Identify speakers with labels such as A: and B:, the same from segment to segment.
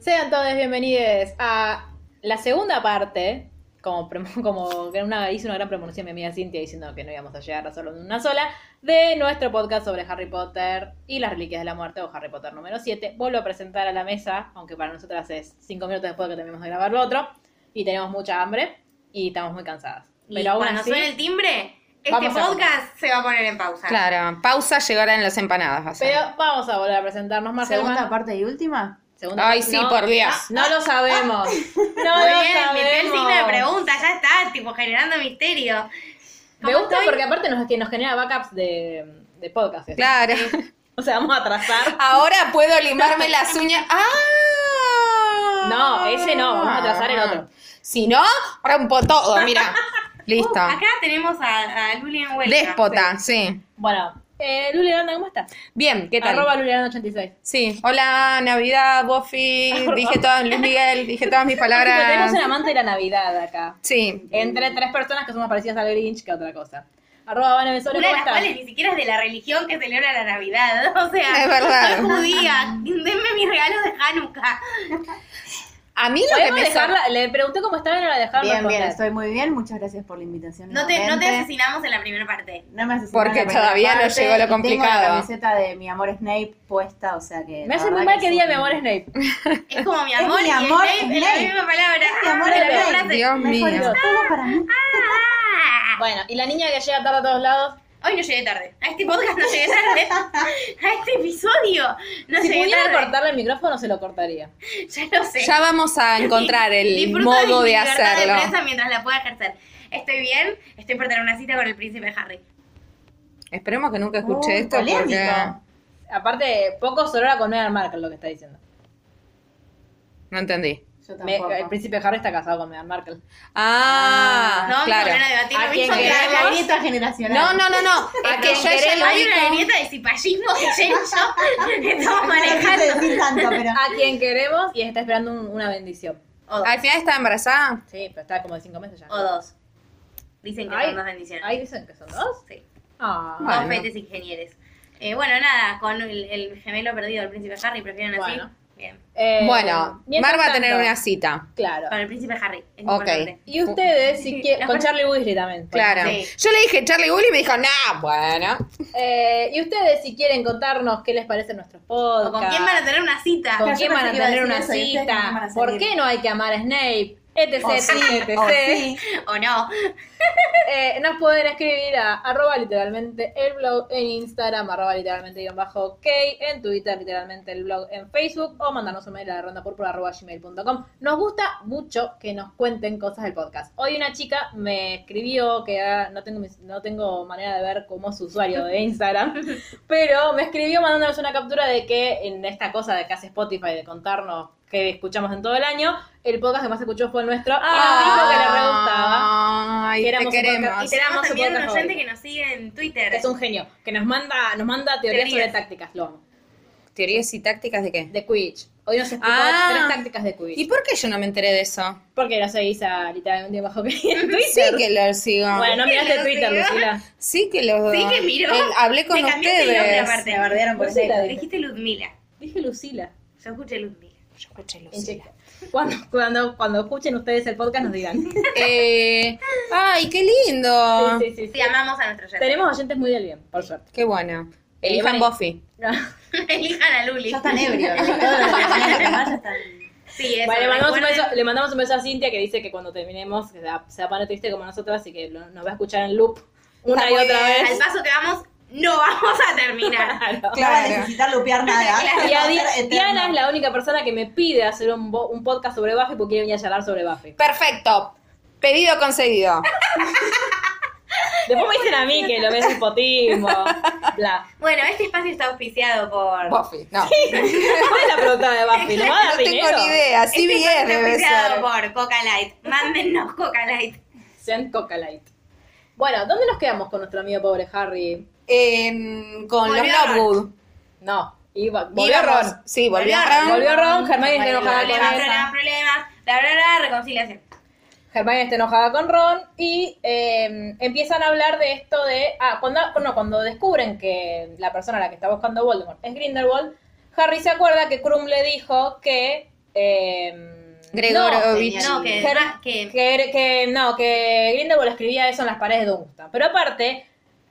A: Sean todos bienvenidos a la segunda parte. Como, prem- como que una, hice una gran premonición mi amiga Cintia diciendo que no íbamos a llegar a solo una sola, de nuestro podcast sobre Harry Potter y las Reliquias de la Muerte o Harry Potter número 7. Vuelvo a presentar a la mesa, aunque para nosotras es 5 minutos después que terminamos de grabar lo otro, y tenemos mucha hambre y estamos muy cansadas.
B: Y
A: Pero aún
B: cuando
A: así,
B: suene el timbre, este
A: Vamos a-
B: podcast se va a poner en pausa.
C: Claro, pausa llegará en las empanadas. va a ser.
A: Ah. pero vamos a volver a presentarnos más
D: Segunda parte y última.
C: Ay, sí, por Dios.
A: No lo sabemos. No
B: Muy
A: lo
B: bien, metió el
A: sabemos.
B: signo de pregunta, ya está, tipo generando misterio.
A: Me
B: ¿Cómo
A: gusta
B: estoy?
A: porque aparte nos, que nos genera backups de, de podcasts.
C: Claro.
A: O sea, vamos a trazar.
C: Ahora puedo limarme las uñas. ¡Ah!
A: No, ese no, vamos a trazar el otro.
C: Si no, rompo todo, mira. Listo.
B: Uh, acá tenemos a, a Luli en huelga.
C: Déspota, sí.
A: Bueno, eh, Luli Aranda, ¿cómo estás?
C: Bien, ¿qué tal?
A: Arroba Luli Aranda 86.
C: Sí. Hola, Navidad, Buffy. Dije todo, Luis Miguel, dije todas mis
A: Tenemos un
C: palabras.
A: amante de la Navidad acá.
C: Sí.
A: Entre tres personas que somos parecidas al Grinch que a otra cosa. Arroba Vane
B: Sí.
A: Besoro,
B: Una de
A: ¿cómo
B: las
A: estás?
B: cuales ni siquiera es de la religión que celebra la Navidad. O sea,
C: Es verdad.
B: soy judía. Denme mis regalos de Hanukkah.
C: A mí lo que
A: ¿Podemos
C: me sor-
A: dejarla? Le pregunté cómo estaba y no la dejaron
D: Bien, bien,
A: responder.
D: estoy muy bien. Muchas gracias por la invitación.
B: No te, no te
D: nuevamente.
B: asesinamos en la primera parte.
D: No me asesinaron
C: Porque
D: la primera
C: todavía no
D: parte
C: llegó lo
D: y Tengo
C: complicado.
D: la camiseta de mi amor Snape puesta, o sea que.
A: Me
D: la
A: hace
D: verdad
A: muy mal que diga
D: sí.
A: mi amor Snape.
B: Es como mi
D: Es
B: amor
D: mi
B: y
D: amor,
B: Snape, es la
D: Snape.
B: misma palabra.
D: Es mi amor,
B: Ah, la
A: Snape.
B: frase.
C: Dios
D: Mejor
C: mío.
D: digo, todo para mí.
B: Ah.
A: Bueno, y la niña que llega tarde a todos lados.
B: Hoy no llegué tarde. A este podcast no llegué tarde. A este episodio no
A: si
B: llegué
A: pudiera
B: tarde.
A: cortarle el micrófono, se lo cortaría.
B: Ya lo sé.
C: Ya vamos a encontrar el
B: Disfruto
C: modo
B: mi
C: de
B: libertad
C: hacerlo.
B: De prensa mientras la pueda ejercer. Estoy bien, estoy por tener una cita con el príncipe Harry.
C: Esperemos que nunca escuche
D: Uh,
C: esto
D: polémico.
C: porque
A: Aparte, poco sorora con Meghan Markle lo que está diciendo.
C: no entendí.
D: Yo
A: Me-
D: tampoco.
A: el príncipe Harry está casado con Meghan Markle.
C: Ah,
B: no vamos
C: claro.
B: a volver a debatir
A: ¿A
B: lo
A: quién
B: mismo que
A: queremos?
D: La
B: hablamos.
D: grieta generacional.
C: No, no, no, no. Es que yo ya lo
B: Hay una
C: ubico.
B: grieta de cipallismo que Jen y yo estamos
D: No quise
B: manejando.
D: decir tanto, pero.
A: A quien queremos y está esperando un- una bendición.
B: O dos.
C: Al final está embarazada.
A: Sí, pero está como de cinco meses ya.
B: O dos. Dicen que
A: Ay,
B: son dos bendiciones.
A: Ahí dicen que son dos.
B: Sí.
A: Ah,
C: Bueno.
B: Dos fetes ingenieres. Eh, bueno, nada, con el, el gemelo perdido del príncipe Harry, prefieren así.
A: Bueno.
B: Bien.
A: eh,
C: Bueno,
A: mientras
C: Mar va a tener
A: tanto, Eh,
C: una cita.
A: Claro.
B: Con el príncipe Harry. Es
C: Ok.
B: importante.
A: Y ustedes, si quieren. Con Charlie Weasley también. pues. por
C: Claro.
B: Sí.
C: Yo le dije Charlie Bully y me dijo, nah, bueno.
A: ejemplo. Eh, y ustedes, si quieren contarnos qué les parece nuestros podcasts.
B: O con quién van a tener una cita.
A: ¿Con
D: Claro, yo
A: quién van a
D: pensé que iba a
A: tener
D: decir
A: una
D: eso, y ustedes no van
A: cita?
D: a
A: ¿Por
D: salir.
A: qué no hay que amar a Snape? Etc,
D: O Oh, sí,
A: etc.
D: o sí.
B: O no.
A: Eh, nos pueden escribir a arroba literalmente el blog en Instagram, arroba literalmente guión bajo ok, en Twitter literalmente el blog en Facebook o mandarnos un mail a rondapurpura arroba gmail.com. Nos gusta mucho que nos cuenten cosas del podcast. Hoy una chica me escribió, que ah, no tengo, mis- no tengo manera de ver cómo es su usuario de Instagram, pero me escribió mandándonos una captura de que en esta cosa de que hace Spotify de contarnos que escuchamos en todo el año, el podcast que más escuchó fue el nuestro y nos Ah, dijo que le re gustaba.
C: Ah, Ay,
A: Que
C: te
A: éramos un podcast- y
C: queremos.
A: te- Esperamos
B: Tenemos también
A: su
B: un
A: podcast
B: oyente
A: hoy.
B: que nos sigue en Twitter.
A: que es un genio, que nos manda, nos manda teorías,
B: Teorías.
A: sobre tácticas, lo amo.
C: ¿Teorías y tácticas de qué?
A: De Quidditch. Hoy nos explicó
C: Ah.
A: tres tácticas de
C: ¿Y
A: Quidditch.
C: por qué yo no me enteré de eso?
A: Porque no seguís a literalmente bajo que en Twitter.
C: Sí que lo sigo.
A: Bueno, no miraste Twitter, Lucila.
C: Sí que lo
B: Sí que miró.
C: El- hablé con
B: Me cambiaste el nombre
C: ustedes.
B: aparte.
D: Me bardearon por
A: Lucila,
D: eso.
A: dije.
B: Dijiste Ludmila.
A: Dije Lucila.
B: Yo escuché Ludmila.
C: Yo escuché
A: En
C: Lucila.
A: check. Cuando, cuando, cuando escuchen ustedes el podcast nos dirán. Sí,
C: Eh, ay, qué lindo.
A: sí, sí, sí.
B: Sí, amamos a nuestro oyente.
A: Tenemos oyentes muy del bien, por suerte.
C: Qué bueno.
A: Eh,
C: Elijan
A: bueno,
C: Buffy.
B: Elijan a Luli.
D: Ya están ebrios. ¿no? Todos los que tenían que tomar ya están.
B: Sí, eso.
A: Bueno, le, mandamos un
B: recuerden.
A: beso, le mandamos un beso a Cintia que dice que cuando terminemos que se va- se va a poner triste como nosotras y que lo- nos va a escuchar en loop una
C: Está
A: y
C: muy
A: otra
C: bien.
B: Al
A: vez.
B: paso que vamos, no vamos a terminar.
A: Claro.
D: No van a
C: Claro.
D: necesitar lupear nada.
A: Y a Di-
D: Va a ser
A: Diana es
D: eterno.
A: la única persona que me pide hacer un, bo- un podcast sobre Buffy porque quiere venir a charlar sobre Buffy.
C: Perfecto. Pedido conseguido.
A: Después me dicen a mí que lo ves hipotismo. Bla.
B: Bueno, este espacio está auspiciado por.
C: Buffy, no.
A: ¿Cuál es la pregunta de Buffy? ¿No va a
C: no
A: dar
C: tengo
A: dinero?
C: ni idea.
B: Este
C: Sí, bien,
B: espacio
C: debe
B: está
C: ser.
B: auspiciado por Coca Light. Mándennos Coca Light.
A: Sean Coca Light. Bueno, ¿dónde nos quedamos con nuestro amigo pobre Harry?
C: En- con los
B: Volvió a Ron.
C: Lockwood.
A: No, iba, volvió
C: Íbamos-
A: Ron.
C: Sí, volvió
B: Volvió
C: Ron.
A: Volvió Ron, Hermione está enojada con
B: Problemas,
A: ella.
B: problemas, problemas. Bla, bla, bla, reconciliación.
A: Hermione está enojada con Ron y eh, empiezan a hablar de esto de... Ah, cuando, no, cuando descubren que la persona a la que está buscando Voldemort es Grindelwald, Harry se acuerda que Krum le dijo que... eh,
C: Gregorovich.
B: No, que,
A: Her-
B: que-
A: Que, que- no, que Grindelwald escribía eso en las paredes de Ungusta. Pero aparte,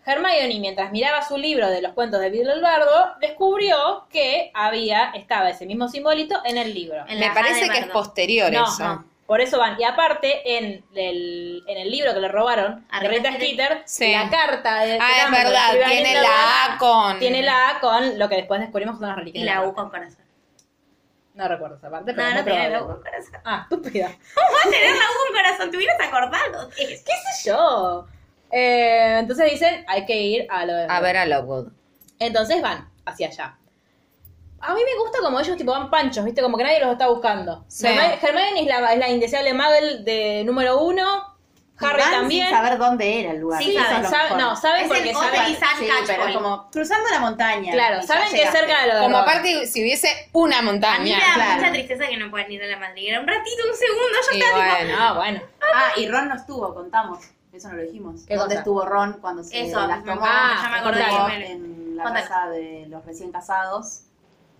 A: Hermione, mientras miraba su libro de los cuentos de Bill Bardo, descubrió que había, estaba ese mismo simbolito en el libro.
B: en la
C: Me
B: Jade
C: parece que es
B: Bardo.
C: posterior
A: No,
C: eso.
A: no. Por eso van. Y aparte, en el, en el libro que le robaron,
B: A
A: de Rita
B: Rita
A: Skeeter,
C: Sí.
A: la carta de
C: Ah, es
A: Dumbledore
C: verdad,
A: escribe a
C: tiene la
A: Grindelwald,
C: A con...
A: tiene la A con lo que después descubrimos que son las reliquias.
B: Y
A: de
B: la
A: la
B: U
A: muerte.
B: con corazón.
A: No recuerdo esa parte, pero
B: No,
A: es
B: no
A: muy
B: tenía la U
A: probable.
B: con corazón.
A: Ah, estúpida.
B: ¿Cómo vas a tener la U con corazón? ¿Te hubieras acordado? de eso?
A: ¿Qué sé yo? Eh, entonces dicen, hay que ir a lo de...
C: A ver a Lockwood.
A: Entonces van hacia allá. A mí me gusta como ellos tipo van panchos, ¿viste? Como que nadie los está buscando.
C: Sí.
A: Hermione Hermione es la, es la indeseable Muggle de número uno. Harry
D: Van
A: también.
D: Sin saber dónde era el lugar.
B: Sí,
D: Eso
B: saben,
D: es lo
A: saben,
D: mejor.
A: no, saben
D: Es
A: porque
D: el
A: saben-
D: Otter y San
B: sí,
D: Catch,
B: pero es
D: Paul. cruzando la montaña.
A: Claro,
D: y ya
A: saben que es
D: llegaste.
A: cerca de lo de
C: Como
A: Ron.
C: aparte, si hubiese una
B: A mí me
C: montaña.
B: da
D: claro.
B: mucha tristeza que no puedan ir a la madriguera. Un ratito, un segundo, yo
C: Y
B: estaba tipo,
C: bueno.
A: No, bueno.
D: Ah, y Ron no estuvo, contamos. Eso no lo dijimos.
A: ¿Qué
D: ¿Dónde
A: cosa?
D: estuvo Ron cuando se
B: Eso,
D: las tomó?
A: ah,
B: ya me acordé.
A: claro.
B: bueno.
D: en la
B: Contanos.
D: casa de los recién casados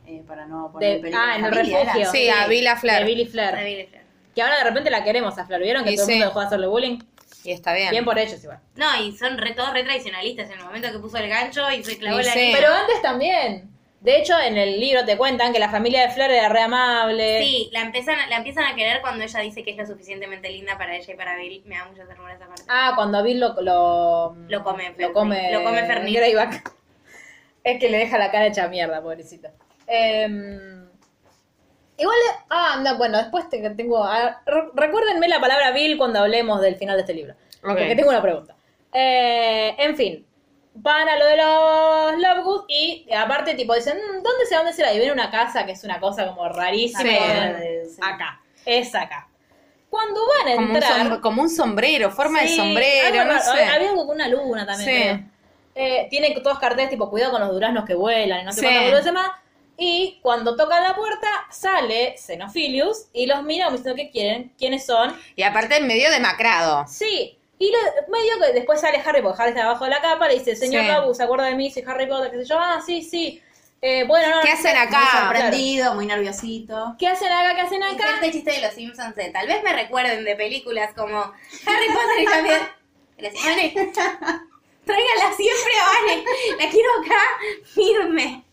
D: eh, para no poner
A: De-
D: en peligro
A: ah,
D: a la
A: en el
D: familia, era.
A: refugio.
C: Sí, a Vila
A: De
C: Flair.
A: Billy
B: "Ah,
A: Flair.
B: Billy Flynn".
A: Que ahora de repente la queremos a Flair. ¿Vieron que
C: Y
A: todo el
C: sí.
A: mundo dejó de hacerle bullying?
C: Y está bien.
A: Bien por ellos igual.
B: No, y son re, todos re tradicionalistas en el momento que puso el gancho y se clavó
C: Y
B: la
C: sí.
B: lengua.
A: Pero antes también. De hecho, en el libro te cuentan que la familia de Flair era re amable.
B: Sí, la empiezan, la empiezan a querer cuando ella dice que es lo suficientemente linda para ella y para Bill. Me da mucha ternura esa parte.
A: Ah, cuando Bill lo, lo,
B: Lo come
A: lo
B: Fernie.
A: come,
B: Lo come Fernie.
A: Greyback. Es que le deja la cara hecha mierda, pobrecito. Em, igual, ah, no, bueno, después te- tengo, ah, re- recuérdenme la palabra Bill cuando hablemos del final de este libro. Porque tengo una pregunta. Eh, en fin, van a lo de los Lovegood y aparte tipo dicen, "Mm, ¿dónde se dónde será? Y ven una casa que es una cosa como rarísima.
C: Sí.
A: Ven, Acá, es acá. Cuando van a
C: Como un,
A: entrar...
C: som- como un sombrero, forma de
A: Sí,
C: sombrero,
A: algo
C: no
A: raro.
C: sé.
A: Había como una luna también.
C: Sí.
A: creo. Eh, tiene todos carteles tipo cuidado con los duraznos que vuelan, y no sé
C: Sí.
A: cuántas boludeces más. Y cuando tocan la puerta, sale Xenophilius y los mira como diciendo qué quieren, quiénes son.
C: Y aparte medio demacrado.
A: Sí. Y lo- medio que después sale Harry, porque Harry está abajo de la capa, le dice, señor
C: Sí.
A: Cabu, ¿se acuerda de mí? Soy Harry Potter, qué sé yo. Ah, sí, sí. Eh, bueno, no.
C: ¿Qué
A: no
C: hacen
A: sé".
C: acá?
D: Muy
C: Ah,
D: sorprendido, muy nerviosito.
A: ¿Qué hacen acá? ¿Qué hacen acá?
B: Este chiste de los Simpsons de tal vez me recuerden de películas como Harry Potter y también. Las Vane. Tráigala siempre a Vane. La quiero acá firme.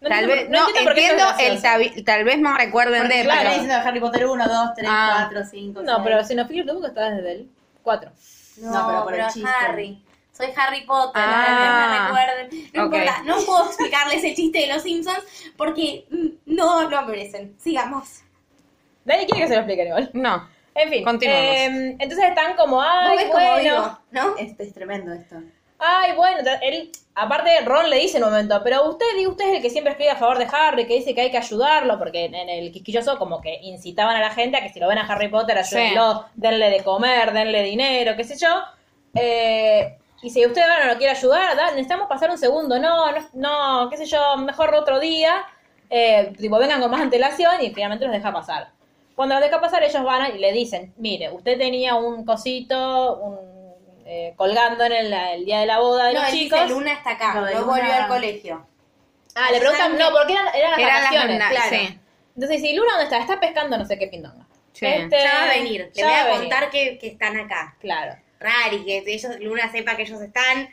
A: No
C: Tal
A: entiendo
C: vez,
A: por-
C: no,
A: entiendo por qué
C: entiendo
A: son
C: el
A: graciosos.
C: tabi- tal vez me recuerden de,
D: Porque van
C: pero-
D: diciendo Harry Potter 1, 2, 3,
C: Ah.
D: 4, 5,
A: No, pero Xenophilius tuvo que estar desde el 4.
D: No, pero por el chiste.
B: Harry. Soy Harry Potter,
C: Ah,
B: tal vez me recuerden. No
C: ok.
B: importa, no puedo explicarles el chiste de los Simpsons porque mm, no lo merecen. Sigamos.
A: Nadie quiere que se lo expliquen igual.
C: No.
A: En fin.
C: Continuamos.
A: eh, entonces están como, ay,
B: ¿Vos ves cómo
A: bueno. Eh,
B: vivo, ¿no?
D: Este es tremendo esto.
A: Ay, bueno. Entonces, Él, aparte, Ron le dice en un momento, pero usted, digo, usted es el que siempre escribe a favor de Harry, que dice que hay que ayudarlo, porque en, en el quisquilloso como que incitaban a la gente a que si lo ven a Harry Potter, ayúdenlo, denle de comer, denle dinero, qué sé yo. Eh, y si usted ahora no lo quiere ayudar, da- necesitamos pasar un segundo, no, no, no, qué sé yo, mejor otro día. Eh, tipo, vengan con más antelación y finalmente los deja pasar. Cuando los deja pasar, ellos van y le dicen, mire, usted tenía un cosito, un, eh, colgando en el, el día de la boda de
B: No,
A: los
B: él
A: chicos.
B: dice Luna está acá,
D: Lo
B: no
D: de Luna-
B: volvió al colegio.
A: Ah, le preguntan, no, porque eran, eran las
C: Eran las
A: vacaciones,
C: jornadas,
A: claro.
C: sí.
A: Entonces, si Luna, ¿dónde está? Está pescando no sé qué pindonga.
C: Sí.
A: Este,
B: ya va a venir, le
A: ya
B: voy
A: va
B: a
A: venir.
B: contar que, que están acá.
A: Claro.
B: Rari, que ellos, Luna sepa que ellos están.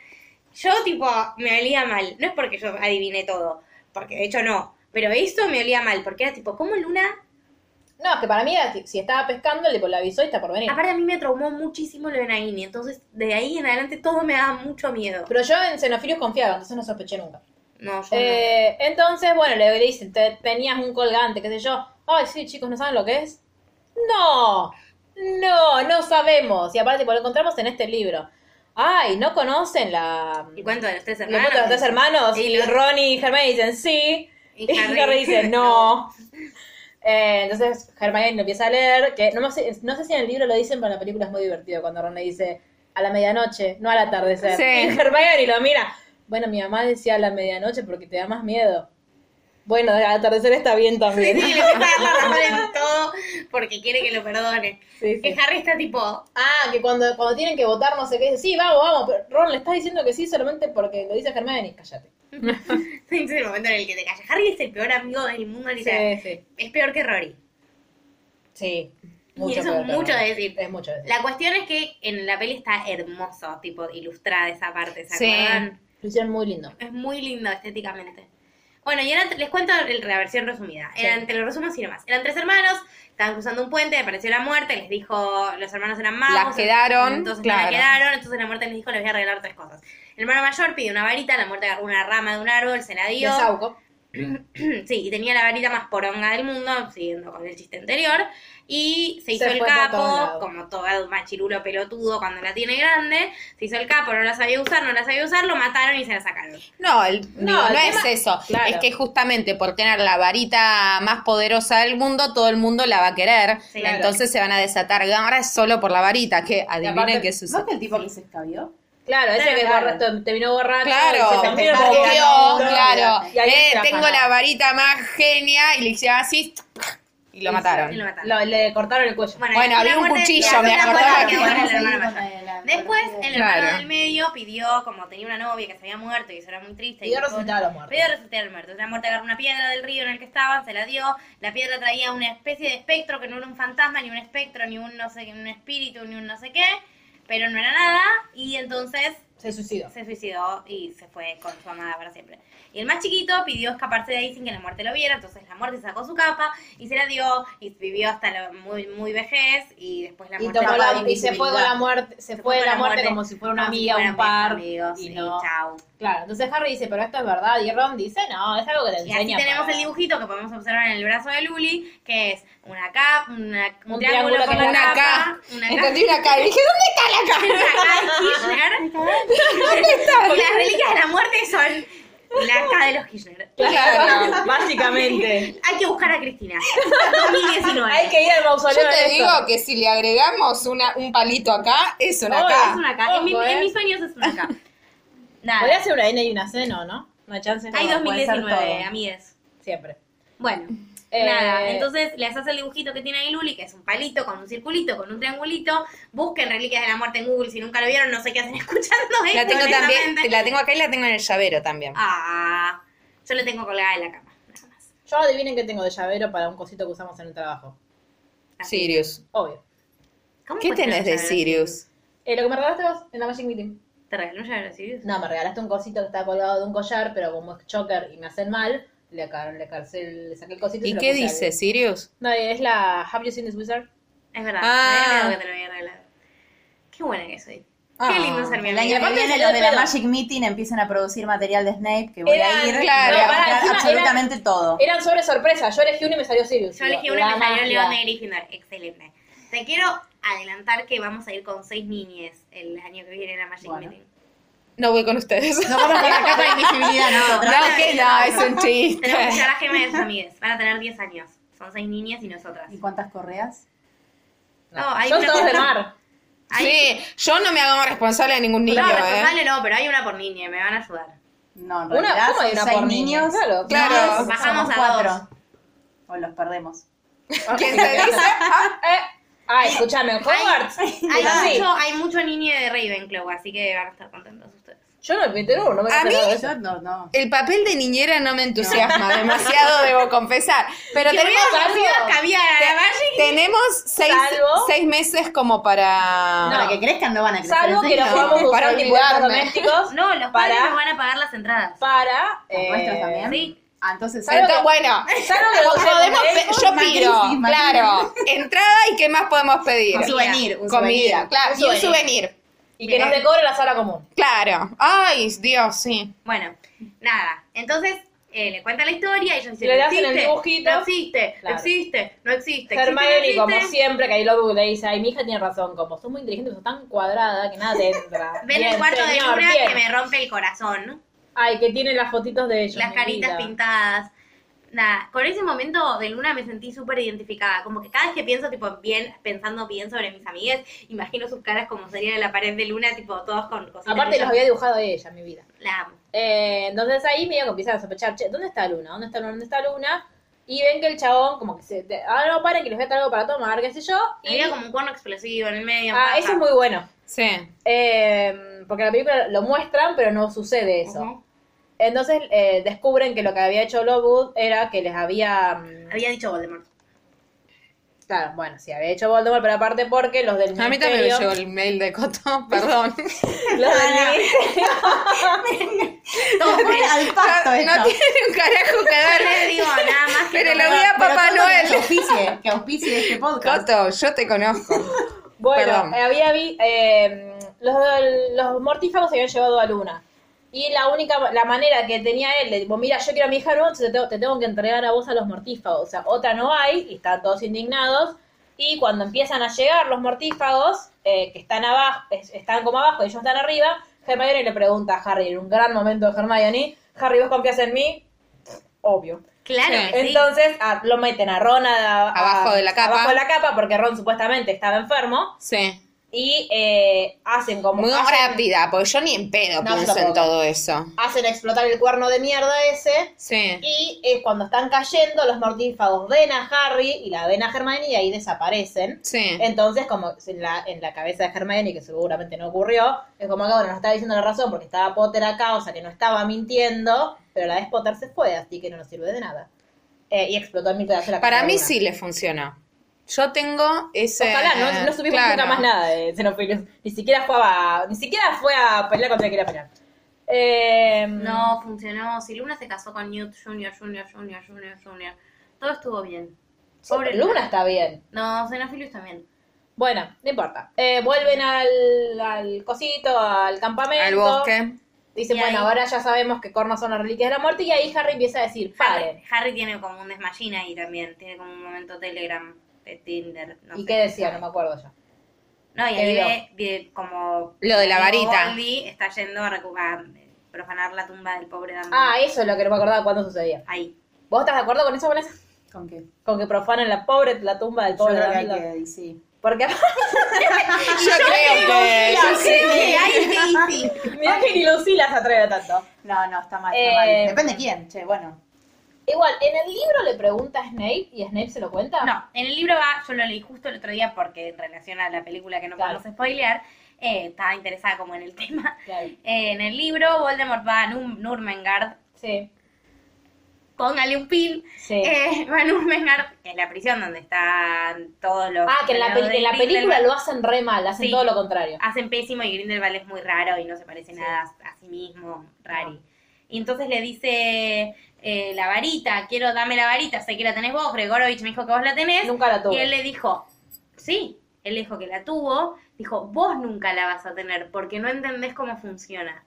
B: Yo, tipo, me olía mal. No es porque yo adiviné todo, porque de hecho no. Pero esto me olía mal, porque era tipo, ¿cómo Luna?
A: No, es que para mí, era, si- si estaba pescando, le le avisó y está por venir.
B: Aparte, a mí me traumó muchísimo lo de Naini. Entonces, de ahí en adelante todo me daba mucho miedo.
A: Pero yo en Xenofilios confiaba, entonces no sospeché nunca.
B: No, yo
A: Eh, entonces, bueno, le dicen, te, tenías un colgante, qué sé yo. Ay, sí, chicos, ¿no saben lo que es? pues, No, no, no sabemos. Y aparte, tipo, lo encontramos en este libro. Ay, ¿no conocen la...
B: El cuento de los tres
A: El
B: hermanos.
A: cuento de los tres hermanos.
B: Y
A: Y,
B: los-
A: Ronnie y Hermione dicen sí. Y, Harry, dice no. Eh, entonces Hermione lo empieza a leer. Que no, me sé, no sé si en el libro lo dicen, pero en la película es muy divertido cuando Ron le dice a la medianoche, no al atardecer.
C: Sí.
A: Y Hermione lo mira. Bueno, mi mamá decía a la medianoche porque te da más miedo. Bueno, al atardecer está bien también.
B: Sí, le empieza a dar la razón en todo porque quiere que lo perdone.
A: Sí, sí.
B: Que Harry está tipo,
A: Ah, que cuando, cuando tienen que votar, no sé qué, dice, sí, vamos, vamos, pero Ron le estás diciendo que sí solamente porque lo dice Hermione, cállate.
B: es el momento en el que te callas. Harry es el peor amigo del mundo, literal.
A: Sí, sí.
B: Es peor que Rory.
A: Sí.
B: y eso
A: peor
B: es
A: que
B: mucho
A: Ron.
B: decir.
A: Es mucho decir.
B: La cuestión es que en la peli está hermoso, tipo, ilustrada esa parte, ¿se
C: Sí.
B: acuerdan?
A: Lo hicieron muy lindo.
B: Es muy lindo estéticamente. Bueno, y eran- les cuento el- la versión resumida.
A: Sí.
B: Eran, te lo resumo así nomás. Eran tres hermanos, estaban cruzando un puente, apareció la muerte, les dijo, los hermanos eran magos.
C: Las quedaron,
B: Entonces
C: claro.
B: no la quedaron, entonces la muerte les dijo, les voy a regalar tres cosas. El hermano mayor pidió una varita, la muerte agarró una rama de un árbol, se la
A: Y
B: dio.
A: el Sauco.
B: Sí, y tenía la varita más poronga del mundo, siguiendo con el chiste anterior. Y se hizo
A: Se
B: el
A: fue por todos
B: capo,
A: lados.
B: como todo machirulo pelotudo cuando la tiene grande. Se hizo el capo, no la sabía usar, no la sabía usar, lo mataron y se la sacaron.
C: No, el- digo, no,
A: el
C: es
A: tema-
C: eso.
A: claro.
C: Es que justamente por tener la varita más poderosa del mundo, todo el mundo la va a querer.
B: Sí, claro.
C: Entonces se van a desatar garras solo por la varita. Que adivinen
A: aparte,
C: qué
D: ¿No
C: sucede.
D: que el tipo que se escabió?
A: Claro, ese
B: Claro,
A: que
B: claro.
A: borracho- terminó borracho.
C: Claro,
A: se
C: te
A: cambió
C: partió,
A: porque ganó, ¿no?
C: claro.
A: Y ahí
C: Eh,
A: se
C: tengo
A: afanó.
C: la varita más genia y le hicieron así y lo
B: Y
C: mataron.
B: lo mataron.
A: Lo- le cortaron el cuello.
B: Bueno,
C: Bueno,
B: después
C: había
B: la
C: un
B: muerte-
C: cuchillo,
B: la-
C: me
B: la
C: acordaba
B: muerte
C: que
B: quedó en
C: era
B: el hermano mayor. Después, el hermano
C: Claro.
B: del medio pidió, como tenía una novia que se había muerto y eso era muy triste. y
A: Pidió
B: dijo,
A: resucitar a los muertos.
B: Pidió resucitar al muerto. La muerte agarró una piedra del río en el que estaban, se la dio. La piedra traía una especie de espectro que no era un fantasma, ni un espectro, ni un no sé, un espíritu, ni un no sé qué. Pero no era nada. Y entonces
A: Se suicidó.
B: se suicidó y se fue con su amada para siempre. Y el más chiquito pidió escaparse de ahí sin que la muerte lo viera, entonces la muerte sacó su capa y se la dio y vivió hasta la muy, muy vejez y después la
A: Y,
B: muerte...
A: tomó
B: lo-
A: la- y se fue con la muerte, se, fue de la muerte, como si fuera una
B: como si
A: amiga,
B: fuera
A: un par.
B: amigos,
A: y
B: sí,
A: no.
B: chau.
A: Claro, entonces Harry dice, pero esto es verdad. Y Ron dice, no, es algo que te
B: Y
A: enseña. pues.
B: así tenemos
A: para-
B: el dibujito que podemos observar en el brazo de Luli, que es una capa, una, un,
A: Un
B: triángulo,
A: triángulo
B: con
A: que
B: una,
A: tiene
B: capa,
C: una K.
B: una capa,
C: Entendí una cara y dije, ¿dónde está la
B: una
C: cara?
B: K de Kirchner. Porque las reliquias de la muerte son la K de los Kirchner.
E: Claro, básicamente.
B: Hay que buscar a Cristina. 2019.
A: Hay que ir al mausoleo.
C: Yo
A: de
C: te
A: esto.
C: digo que si le agregamos una, un palito acá, es una
A: Oh,
B: Es
C: K.
B: una K. en, mi-
A: Ojo, eh.
B: en mis sueños es una K.
A: Podría
B: Nada.
A: ser una N y una C, ¿no? ¿No? Una chance.
B: Hay
A: No, puede ser
B: 2019,
A: todo.
B: amigues.
A: Siempre.
B: Bueno,
A: Eh,
B: nada. Entonces les hace el dibujito que tiene ahí Luli, que es un palito con un circulito, con un triangulito. Busquen Reliquias de la Muerte en Google. Si nunca lo vieron, no sé qué hacen escuchando esto.
C: La tengo también,
B: honestamente.
C: la tengo acá y la tengo en el llavero también.
B: Ah, yo lo tengo colgada en la cama. nada más.
A: Yo adivinen que tengo de llavero para un cosito que usamos en el trabajo.
B: Así.
C: Sirius.
A: Obvio.
B: ¿Cómo
C: ¿Qué
B: puedes tener
C: tenés de
B: un llavero
C: Sirius?
A: Eh, lo que me regalaste vos en la Magic Meeting.
B: ¿Te regaló un llavero de Sirius?
A: No, me regalaste un cosito que estaba colgado de un collar, pero como es choker y me hacen mal, le, acá- le, carcel, le saqué el cosito y, se
C: ¿Y
A: lo
C: qué
A: puse
C: dice
A: al-
C: Sirius?
A: No, es la Have You Seen This Wizard.
B: Es verdad.
C: Ah.
B: me había olvidado que te lo había regalado. Qué buena que soy. Qué
C: Ah.
B: lindo ser mi
D: El
B: amiga.
D: año que
A: aparte
D: viene
A: salió
D: los
A: de
D: de la
A: pedo.
D: Magic Meeting empiezan a producir material de Snape que voy
C: Eran,
D: a ir
C: claro,
D: y voy a
C: pará,
D: comprar
A: encima
D: absolutamente todo.
A: Eran sobre sorpresa, yo elegí uno y me salió Sirius.
B: Yo elegí
A: Digo,
B: una
A: la
B: que salió
A: magia.
B: León de Gryffindor. Excelente. Te quiero adelantar que vamos a ir con seis niñes el año que viene en la Magic
D: Bueno.
B: Meeting.
C: No voy con ustedes.
D: No vamos a la capa de invisibilidad
C: No,
D: nosotras.
C: que no, es un
B: Tenemos
A: Eh.
B: que llevar
C: chiste.
B: a Gemma de sus amigas. Van a tener 10 años. Son seis niñas y nosotras.
D: ¿Y cuántas correas?
A: No,
B: No, hay
A: Son
B: una-
A: todos de mar.
B: Hay-
C: Sí, yo no me hago responsable de ningún niño,
B: no,
C: ¿eh?
B: responsable no, pero hay una por niña y me van a ayudar.
D: No, en
A: Una,
D: realidad
A: ¿cómo hay
D: son
A: una
D: seis
A: por niño?
D: niños.
A: Claro,
D: No,
C: claro.
D: somos
B: Bajamos a
D: cuatro.
B: dos.
D: O los perdemos.
C: ¿Quién te dice? Ah,
A: Eh, ay, escúchame, Hogwarts.
B: Hay,
A: es así.
B: mucho, hay mucho niño de Ravenclaw, así que van a estar contentos ustedes.
A: Yo no me entero, no me
C: A
A: entero
C: mí-
A: de eso.
D: Yo no, no.
C: El papel de niñera no me entusiasma demasiado, debo confesar. Pero tenemos,
A: hubiera sido
C: Te-
B: caviar a la Magic.
C: tenemos seis,
A: Salvo-
C: seis meses como para...
D: Para que crezcan no van a crecer.
A: Salvo que lo
D: enseguida.
A: podamos
C: No, para
A: usar tipo en
C: olvidarme.
A: domésticos
B: No, los padres
A: Para-
B: nos van a pagar las entradas.
A: para...
D: ¿Las
A: eh,
D: nuestras también?
B: sí.
D: Ah, entonces,
A: Salvo
C: Entonces,
A: que-
C: bueno,
A: Salvo que lo
C: podemos
A: usemos
C: pe-
A: en
C: yo
D: Macrisis,
C: pido,
D: Macrisis.
C: claro, entrada y qué más podemos pedir.
D: un souvenir. Un
C: Comida, claro,
A: Un
C: y un
A: souvenir.
C: souvenir.
A: Y que nos decore la sala común.
C: Claro. Ay, Dios, sí.
B: Bueno, nada. Entonces, eh, le cuenta la historia, ellos dicen,
A: Le
B: no
A: hacen el
B: existe,
A: dibujito.
B: no existe,
A: Claro.
B: no existe, no existe, existe, no
A: Hermione,
B: existe.
A: como siempre, que ahí lo le dice, ay, mi hija tiene razón, como sos muy inteligente, sos tan cuadrada que nada te entra.
B: Ven
A: Bien,
B: el cuarto de
A: señor,
B: Luna
A: bien.
B: que me rompe el corazón,
A: Ay, que tiene las fotitos de ellos.
B: las
A: mi
B: caritas
A: vida.
B: pintadas. Nada, con ese momento de Luna me sentí súper identificada, como que cada vez que pienso, tipo, bien, pensando bien sobre mis amigas, imagino sus caras como sería de la pared de Luna, tipo, todos con cositas.
A: Aparte los
B: de ellos.
A: había dibujado ella, mi vida.
B: La amo.
A: Eh, entonces ahí medio que empiezan a sospechar, che, ¿dónde está Luna? ¿Dónde está Luna? ¿Dónde está Luna? Y ven que el chabón como que se... te- ah, no, paren, que les voy a traer algo para tomar, qué sé yo. Y,
B: Había como un cuerno explosivo en el medio.
A: ah,
B: paja.
A: eso es muy bueno.
C: Sí.
A: Eh, porque en la película lo muestran, pero no sucede eso.
B: Ujú.
A: Entonces eh, descubren que lo que había hecho Lowood era que les había... mm,
B: Había dicho Voldemort.
A: Claro, bueno, sí, había hecho Voldemort, pero aparte porque los del
C: A mí también me
A: ministerio-
C: llegó el mail de Coto, perdón.
A: Los del ministerio-
E: Todo fue al pacto esto.
C: No tiene un carajo que eh.
B: No
C: ver.
B: le digo nada más que
C: Pero lo
B: como-
C: vi a
E: Pero todo
C: Papá
E: Que nos
C: Noel.
E: auspicie, que auspicie este podcast.
C: Coto, yo te conozco.
A: Bueno,
C: Perdón.
A: eh, había vi- eh, los, los mortífagos se habían llevado a Luna. Y la única la manera que tenía él, de tipo, mira, yo quiero a mi hija de nuevo, entonces te tengo, te tengo que entregar a vos a los mortífagos. O sea, otra no hay, y están todos indignados. Y cuando empiezan a llegar los mortífagos, eh, que están abajo, es- están como abajo, ellos están arriba, Hermione le pregunta a Harry, en un gran momento de Hermione, Harry, ¿vos confías en mí? Obvio.
B: Claro
C: Sí.
B: que sí.
A: Entonces a- lo meten a Ron a- a-
C: Abajo de la capa.
A: Abajo de la capa, porque Ron supuestamente estaba enfermo
C: Sí.
A: y eh, hacen como
C: Muy
A: hacen,
C: rápida, porque yo ni en pedo
A: No, yo
C: pienso en
A: tampoco.
C: todo eso.
A: hacen explotar el cuerno de mierda ese
C: Sí.
A: y eh, cuando están cayendo los mortífagos ven a Harry y la ven a Hermione y ahí desaparecen.
C: Sí.
A: Entonces, como en la, en la cabeza de Hermione, que seguramente no ocurrió, es como que bueno, nos está diciendo la razón porque estaba Potter acá, o sea que no estaba mintiendo, pero la vez Potter se fue, así que no nos sirve de nada. Eh, y explotó en mil pedazos la
C: Para
A: casa de
C: mí
A: una.
C: sí le funcionó. Yo tengo ese.
A: Ojalá, no, no subimos
C: Eh, Claro.
A: nunca más nada de Xenophilius. Ni siquiera fue a, ni siquiera fue a pelear contra quien quería pelear. Eh,
B: No funcionó. Si Luna se casó con Newt Junior, Junior, Junior, Junior, Junior. Todo estuvo bien.
A: Sobre
B: Pobre
A: Luna está bien.
B: No, Xenophilius también.
A: Bueno, no importa. Eh, vuelven al, al cosito, al campamento.
C: Al bosque.
A: Dicen,
B: Y
A: bueno,
B: ahí-
A: ahora ya sabemos que cornos son las reliquias de la muerte. Y ahí Harry empieza a decir,
B: Harry,
A: paren.
B: Harry tiene como un desmayín ahí también. Tiene como un momento Telegram, de Tinder. No
A: ¿Y
B: sé
A: qué decía? No me acuerdo ya.
B: No, y
A: ¿Qué
B: ahí
A: vio?
B: ve, ve como.
C: Lo de la
B: Diego
C: varita.
B: Goldie está yendo a, recu- a profanar la tumba del pobre Dumbledore.
A: Ah, eso es lo que no me acordaba cuando sucedía.
B: Ahí.
A: ¿Vos estás de acuerdo con eso, Vanessa?
D: ¿Con qué?
A: Con que profanen la pobre, la tumba del
D: Yo
A: pobre
D: creo que hay
A: Dumbledore.
D: que, sí.
A: Porque
C: Yo creo que. yo sí.
B: Sí, ahí sí, sí.
A: mirá que ni Lucila se atreve tanto.
D: No, no, está mal, está
A: Eh,
D: mal. Depende de quién, che, bueno.
A: Igual, en el libro le pregunta a Snape y Snape se lo cuenta.
B: No, en el libro va, yo lo leí justo el otro día porque en relación a la película que no
A: Claro.
B: podemos spoilear, eh, estaba interesada como en el tema.
A: Claro.
B: Eh, en el libro Voldemort va a Num- Nurmengard,
A: Sí,
B: póngale un pin,
A: sí.
B: eh, va a Nurmengard, que es la prisión donde están todos los...
A: ah, que en la, peli-
B: de
A: en la película
B: Grindelwald.
A: lo hacen re mal, hacen
B: Sí. Ah,
A: todo lo contrario.
B: hacen pésimo y Grindelwald es muy raro y no se parece nada a, a sí mismo, rari. Y entonces le dice eh, la varita, quiero dame la varita, sé que la tenés vos, Gregorovich me dijo que vos la tenés.
A: Nunca la
B: Y
A: tuve.
B: él le dijo, sí, él dijo que la tuvo, dijo, vos nunca la vas a tener porque no entendés cómo funciona.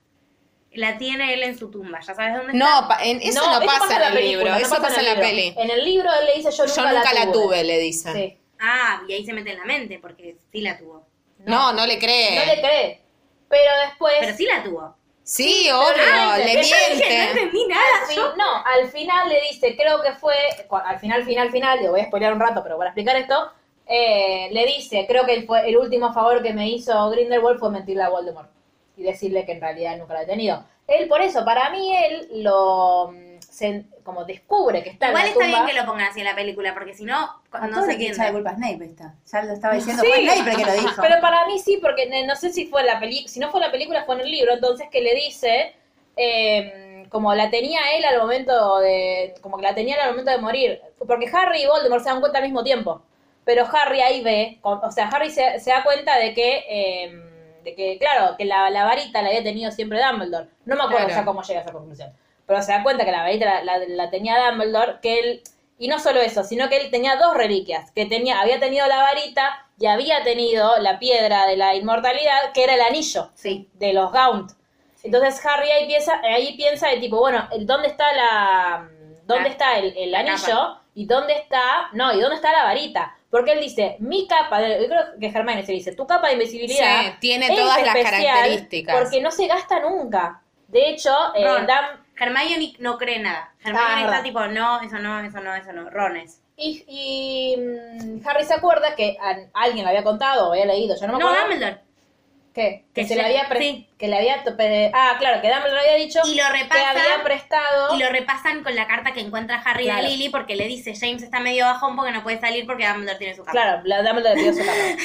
B: La tiene él en su tumba, ya sabes dónde está.
C: No, pa- en- eso no, pasa,
A: en la
C: en el
A: película,
C: libro,
A: no
C: eso pasa en la
A: el libro.
C: peli.
A: En el libro él le dice yo nunca,
C: Yo nunca
A: la,
C: la tuve, le dicen.
A: Sí.
B: Ah, y ahí se mete en la mente porque sí la tuvo.
C: No, no le cree.
A: No le cree. Pero después...
B: Pero sí la tuvo.
C: Sí, obvio,
A: Ah,
C: le
A: entendés.
B: Yo dije, no
C: miente.
B: entendí
A: al
B: nada.
A: fin-
B: yo-
A: no, al final le dice, creo que fue, cu- al final, final, final, digo, voy a spoilear un rato, pero para explicar esto, eh, le dice, creo que el, fue, el último favor que me hizo Grindelwald fue mentirle a Voldemort y decirle que en realidad nunca lo he tenido. Él, por eso, para mí, él lo, mm, se- como descubre que está en
B: Igual
A: la
B: está
A: tumba.
B: bien que lo pongan así en la película porque si no,
D: A
B: no
D: todos
B: se
D: le quiere echar la culpa
B: entiende.
D: a Snape esta. Ya lo estaba diciendo,
A: Sí.
D: fue Snape el que lo dijo.
A: Pero para mí sí, porque ne- no sé si fue la película, si no fue la película, fue en el libro, entonces que le dice, eh, como la tenía él al momento de, como que la tenía él al momento de morir, porque Harry y Voldemort se dan cuenta al mismo tiempo, pero Harry ahí ve, con- o sea, Harry se, se da cuenta de que, eh, de que, claro, que la, la varita la había tenido siempre Dumbledore, no me acuerdo
C: Claro.
A: ya cómo llega a esa conclusión, pero se da cuenta que la varita la, la- la tenía Dumbledore, que él y no solo eso, sino que él tenía dos reliquias, que tenía, había tenido la varita y había tenido la piedra de la inmortalidad, que era el anillo
B: Sí.
A: de los Gaunt. Entonces Harry ahí piensa, ahí piensa de tipo, bueno, el- ¿dónde está la dónde
B: La-
A: está el, el
B: la
A: anillo?
B: capa.
A: ¿Y dónde está? No, ¿y dónde está la varita? Porque él dice, mi capa, de, yo creo que Germán se dice, tu capa de invisibilidad
C: Sí, tiene
A: es
C: todas las
A: especial
C: características.
A: Porque no se gasta nunca. De hecho, eh,
B: Ron.
A: Dan
B: Hermione no cree nada. Hermione
A: Ah,
B: está
A: verdad.
B: tipo, no, eso no, eso no, eso no. Rones.
A: y, y, mm, Harry se acuerda que a- alguien le había contado o había leído, yo no me
B: No,
A: acuerdo.
B: Dumbledore.
A: ¿Qué? Que,
B: Que
A: se
B: se-
A: le había pre-
B: sí.
A: que le había pre- ah, claro, que Dumbledore había dicho
B: Y lo
A: que había
B: repasa.
A: prestado
B: Y lo repasan con la carta que encuentra Harry de
A: Claro.
B: Lily porque le dice, James está medio bajón porque no puede salir porque Dumbledore tiene su capa.
A: Ah. Claro, la Dumbledore le pidió su cámara.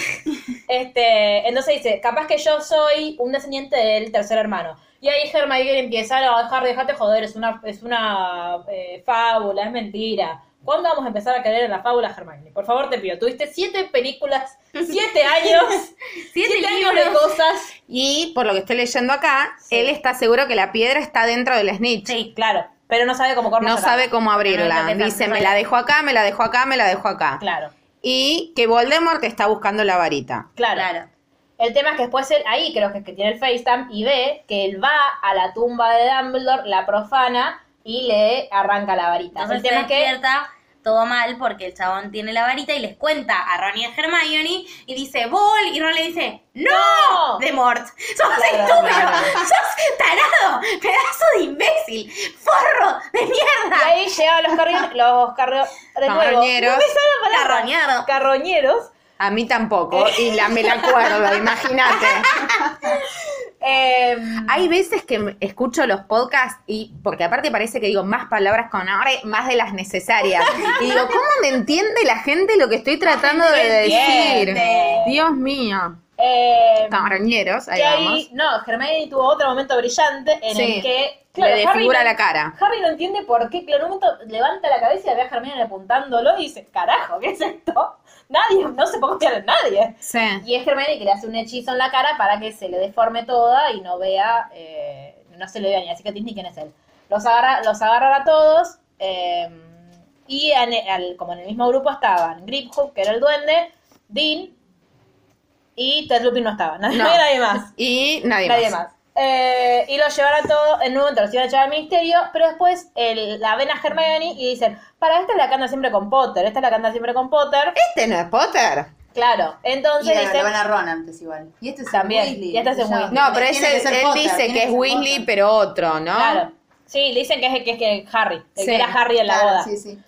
A: Este, entonces dice, capaz que yo soy un descendiente del tercer hermano. Y ahí Hermione empieza a dejar, déjate joder, es una, es una eh, fábula, es mentira. ¿Cuándo vamos a empezar a creer en la fábula, Hermione? Por favor, te pido. Tuviste siete películas, siete años,
B: Siete
A: siete años de
B: libros.
A: cosas.
C: Y por lo que estoy leyendo acá,
A: Sí.
C: él está seguro que la piedra está dentro del snitch.
B: Sí.
A: Claro, pero no sabe cómo corno
C: No sabe cómo
B: No, no,
C: abrirla.
B: no, no,
C: Dice,
B: no,
C: me
B: no.
C: la dejo acá, me la dejo acá, me la dejo acá.
A: Claro,
C: Y que Voldemort está buscando la varita.
A: claro.
B: Claro.
A: El tema es que después él, ahí creo que, es que tiene el FaceTime y ve que él va a la tumba de Dumbledore, la profana y le arranca la varita.
B: Entonces
A: El
B: se
A: tema es que
B: despierta todo mal porque el chabón tiene la varita y les cuenta a Ron y a Hermione y dice ¡Bol! y Ron le dice ¡No!
A: ¡No!
B: de Mort. ¡Sos estúpido! ¡Sos tarado! ¡Pedazo de imbécil! ¡Forro de
A: y
B: mierda!
A: ahí llegan los carriones, los carriones de nuevo.
C: Carroñeros.
A: No me sale la palabra.
B: Carroñero.
A: Carroñeros.
C: A mí tampoco. Y la, me la acuerdo, imagínate.
A: Eh,
C: Hay veces que me- escucho los podcasts y, porque aparte parece que digo más palabras con ahora, más de las necesarias. Y digo, ¿cómo me entiende la gente lo que estoy tratando de decir?
A: entiende.
C: Dios mío.
A: eh,
C: Camaroñeros, ahí
A: que
C: vamos.
A: ahí, no, Hermione tuvo otro momento brillante en
C: Sí.
A: el que
C: Le
A: Harry
C: desfigura
A: no-
C: la cara.
A: Harry no entiende por qué, claro, en un momento levanta la cabeza y ve a Hermione apuntándolo y dice, carajo, ¿qué es esto? Nadie, no se puede confiar en nadie.
C: Sí.
A: Y es Hermione que le hace un hechizo en la cara para que se le deforme toda y no vea, eh, no se le vea ni así que ni quién es él. Los agarra, los agarra a todos eh, y en- e, al- como en el mismo grupo estaban Griphook, que era el duende, Dean y Ted Lupin no estaba, nadie,
C: No.
A: no había nadie más.
C: Y nadie,
A: Nadie
C: más.
A: más. Eh, y los llevaron a todos, en un momento los iban a llevar al ministerio, pero después el- la ven a Hermione y dicen, para, esta es la que anda siempre con Potter, esta es la que anda siempre con Potter.
C: Este no es Potter.
A: Claro,
D: Y
A: entonces
D: la
A: dicen,
D: van a Ron antes igual. Y este es
A: También,
D: el Weasley.
A: y este es el
D: Ya,
A: Weasley.
C: No,
D: tiene
C: pero ese,
D: que ser
C: él
D: Potter,
C: dice
D: tiene
C: que es
D: ser
C: Weasley,
D: Potter.
C: pero otro, ¿no?
A: Claro. Sí, le dicen que es, que es que Harry, el
C: Sí,
A: que era Harry en la
D: Claro,
A: boda.
D: sí, sí.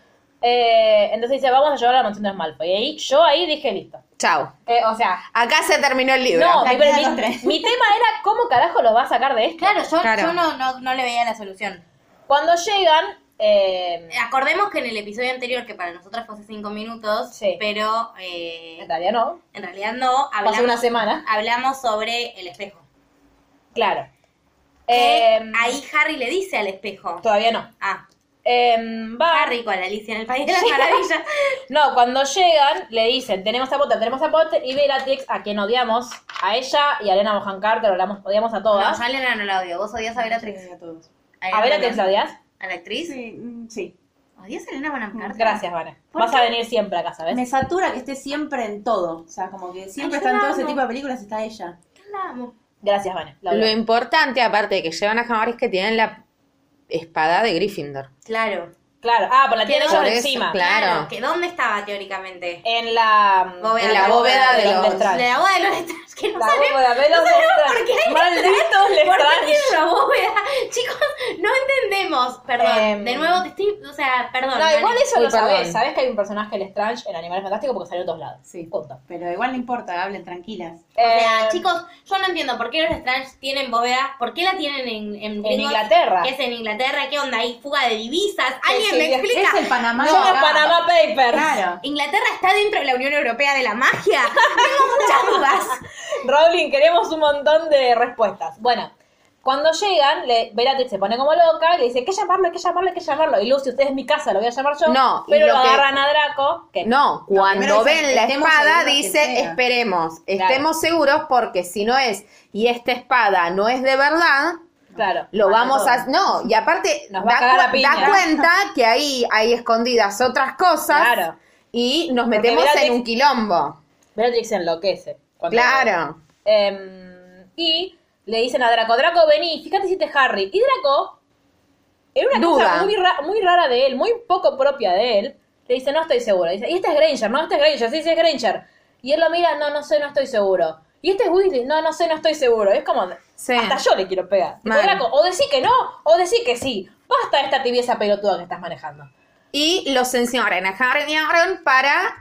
A: Eh, entonces dice, vamos a llevar a la mansión de los Malfoy. Y ahí, yo ahí dije, listo.
C: Chao.
A: Eh, o sea,
C: Acá se terminó el libro.
A: no,
D: La
A: mi,
D: queda
A: mi-
D: los tres.
A: mi tema era cómo carajo lo va a sacar de esto.
B: Claro, yo,
C: Claro.
B: yo no, no, no le veía la solución.
A: Cuando llegan, eh,
B: Acordemos que en el episodio anterior, que para nosotras fue hace cinco minutos,
A: Sí.
B: pero eh,
A: en realidad no,
B: en realidad no,
A: pasó una
B: hablamos,
A: semana,
B: hablamos sobre el espejo.
A: claro.
B: Que
A: Eh,
B: ahí Harry le dice al espejo.
A: Todavía no.
B: Ah,
A: Eh, va,
B: Harry con Alicia en el País de las Maravillas.
A: No, cuando llegan, le dicen, tenemos a Potter, tenemos a Potter, y Bellatrix, a quien odiamos, a ella y a Elena Mohan Carter, odiamos, odiamos a
B: No,
A: todas.
B: yo a Elena no la odio. ¿Vos odias a Bellatrix?
D: A todos.
A: ¿A Bellatrix la
B: también?
A: odias?
B: ¿A la actriz?
D: Sí, mm, sí.
B: ¿Odias a Elena Bonham Carter?
A: Gracias, Vane.
B: ¿Por
A: Vas a
B: qué?
A: venir siempre acá, ¿sabes?
D: Me satura que esté siempre en todo. O sea, como que siempre
B: Ay, yo
D: está en
B: la
D: todo ese
B: amo.
D: tipo de películas, está ella.
B: La amo.
A: Gracias, Vane. La
C: Lo
A: verdad.
C: importante, aparte de que llevan a Jamar, es que tienen la espada de Gryffindor.
B: Claro.
A: Claro. Ah, por la tienen
B: Por
A: ellos
C: eso,
A: encima.
C: claro.
B: que ¿Dónde estaba teóricamente?
A: En la...
B: Bóveda.
C: En la bóveda de los-
A: Lestrange.
B: La bóveda de los Lestrange, que no
A: La
B: sabemos.
A: bóveda de los
B: no sabemos
A: Lestrange.
B: por qué hay
A: Malditos
B: ¿Por qué
A: Lestrange.
B: tiene una bóveda? Chicos, no entendemos. Perdón.
A: Em.
B: de nuevo, te estoy... O sea, perdón.
A: No,
B: dale.
A: igual eso
C: Uy,
A: lo sabés.
C: perdón.
A: Sabés que hay un personaje Lestrange en Animales Fantásticos porque salió de todos lados.
D: Sí.
A: Punto.
D: Pero igual no importa, hablen tranquilas.
B: O sea,
A: Eh,
B: chicos, yo no entiendo por qué los Lestrange tienen bóveda, por qué la tienen en, en,
A: En
B: Gringotts,
A: Inglaterra.
B: que es en Inglaterra, ¿qué onda? Hay fuga de divisas. ¿Alguien
A: sí,
B: me
A: es-
B: explica?
D: Es el Panamá.
A: Son los
D: acá.
A: Panama Papers.
D: Claro.
B: ¿Inglaterra está dentro de la Unión Europea de la magia? Tengo muchas dudas.
A: Rowling, queremos un montón de respuestas. Bueno, cuando llegan, le, Bellatrix se pone como loca y le dice, hay que llamarlo, hay que llamarlo, hay que llamarlo. Y Lucy, usted es mi casa, lo voy a llamar yo.
C: No, y
A: pero
C: lo
A: lo
C: que-
A: agarran a Draco. que-
C: No,
D: primero
C: cuando
D: dicen,
C: ven la
D: "Estemos
C: espada
D: seguros que
C: dice,
D: sea".
C: esperemos, estemos seguros porque si no es, y esta espada no es de verdad,
A: Claro.
C: lo
A: Mata
C: vamos
A: todo.
C: a... No, y aparte
A: Nos va a cagar
C: cua-
A: a piña.
C: da cuenta que ahí hay escondidas otras cosas
A: Claro.
C: y nos
A: Porque
C: metemos
A: Bellatrix-
C: en un quilombo.
A: Bellatrix se enloquece. cuando-
C: Claro.
A: Em, y le dicen a Draco, Draco, vení, fíjate si te Harry. Y Draco, en una
C: Duda.
A: cosa muy, ra- muy rara de él, muy poco propia de él, le dice, no estoy seguro. Dice, y este es Granger, no, este es Granger, sí, sí es Granger. Y él lo mira, no, no sé, no estoy seguro. Y este es Weasley, no, no sé, no estoy seguro. Es como,
C: Sí.
A: hasta yo le quiero pegar. Tipo,
C: Eh. Mal.
A: Draco, o decí que no, o decí que sí. Basta de esta tibieza pelotuda que estás manejando.
C: Y los enseñaron a Harry y a Ron para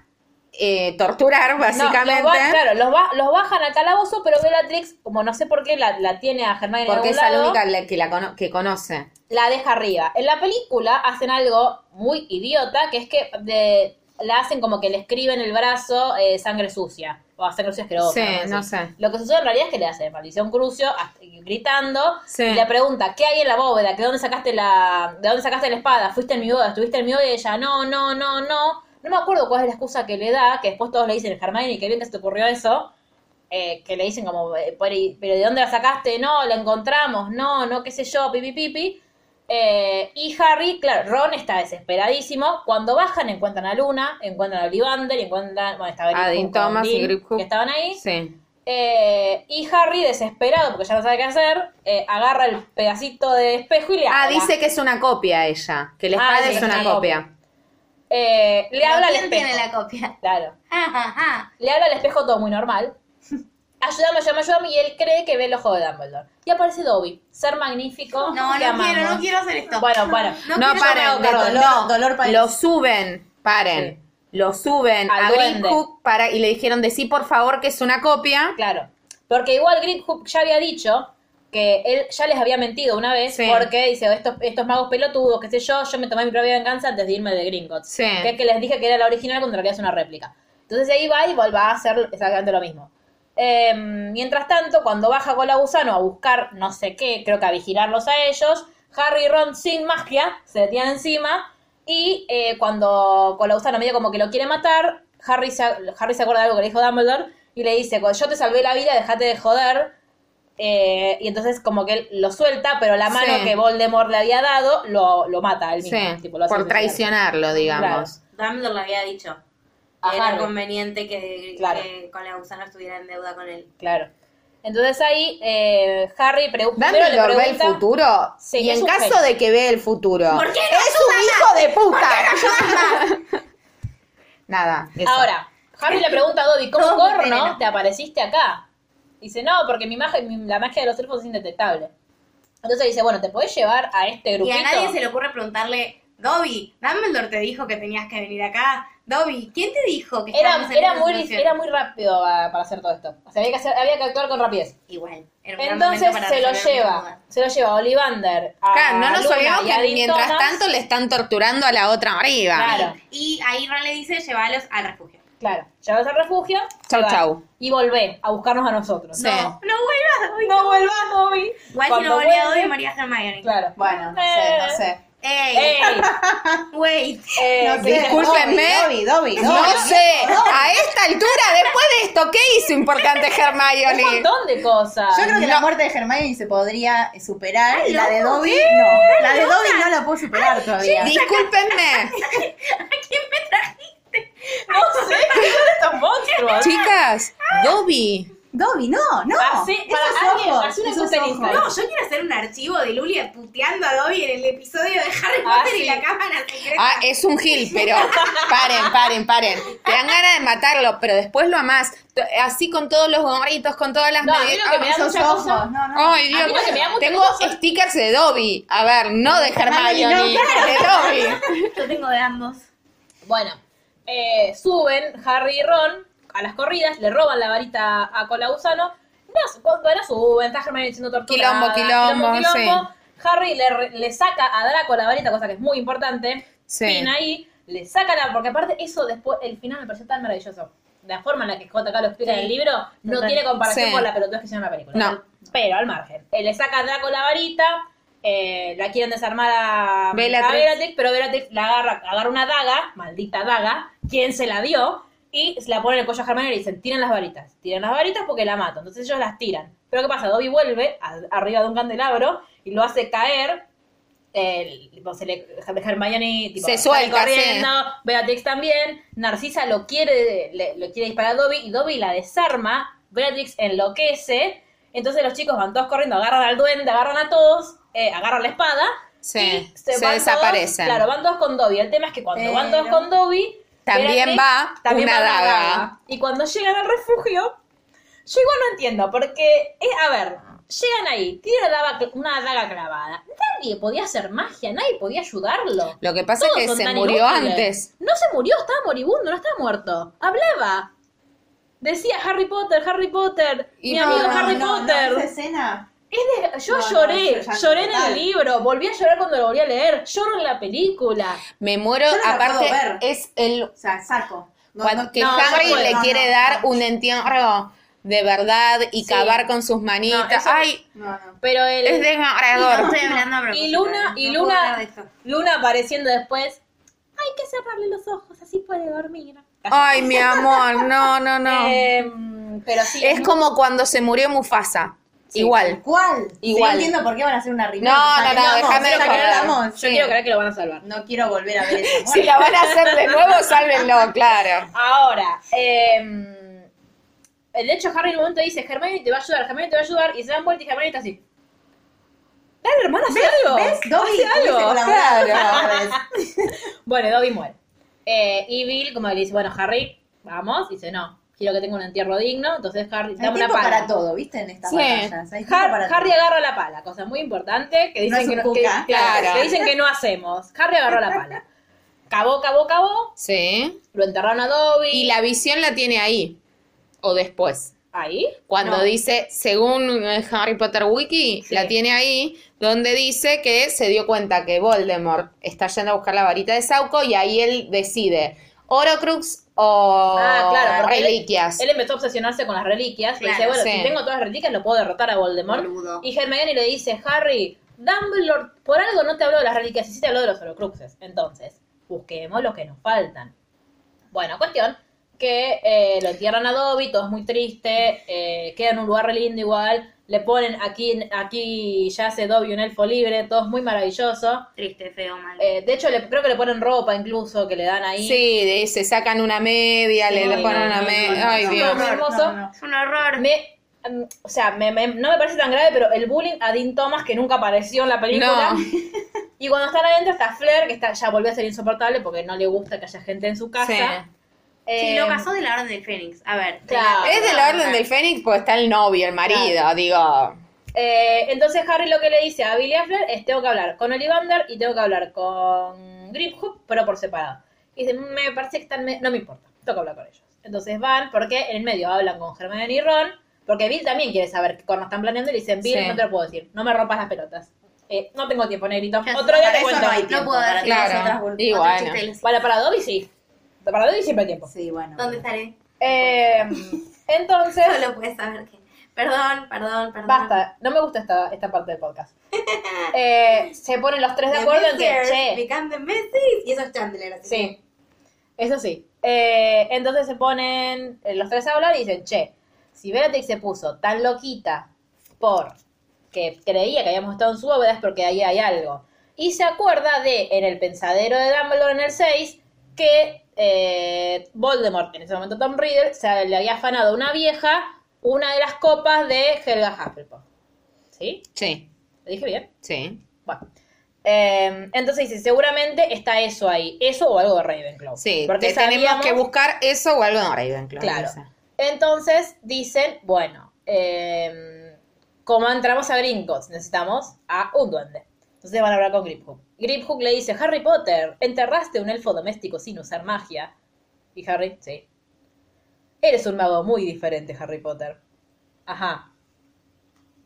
C: eh, torturar,
A: No,
C: básicamente.
A: los ba- claro, los, ba- los bajan al calabozo, pero Bellatrix, como no sé por qué la, la tiene a Germán en
C: porque es
A: algún
C: la
A: lado,
C: única la- que, la cono- que conoce.
A: la deja arriba. En la película hacen algo muy idiota, que es que de- la hacen como que le escriben el brazo eh, sangre sucia, o sangre sucia asquerosa.
C: Sí,
A: algo
C: no
A: así.
C: sé.
A: Lo que sucede en realidad es que le hace maldición Crucio hasta- gritando
C: Sí.
A: y le pregunta, ¿qué hay en la bóveda? ¿Que dónde sacaste la, ¿De dónde sacaste la espada? ¿Fuiste en mi boda? ¿Estuviste en mi boda? Y ella, no, no, no, no. No me acuerdo cuál es la excusa que le da, que después todos le dicen, Hermione, qué bien que se te ocurrió eso. eh, que le dicen como, eh, por ahí, pero ¿de dónde la sacaste? No, la encontramos, no, no, qué sé yo, pipi, pipi. Eh, y Harry, claro, Ron está desesperadísimo. Cuando bajan encuentran a Luna, encuentran a Ollivander, encuentran, bueno, estaba
C: A
A: Grip
C: Dean
A: Hook con
C: Thomas y
A: Dean,
C: Grip Hook.
A: que estaban ahí.
C: Sí.
A: Eh, y Harry, desesperado porque ya no sabe qué hacer, eh, agarra el pedacito de espejo y le
C: Ah,
A: habla.
C: dice que es una copia ella. Que la
A: Ah,
C: espada
A: sí,
C: es
A: que es
C: una
A: una
C: copia.
A: Eh, le habla al
B: ¿Quién
A: espejo.
B: tiene la copia?
A: Claro.
B: Ja, ja, ja.
A: Le habla al espejo todo muy normal. Ayúdame, ayúdame, ayúdame. Y él cree que ve el ojo de Dumbledore. Y aparece Dobby. Ser magnífico.
B: No,
A: te
B: no
A: amamos.
B: quiero, no quiero hacer esto.
A: Bueno, bueno.
B: No
C: No,
B: quiero-
C: paren,
E: De dolor, dolor para
C: Lo suben, paren. Lo suben
A: Al
C: a Green
A: duende.
C: Hook para, y le dijeron decí por favor que es una copia.
A: Claro. Porque igual Grip Hook ya había dicho que él ya les había mentido una vez
C: Sí.
A: porque dice, estos, estos magos pelotudos, qué sé yo, yo me tomé mi propia venganza antes de irme de Gringotts.
C: Sí.
A: Que es que les dije que era la original cuando en realidad es una réplica. Entonces ahí va y vuelve a hacer exactamente lo mismo. Eh, mientras tanto, cuando baja con la gusano a buscar no sé qué, creo que a vigilarlos a ellos, Harry y Ron sin magia se detienen encima y eh, cuando con la gusano medio como que lo quiere matar, Harry se, Harry se acuerda de algo que le dijo Dumbledore y le dice, yo te salvé la vida, déjate de joder. Eh, y entonces como que él lo suelta, pero la mano
C: Sí.
A: que Voldemort le había dado lo, lo mata él mismo.
C: Sí,
A: tipo, lo hace
C: por
A: suicidar.
C: traicionarlo, digamos.
B: Dumbledore lo había dicho.
A: A
B: era
A: Harry.
B: conveniente que,
A: Claro.
B: que con la gusana estuviera en deuda con él.
A: Claro. Entonces ahí eh, Harry pregu- primero le
C: Dumbledore ve el
A: pregunta.
C: futuro.
A: Sí,
C: y
A: es
C: en
A: un
C: caso
A: genio.
C: de que ve el futuro,
B: ¿Por qué no
C: es un hijo de puta. Nada. eso.
A: Ahora, Harry le pregunta a Dobby, ¿cómo
B: Todo
A: corno
B: veneno.
A: te apareciste acá? Dice, no, porque mi magia, mi- la magia de los elfos es indetectable. Entonces dice, bueno, ¿te podés llevar a este
B: Y
A: grupito?
B: a nadie se le ocurre preguntarle, Dobby, Dumbledore te dijo que tenías que venir acá. Dobby, ¿quién te dijo que
A: Era,
B: estábamos en
A: era,
B: esta
A: muy,
B: situación?"
A: era muy rápido ah, para hacer todo esto. O sea, había que, hacer- había que actuar con rapidez.
B: Igual. era un gran
A: Entonces
B: momento para
A: se lo
B: resolver una
A: lleva.
B: duda.
A: Se lo lleva a Olivander. A
C: Claro, no
A: Ah,
C: nos
A: Luna y
C: olvidemos
A: a
C: que
A: Dean
C: mientras
A: Thomas.
C: tanto le están torturando a la otra arriba.
A: Claro.
B: Y ahí Ron le dice, llévalos al refugio.
A: Claro, llevas al refugio.
C: Chau,
A: te vas.
C: chau.
A: Y volvé a buscarnos a nosotros.
C: Sí.
B: No, no vuelvas, Dobby.
A: No vuelvas, Dobby.
B: Igual si
A: Cuando
B: no volvía
A: vuelve-
B: Dobby, moría Hermione.
A: Claro.
E: Bueno, no sé, no sé.
B: Ey,
A: ¡Ey!
B: wait.
A: Eh,
E: No sé,
C: discúlpenme.
E: Dobby, Dobby, Dobby,
C: No
E: Dobby.
C: sé, a esta altura, después de esto, ¿qué hizo importante Hermione?
A: Un montón de cosas.
E: Yo creo que
C: No.
E: la muerte de Hermione se podría superar y la de
B: loco,
E: Dobby no. La de Dobby no la puedo superar todavía.
C: Discúlpenme,
A: No sé, ¿qué son estos monstruos?
C: chicas, Dobby.
E: Dobby, no, no.
A: Así, para
E: Esos
A: alguien,
E: ojos,
A: así una
E: esos
A: cuenta en
E: ojos.
A: Instagram.
B: No, yo quiero hacer un archivo de Lulia puteando a Dobby en el episodio de Harry
A: Ah,
B: Potter
A: sí.
B: y la cámara secreta.
C: Ah, es un gil, pero paren, paren, paren. Te dan ganas de matarlo, pero después lo amás. T- Así con todos los gorritos, con todas las
A: No, a mí
C: medias-
A: lo que me da
E: Esos
A: mucha
E: ojos,
A: cosa.
E: no, no.
C: Ay,
A: a
C: Dios.
A: mí lo que me da mucha
C: Tengo
A: cosa son-
C: stickers de Dobby. A ver, no de Hermione,
E: Hermione, no,
C: de Dobby.
B: Yo tengo de ambos.
A: Bueno, eh, suben Harry y Ron a las corridas, le roban la varita a Colagusano. No, cuando la suben, está Hermione diciendo torturada.
C: Quilombo, quilombo,
A: Harry le, re- le saca a Draco la varita, cosa que es muy importante.
C: Sí.
A: Pin ahí, le saca la... Porque aparte eso después, el final me pareció tan maravilloso. La forma en la que JK lo explica en el libro no tiene comparación
C: Sí.
A: con la pelotudez que hicieron en la película.
C: No.
A: Pero al margen. Eh, le saca a Draco la varita, eh, la quieren desarmar a a
C: Bellatrix.
A: Bellatrix, pero Bellatrix la agarra, agarra una daga, maldita daga, quien se la dio, y se la pone en el cuello a Hermione y le dicen, tiran las varitas, tiran las varitas porque la mato. Entonces ellos las tiran. Pero ¿qué pasa? Dobby vuelve a- arriba de un candelabro y lo hace caer. El, tipo, se le, Hermione tipo,
C: Se
A: sale
C: suelta, sí.
A: corriendo, Beatrix también, Narcisa lo quiere, le, lo quiere disparar a Dobby y Dobby la desarma, Beatrix enloquece Entonces los chicos van todos corriendo, agarran al duende, agarran a todos, eh, agarran la espada.
C: Sí,
A: y
C: se,
A: van todos-
C: desaparecen.
A: claro, van todos con Dobby. El tema es que cuando van todos con Dobby,
C: También
A: Veracruz
C: va
A: también
C: una
A: va la
C: daga.
A: Y cuando llegan al refugio, yo igual no entiendo, porque, eh, a ver, llegan ahí, tiene una daga, cl- una daga clavada. Nadie podía hacer magia, nadie podía ayudarlo.
C: Lo que pasa
A: Todos
C: es que
A: son
C: se
A: tan
C: murió
A: inútiles.
C: antes.
A: No se murió, estaba moribundo, no estaba muerto. Hablaba. Decía Harry Potter, Harry Potter,
C: Y
A: mi
C: no,
A: amigo
C: no,
A: Harry
E: no, no,
A: Potter.
E: esa escena.
A: Es de- Yo
E: No, no,
A: lloré,
E: eso ya
A: lloré en el
E: total.
A: libro, volví a llorar cuando lo volví a leer, lloro en la película.
C: Me muero,
E: Yo no la
C: aparte,
E: puedo ver.
C: es el
E: O sea, saco. No,
C: cuando-
E: no-
C: que
A: no,
C: Harry
A: no puedo,
C: le
E: no,
C: quiere
E: no,
C: dar
E: no.
C: un entierro de verdad y
A: Sí.
C: cavar con sus manitas.
A: No, eso-
C: Ay,
E: No, no.
A: Pero el,
C: es
B: No
C: desgarrador.
B: estoy hablando a propósito,
A: Y Luna,
B: no
A: y
B: puedo hablar de
A: Luna,
B: esto.
A: Luna apareciendo después. Hay que cerrarle los ojos, así puede dormir.
C: Ay, mi amor, no, no, no.
A: Em, pero sí.
C: es como cuando se murió Mufasa. Igual.
E: ¿Cuál?
C: Igual.
E: No entiendo por qué van a hacer una remake.
C: No,
E: Ya
C: no, no,
E: quedamos,
C: déjamelo
E: ya
C: joder.
E: quedamos,
A: Yo
E: sí.
A: quiero creer que lo van a salvar.
E: No quiero volver a ver esa muerte.
C: Si la van a hacer de nuevo, sálvenlo, claro.
A: Ahora, em, de hecho Harry en un momento dice, Hermione te va a ayudar, Hermione te va a ayudar, y se dan vuelta y Hermione está así. Dale, hermana, hace algo.
E: ¿Ves? Dobby
A: Hace
E: hubiese
A: algo,
C: claro.
E: colaborado, ¿sabes?
A: Bueno, Dobby muere. Eh, y Bill, como le dice, bueno, Harry, vamos, dice, no, quiero que tenga un entierro digno, entonces Harry,
E: Hay
A: dame una
E: tiempo
A: pala.
E: para todo, ¿viste? En estas
C: Sí.
E: batallas. Hay tiempo
A: Har-
E: para
A: Harry
E: todo.
A: agarra la pala, cosa muy importante que
E: No
A: dicen,
E: es un
A: que, no, que-
E: cuca.
A: claro,
C: Claro.
A: que dicen que no hacemos. Harry agarró la pala. Cavó, cavó, cavó,
C: Sí.
A: lo enterraron a Dobby.
C: Y la visión la tiene ahí. O después.
A: Ahí.
C: Cuando
A: No.
C: dice, según eh, Harry Potter Wiki,
A: Sí.
C: la tiene ahí, donde dice que se dio cuenta que Voldemort está yendo a buscar la varita de Sauco y ahí él decide, Orocrux o
A: Ah, claro, porque él-
C: reliquias.
A: Él empezó a obsesionarse con las reliquias. y
B: Claro,
A: dice, bueno,
C: sí.
A: si tengo todas las reliquias, lo puedo derrotar a Voldemort.
B: Boludo.
A: Y Hermione le dice, Harry, Dumbledore, por algo no te habló de las reliquias, y sí te habló de los Horcruxes. Entonces, busquemos los que nos faltan. Bueno, cuestión que eh, lo entierran a Dobby, todo es muy triste, eh, queda en un lugar re lindo igual, le ponen aquí, aquí yace Dobby un elfo libre, todo es muy maravilloso.
B: Triste, feo, mal.
A: Eh, de hecho, le, creo que le ponen ropa incluso, que le dan ahí.
C: Sí, de- se sacan una media, le, le
A: Ay,
C: ponen
A: no,
C: una
A: no,
C: media.
A: no, no,
C: Ay,
A: no,
C: Dios.
A: no, hermoso.
E: No, no.
B: es un horror.
A: Me- mm, o sea, me- me- no me parece tan grave, pero el bullying a Dean Thomas, que nunca apareció en la película.
C: No.
A: Y cuando están adentro está Flair, que está, ya volvió a ser insoportable porque no le gusta que haya gente en su casa.
B: Sí,
A: Eh,
B: lo casó de la Orden del Fénix. A ver. de
A: Claro.
C: Es de la Orden del Fénix, pues está el novio, el marido, digo.
A: eh, entonces Harry lo que le dice a Billy a Flair es tengo que hablar con Ollivander y tengo que hablar con Griphook, pero por separado. Y dice, me parece que están... me- No me importa, tengo que hablar con ellos. Entonces van, porque en el medio hablan con Hermione y Ron, porque Bill también quiere saber qué corno están planeando y le dicen, Bill,
C: Sí.
A: no te lo puedo decir, no me rompas las pelotas. Eh, no tengo tiempo, negrito.
B: Ya
A: Otro día
E: para
A: te
E: eso
A: cuento.
E: no hay
B: No
E: tiempo,
B: puedo
E: para
B: dar
E: todas
C: claro.
E: otras vol-
C: Y
B: Otro
C: bueno.
B: chiste de los-
A: Bueno, para Dobby sí. Para Dobby siempre hay tiempo.
E: Sí, bueno.
B: ¿Dónde estaré?
A: Eh, entonces,
B: No lo puedes saber. Que... Perdón, perdón, perdón.
A: basta. No me gusta esta, esta parte del podcast. Eh, se ponen los tres de acuerdo en que, che,
B: Become the Messies. Y eso es Chandler. así
A: sí, eso sí. Eh, entonces se ponen eh, los tres a hablar y dicen, che, si Bellatrix se puso tan loquita por que creía que habíamos estado en su bóveda es porque ahí hay algo. Y se acuerda de, en el pensadero de Dumbledore en el 6, que eh, Voldemort, en ese momento Tom Riddle, se le había afanado a una vieja una de las copas de Helga Hufflepuff. ¿Sí?
C: Sí,
A: ¿Lo dije bien?
C: sí.
A: Bueno. Eh, entonces dice, seguramente está eso ahí. Eso o algo de Ravenclaw.
C: Sí, te- tenemos
A: sabíamos-
C: que buscar eso o algo de Ravenclaw.
A: Claro.
C: no sé.
A: Entonces dicen, bueno, eh, como entramos a Gringotts, necesitamos a un duende. Entonces van a hablar con Griphook. Griphook le dice, Harry Potter, enterraste un elfo doméstico sin usar magia. Y Harry, sí. Eres un mago muy diferente, Harry Potter. Ajá.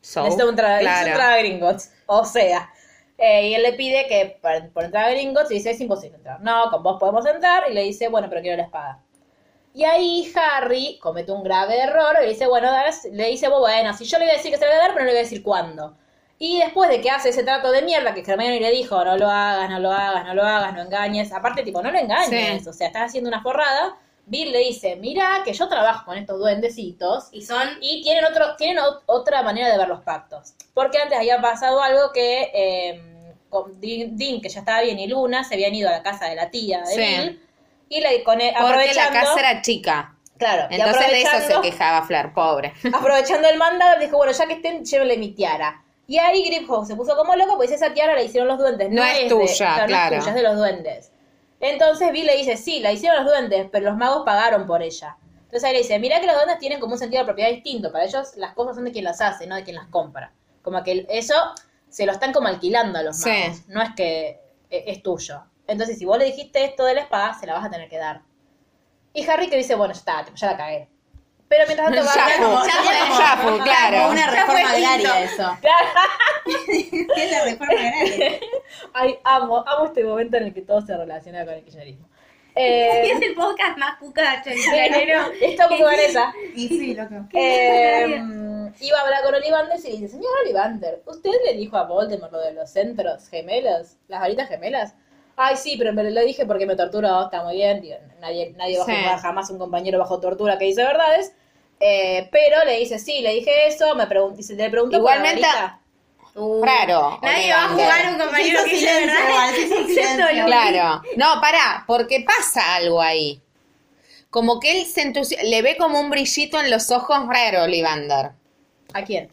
C: So,
A: Necesita un, tra
C: claro.
A: necesita un tra- Gringotts. O sea. eh, y él le pide que por, por entrar a Gringotts y dice, es imposible entrar. No, con vos podemos entrar. Y le dice, bueno, pero quiero la espada. Y ahí Harry comete un grave error y le dice, bueno, das- le dice, "Vos, bueno, si yo le voy a decir que se la voy a dar, pero no le voy a decir cuándo. Y después de que hace ese trato de mierda que Hermione le dijo, no lo hagas, no lo hagas, no lo hagas, no engañes. Aparte, tipo, no lo engañes.
C: Sí.
A: O sea, estás haciendo una forrada. Bill le dice, mira que yo trabajo con estos duendecitos
B: Y son.
A: y tienen, otro, tienen ot- otra manera de ver los pactos. Porque antes había pasado algo que eh, con Dean, Dean, que ya estaba bien, y Luna se habían ido a la casa de la tía de
C: Sí.
A: Bill. Y le, con, e,
C: Porque la
A: aprovechando,
C: casa era chica.
A: Claro, y
C: Entonces de eso se
A: aprovechando-
C: quejaba Flar, pobre.
A: aprovechando el mandado, dijo, bueno, ya que estén, llévenle mi tiara. Y ahí Griphook se puso como loco, pues esa tiara la hicieron los duendes.
C: No es
A: de-
C: tuya,
A: No
C: claro.
A: es tuya, es de los duendes. Entonces Vi le dice, sí, la hicieron los duendes, pero los magos pagaron por ella. Entonces ahí le dice, mirá que los duendes tienen como un sentido de propiedad distinto. Para ellos las cosas son de quien las hace, no de quien las compra. Como que eso se lo están como alquilando a los
C: Sí.
A: magos. No es que eh, es tuyo. Entonces si vos le dijiste esto de la espada, se la vas a tener que dar. Y Harry que dice, bueno, ya está, tipo, ya la cagué. Pero mientras tanto,
C: Ya
A: Barney-
C: fue,
D: como- ya
C: ya
D: como-
C: fue, claro.
D: Como una reforma agraria eso. Es la reforma agraria.
A: Ay, amo, amo este momento en el que todo se relaciona con el kirchnerismo.
B: Y
A: Eh,
B: es el podcast más cucacho, el planero.
A: está muy Vanessa.
D: Y sí, loco.
A: Eh, iba a hablar con Ollivander y le dice, señor Ollivander, ¿usted le dijo a Voldemort lo de los centros gemelos, las varitas gemelas? Ay, sí, pero me lo dije porque me torturó, está muy bien, digo, nadie, nadie va a
C: Sí.
A: juzgar jamás un compañero bajo tortura que dice verdades. Eh, pero le dice, sí, le dije eso, me pregun- dice, le preguntó por la
C: Igualmente-
A: varita.
B: Uh,
C: Claro.
B: Nadie va a
C: Ollivander.
B: jugar un
D: Se
B: compañero
D: hizo
B: que dice
D: silencio,
B: verdad.
D: igual, se hizo silencio.
B: Siento lo-
C: Claro. No, pará, porque pasa algo ahí. Como que él se entusi- le ve como un brillito en los ojos raro, Olivander.
A: ¿A quién?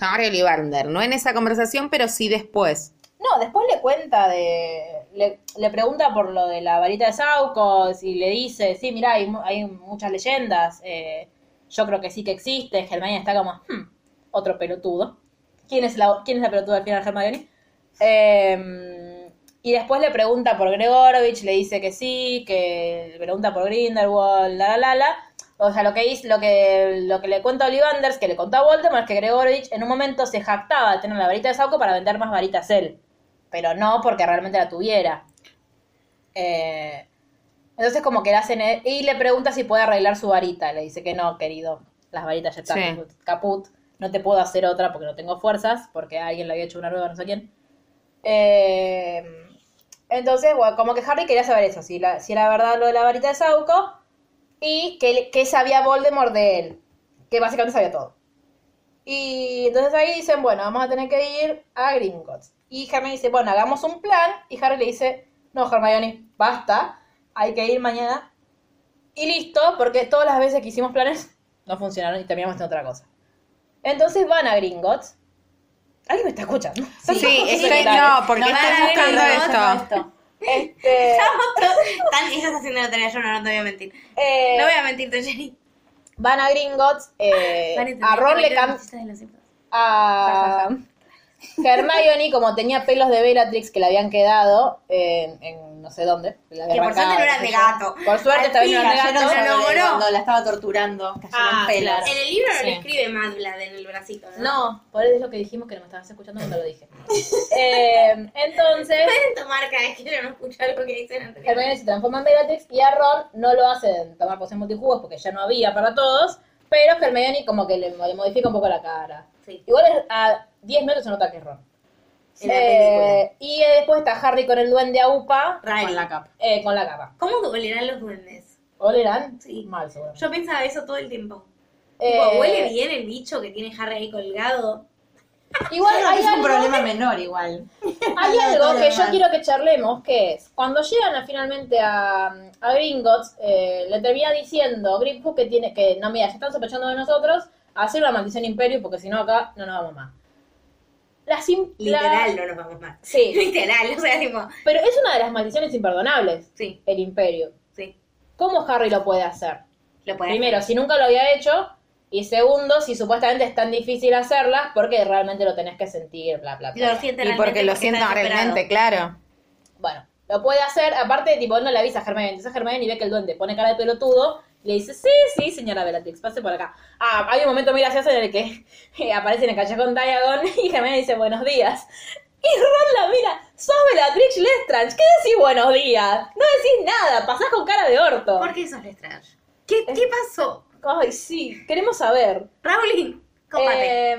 C: Harry Olivander, no en esa conversación, pero sí después.
A: No, después le cuenta de. Le, le pregunta por lo de la varita de Saucos y le dice: Sí, mirá, hay, mu- hay muchas leyendas. eh, yo creo que sí que existe. Hermione está como: "Hmm, Otro pelotudo. ¿Quién es la, quién es la pelotuda al final, Hermione? Eh, y después le pregunta por Gregorovich, le dice que sí, que le pregunta por Grindelwald, la la la la. O sea, lo que, hizo, lo que lo que le cuenta Ollivanders, que le contó a Voldemort, es que Gregorovich en un momento se jactaba de tener la varita de Sauco para vender más varitas él pero no porque realmente la tuviera. Eh, entonces como que le hacen e-, y le pregunta si puede arreglar su varita, le dice que no, querido, las varitas ya están
C: Sí.
A: caput, caput, no te puedo hacer otra porque no tengo fuerzas, porque alguien le había hecho una nueva, no sé quién. Eh, entonces, bueno, como que Harry quería saber eso, si, la- si era verdad lo de la varita de Sauco y que, que sabía Voldemort de él, que básicamente sabía todo. Y entonces ahí dicen, bueno, vamos a tener que ir a Gringotts. Y Hermione dice, bueno, hagamos un plan. Y Harry le dice, no, Hermione, basta, hay que ir mañana. Y listo, porque todas las veces que hicimos planes no funcionaron y terminamos en otra cosa. Entonces van a Gringotts. ¿Alguien me está escuchando?
C: Sí, estoy,
A: Dale.
C: no, porque
B: Nos van a
C: estoy
B: ver
C: buscando
B: los
C: esto.
A: Este,
B: Tan, estás haciendo la tarea, yo no, no te voy a mentir.
A: eh,
B: No voy a mentirte, Jenny.
A: van a Gringotts. eh, a Ron le cam- a Hermione, como tenía pelos de Bellatrix que le habían quedado en, en no sé dónde. le había
B: Que por
A: arrancado,
B: suerte no eran
A: sé
B: de
A: yo.
B: gato.
A: Por suerte esta vez no eran de
D: Cayeron
A: gato.
B: no,
D: sobre
B: no, no.
D: Cuando la estaba torturando, cayeron
A: Ah,
D: pelos.
A: claro.
B: En el libro no
A: Sí.
B: le escribe Madblad en el bracito, ¿no?
A: No, por eso es lo que dijimos que no me estabas escuchando cuando lo dije. Eh, entonces,
B: Pueden tomar cada vez que yo no escucho algo que dicen antes.
A: Hermione se transforma en Bellatrix y a Ron no lo hacen tomar poción multijugos porque ya no había para todos. Pero Hermione como que le, le modifica un poco la cara.
B: Sí.
A: Igual es- a 10 metros se nota que es Ron.
B: En la
A: Eh, y después está Harry con el duende Aupa
B: Rari.
D: Con la capa.
A: eh, con la capa.
B: ¿Cómo olerán los duendes?
A: ¿Olerán?
B: Sí.
A: Mal, seguramente.
B: Yo pensaba eso todo el tiempo.
A: Eh,
B: Tipo, ¿Huele bien el bicho que tiene Harry ahí colgado?
A: Igual
D: Creo que
A: hay
D: es un
A: algo,
D: problema menor igual.
A: hay
D: Al lado de
A: algo
D: todo
A: que
D: lo
A: yo
D: demás.
A: quiero que charlemos, que es, cuando llegan a- finalmente a, a Gringotts, eh, le termina diciendo Griphook que tiene que, no mira, se están sospechando de nosotros, hacer una maldición imperio, porque si no acá no nos vamos más. La sim- la-
B: Literal, no nos vamos más.
A: Sí,
B: Literal, o sea, tipo,
A: pero es una de las maldiciones imperdonables,
B: sí,
A: el imperio.
B: sí.
A: ¿Cómo Harry lo puede hacer?
B: Lo pueden
A: Primero, si nunca lo había hecho. Y segundo, si supuestamente es tan difícil hacerlas porque realmente lo tenés que sentir, bla, bla, bla.
B: Lo
A: bla.
B: siente
C: Y
B: realmente
C: porque lo
B: está
C: siento
B: desesperado.
C: realmente, claro.
A: Bueno, lo puede hacer. Aparte, tipo, él no le avisa a Germán. Entonces Germán y ve que el duende pone cara de pelotudo. Le dice, sí, sí, señora Bellatrix, pase por acá. Ah, hay un momento muy gracioso en el que eh, aparece en el callejón Diagon y Germán dice, buenos días. Y Ron la mira, sos Bellatrix Lestrange, ¿qué decís buenos días? No decís nada, pasás con cara de orto.
B: ¿Por qué sos Lestrange? ¿Qué, ¿Qué pasó?
A: Ay, sí, queremos saber.
B: Rowling, cópate.
A: Eh,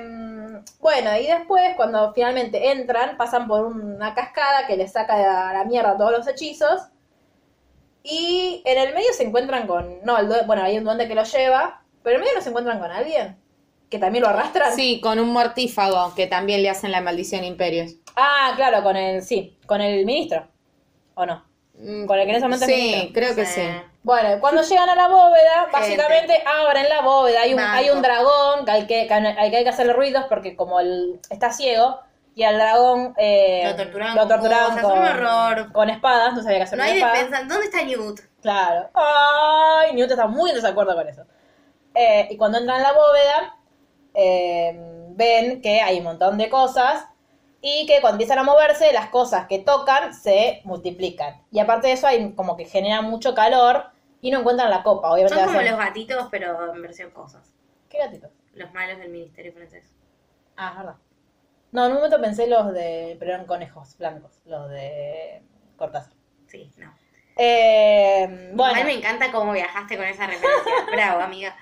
A: bueno, y después, cuando finalmente entran, pasan por una cascada que les saca a la mierda todos los hechizos. Y en el medio se encuentran con. No, el due- bueno, hay un duende que lo lleva. Pero en el medio no se encuentran con alguien. Que también lo arrastran.
C: Sí, con un mortífago que también le hacen la maldición imperios.
A: Ah, claro, con el. Sí, con el ministro. ¿O no?
C: Mm,
A: Mm, Con el que en ese momento es
C: Sí,
A: ministro.
C: creo que
B: Sí.
C: sí.
A: Bueno, cuando llegan a la bóveda, básicamente abren la bóveda. Hay un,
C: Banco.
A: hay un dragón que hay que, que hay que hacerle ruidos porque como él está ciego y al dragón eh,
B: Lo torturaban
A: lo
B: con
A: torturaban
B: cosas,
A: con,
B: un horror.
A: con espadas, no sabía qué hacer
B: No
A: con
B: hay
A: espadas.
B: defensa. ¿Dónde está Newt?
A: Claro. Ay, Newt está muy en desacuerdo con eso. Eh, y cuando entran en la bóveda, eh, ven que hay un montón de cosas y que cuando empiezan a moverse, las cosas que tocan se multiplican. Y aparte de eso, hay como que genera mucho calor y no encuentran la copa. Obviamente
B: Son como
A: hacen-
B: los gatitos, pero en versión cosas.
A: ¿Qué gatitos?
B: Los malos del ministerio francés.
A: Ah, es verdad. No, en un momento pensé los de... Pero eran conejos blancos, los de Cortázar.
B: Sí, no.
A: Eh, bueno.
B: Igual me encanta cómo viajaste con esa referencia. Bravo, amiga.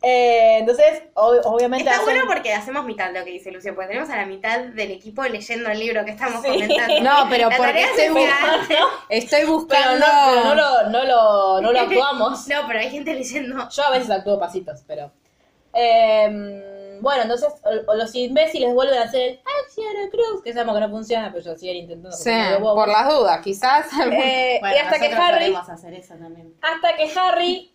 A: Eh, entonces, ob- obviamente
B: Está
A: hacen-
B: bueno porque hacemos mitad lo que dice Lucio, porque tenemos a la mitad del equipo leyendo el libro que estamos comentando.
C: No, pero
B: La
C: porque
B: tarea es
C: estoy, bu-
B: gigante.
C: estoy
A: Pero
C: buscando.
A: no, pero no lo, no lo, no lo actuamos.
B: No, pero hay gente leyendo.
A: Yo a veces actúo pasitos, pero. Em, bueno, entonces o- o los imbéciles vuelven a hacer el Axiara Cruz, que sabemos que no funciona, pero yo siguen intentando. porque
C: Sí,
A: soy medio bobo.
C: por las dudas, quizás.
A: Eh,
D: Bueno,
A: y hasta que
D: nosotros
A: Harry,
D: podemos hacer eso también.
A: hasta que Harry,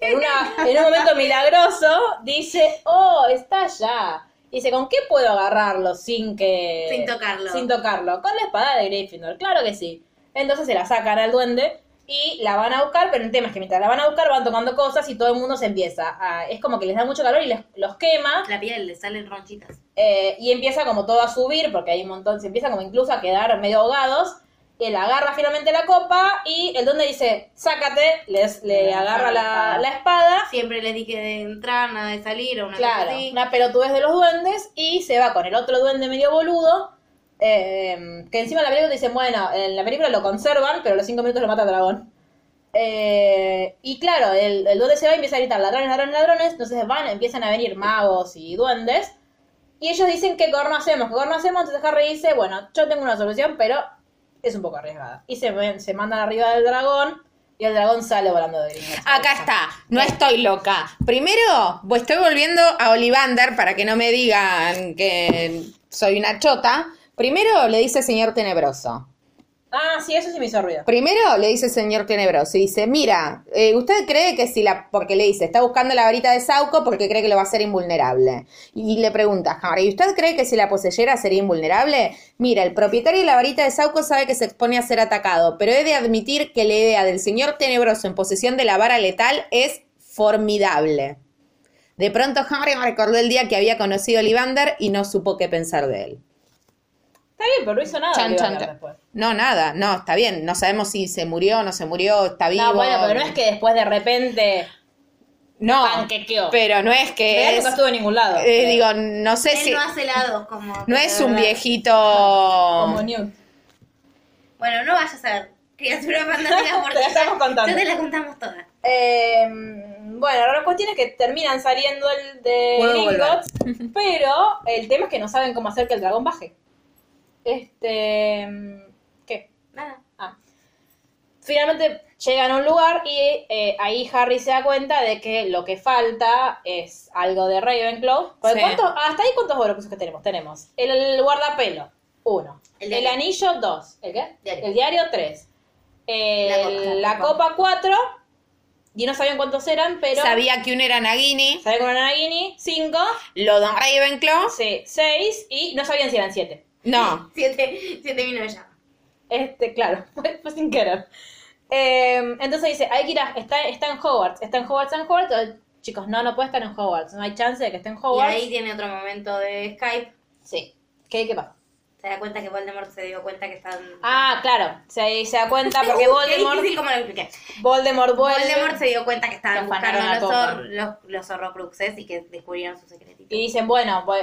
A: en, una- en un momento milagroso, dice, oh, está allá. Dice, ¿con qué puedo agarrarlo sin que...
B: Sin tocarlo.
A: Eh, Sin tocarlo. Con la espada de Gryffindor, claro que sí. Entonces se la sacan al duende y la van a buscar, pero el tema es que mientras la van a buscar van tocando cosas y todo el mundo se empieza a... Es como que les da mucho calor y les- los quema
B: La piel, le salen ronchitas.
A: eh, y empieza como todo a subir porque hay un montón, se empieza como incluso a quedar medio ahogados. Él agarra finalmente la copa y el duende dice, sácate, les, le
D: Le
A: agarra
D: agarra
A: la,
D: la
A: la espada.
B: Siempre les dije de entrar, nada de salir o una cosa
A: Claro,
B: así.
A: una pelotudez de los duendes y se va con el otro duende medio boludo. eh, que encima en la película te dicen, bueno, en la película lo conservan, pero a los cinco minutos lo mata el dragón. Eh, y claro, el, el duende se va y empieza a gritar ladrones, ladrones, ladrones. Entonces van, empiezan a venir magos y duendes. Y ellos dicen que corno hacemos, que corno hacemos. Entonces Harry dice, bueno, yo tengo una solución, pero es un poco arriesgada. Y se, ven- se mandan arriba del dragón y el dragón sale volando de Gringotts.
C: Acá está, no estoy loca. Primero, pues estoy volviendo a Olivander para que no me digan que soy una chota. Primero le dice señor tenebroso.
A: Ah, sí, eso sí me hizo ruido.
C: Primero le dice señor tenebroso y dice, mira, eh, usted cree que si la, porque le dice, está buscando la varita de Sauco porque cree que lo va a hacer invulnerable. Y le pregunta, Harry, ¿y usted cree que si la poseyera sería invulnerable? Mira, el propietario de la varita de Sauco sabe que se expone a ser atacado, pero he de admitir que la idea del señor tenebroso en posesión de la vara letal es formidable. De pronto Harry recordó el día que había conocido a Olivander y no supo qué pensar de él.
A: Está bien, pero no hizo nada.
C: Chan,
A: Oliver
C: chan, chan.
A: después.
C: No, nada, no, está bien. No sabemos si se murió, no se murió, está vivo.
A: No, bueno, pero no es que después de repente
C: No,
A: panquequeó.
C: pero no es
A: Real
C: que es,
A: nunca estuvo en ningún lado.
C: eh,
A: Eh,
C: digo, no sé
B: Él
C: si
B: no hace helados como.
C: no es un
A: ¿verdad?
C: viejito.
A: como Newt.
B: Bueno, no vayas a ver. Criatura fantástica porque
A: Te la estamos contando.
B: Ya te la contamos toda.
A: Eh, bueno, ahora la cuestión es que terminan saliendo el de
C: Puedo
A: Gringotts, pero el tema es que no saben cómo hacer que el dragón baje. Este, ¿qué?
B: Nada.
A: Finalmente llegan a un lugar y eh, ahí Harry se da cuenta de que lo que falta es algo de Ravenclaw. Porque
C: Sí.
A: ¿cuántos- hasta ahí cuántos Horcruxes que tenemos? Tenemos el, guardapelo, uno.
B: El
A: El,
B: diario.
A: anillo, dos. ¿El qué?
B: Diario.
A: El diario, tres. El-
B: La
A: la,
B: copa.
A: copa. cuatro. Y no sabían cuántos eran, pero...
C: Sabía que uno era Nagini,
A: Sabían con Nagini, cinco.
B: Ah.
C: lo don Ravenclaw.
A: Sí, seis. Y no sabían si eran siete. Ah.
C: No,
B: Siete, siete vino de llama.
A: Este, claro, fue, fue sin querer. Eh, entonces dice, hay que ir a, está, está en Hogwarts, está en Hogwarts, está en Hogwarts. Eh, Chicos, no, no puede estar en Hogwarts, no hay chance de que esté en
B: Y
A: Hogwarts.
B: ahí tiene otro momento de Skype.
A: Sí. ¿Qué, ¿Qué pasa?
B: Se da cuenta que Voldemort se dio cuenta que están.
A: Ah, claro, se, se da cuenta porque Voldemort,
B: Sí, como lo expliqué.
A: Voldemort vuelve
B: Uh, Voldemort se dio cuenta que estaban
A: Que afanaron la
B: buscando los,
A: copa.
B: hor- los, los horrocruxes y que descubrieron su secretito.
A: y dicen, bueno, voy-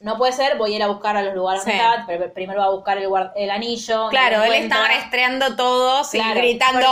A: no puede ser, voy a ir a buscar a los lugares
C: Sí.
A: donde está, pero primero va a buscar el, guard- el anillo.
C: claro,
A: no
C: él
A: lo
C: estaba
A: encuentra.
C: rastreando todos
A: Claro,
C: y gritando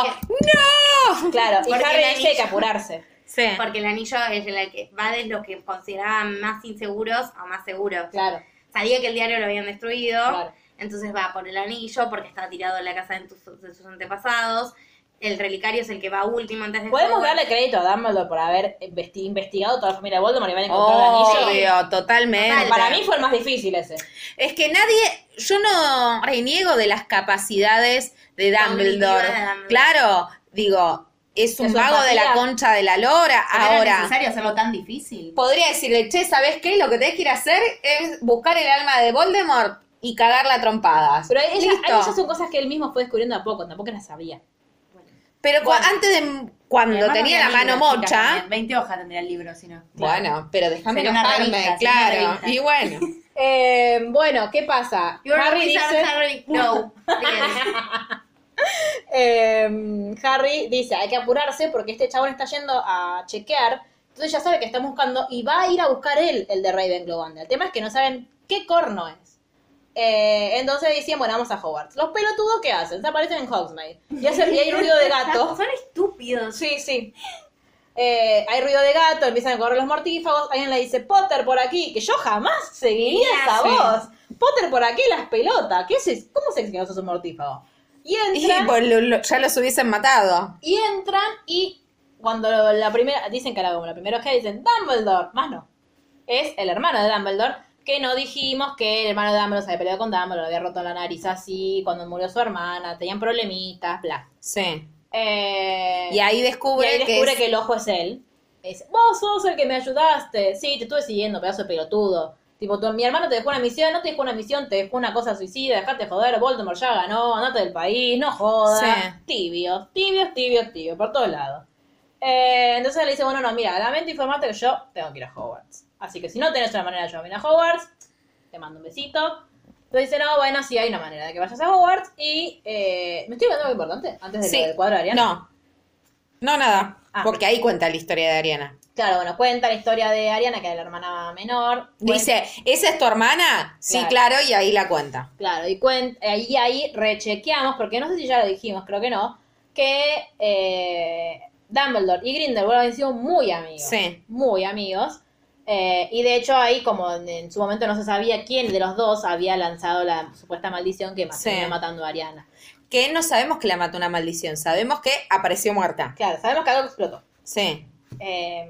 C: ¡No!
A: Claro, y
B: Porque
A: Harry
B: el
A: dice que hay que
B: anillo-
A: apurarse.
C: Sí.
B: Porque el anillo es el que va de los que consideraban más inseguros a más seguros.
A: Claro,
B: Sabía que el diario lo habían destruido,
A: Claro.
B: entonces va por el anillo porque estaba tirado en la casa de, tus- de sus antepasados. El relicario es el que va último antes de
A: podemos
B: Hogwarts.
A: darle crédito a Dumbledore por haber investi- investigado toda la familia de Voldemort y van a encontrar el anillo.
C: Obvio, totalmente.
B: Total,
A: Para mí fue el más difícil ese.
C: Es que nadie, yo no reniego de las capacidades de
B: Cognitivas
C: Dumbledore.
B: de Dumbledore.
C: Claro, digo, es un vago de la concha de la lora.
D: ¿Era
C: Ahora,
D: necesario hacerlo tan difícil?
C: podría decirle, che, ¿sabes qué? Lo que tenés que ir a hacer es buscar el alma de Voldemort y cagarla a trompadas.
A: Pero ella,
C: Listo.
A: a ella son cosas que él mismo fue descubriendo a poco, tampoco las sabía.
C: Pero cua- antes de cuando
D: Además,
C: tenía la
D: no tenía
C: mano
D: libros, chicas,
C: mocha.
D: también. 20 hojas tendría el libro, si no.
C: Bueno, pero déjame
D: Sería una
C: enojarme,
D: revista, sería una
C: claro.
D: revista.
C: Y bueno,
A: Eh, bueno, ¿qué pasa?
B: You're a
A: Harry
B: wizard,
A: dice-
B: Harry. No. Bien.
A: Eh, Harry dice, hay que apurarse porque este chabón está yendo a chequear. Entonces ya sabe que están buscando y va a ir a buscar él, el de Ravenclaw Banda. El tema es que no saben qué corno es. Eh, entonces dicen, bueno, vamos a Hogwarts. Los pelotudos, ¿qué hacen? Se aparecen en Hogsmeade. Y, hacen- y hay ruido de gato.
B: Son estúpidos.
A: Sí, sí. Eh, hay ruido de gato, empiezan a correr los mortífagos. Alguien le dice, Potter por aquí, que yo jamás seguiría
B: Sí,
A: esa
B: sí.
A: voz. Potter por aquí, las pelotas. ¿Qué es? ¿Cómo se que no sos un mortífago? Y
C: y
A: entran,
C: pues, lo- lo- ya los hubiesen matado.
A: y entran y cuando la primera, dicen que era como la primera vez que dicen Dumbledore, más no. Es el hermano de Dumbledore, que no dijimos que el hermano de Dumbledore se había peleado con Dumbledore, le había roto la nariz así, cuando murió su hermana, tenían problemitas, bla.
C: Sí.
A: Eh,
C: Y ahí
A: y
C: descubre,
A: ahí descubre
C: que, es-
A: que, el ojo es él. Me dice, vos sos el que me ayudaste. Sí, te estuve siguiendo, pedazo de pelotudo. Tipo, tu- mi hermano te dejó una misión, no te dejó una misión, te dejó una cosa suicida, dejate joder, Voldemort ya ganó, andate del país, no jodas.
C: Sí.
A: Tibios, tibios, tibios, tibios, por todos lados. Eh, entonces le dice, bueno, no, mira, lamento informarte que yo tengo que ir a Hogwarts. Así que si no tenés una manera de ayudarme a ir a Hogwarts, te mando un besito. Entonces dice, no, bueno, sí, hay una manera de que vayas a Hogwarts. Y eh, me estoy hablando algo importante antes de
C: Sí.
A: lo del cuadro de Ariana.
C: No. No, nada.
A: Ah.
C: Porque ahí cuenta la historia de Ariana.
A: Claro, bueno, cuenta la historia de Ariana, que era la hermana menor. Cuen-
C: Dice, ¿esa es tu hermana? Sí,
A: Claro.
C: claro, y ahí la cuenta.
A: Claro, y cuen- eh, y ahí rechequeamos, porque no sé si ya lo dijimos, creo que no, que eh, Dumbledore y Grindelwald habían sido muy amigos.
C: Sí.
A: Muy amigos. Eh, y de hecho ahí, como en, en su momento no se sabía quién de los dos había lanzado la supuesta maldición que más
C: Sí.
A: matando a Ariana.
C: Que no sabemos que la mató una maldición, sabemos que apareció muerta.
A: Claro, sabemos que algo explotó.
C: Sí.
A: Eh,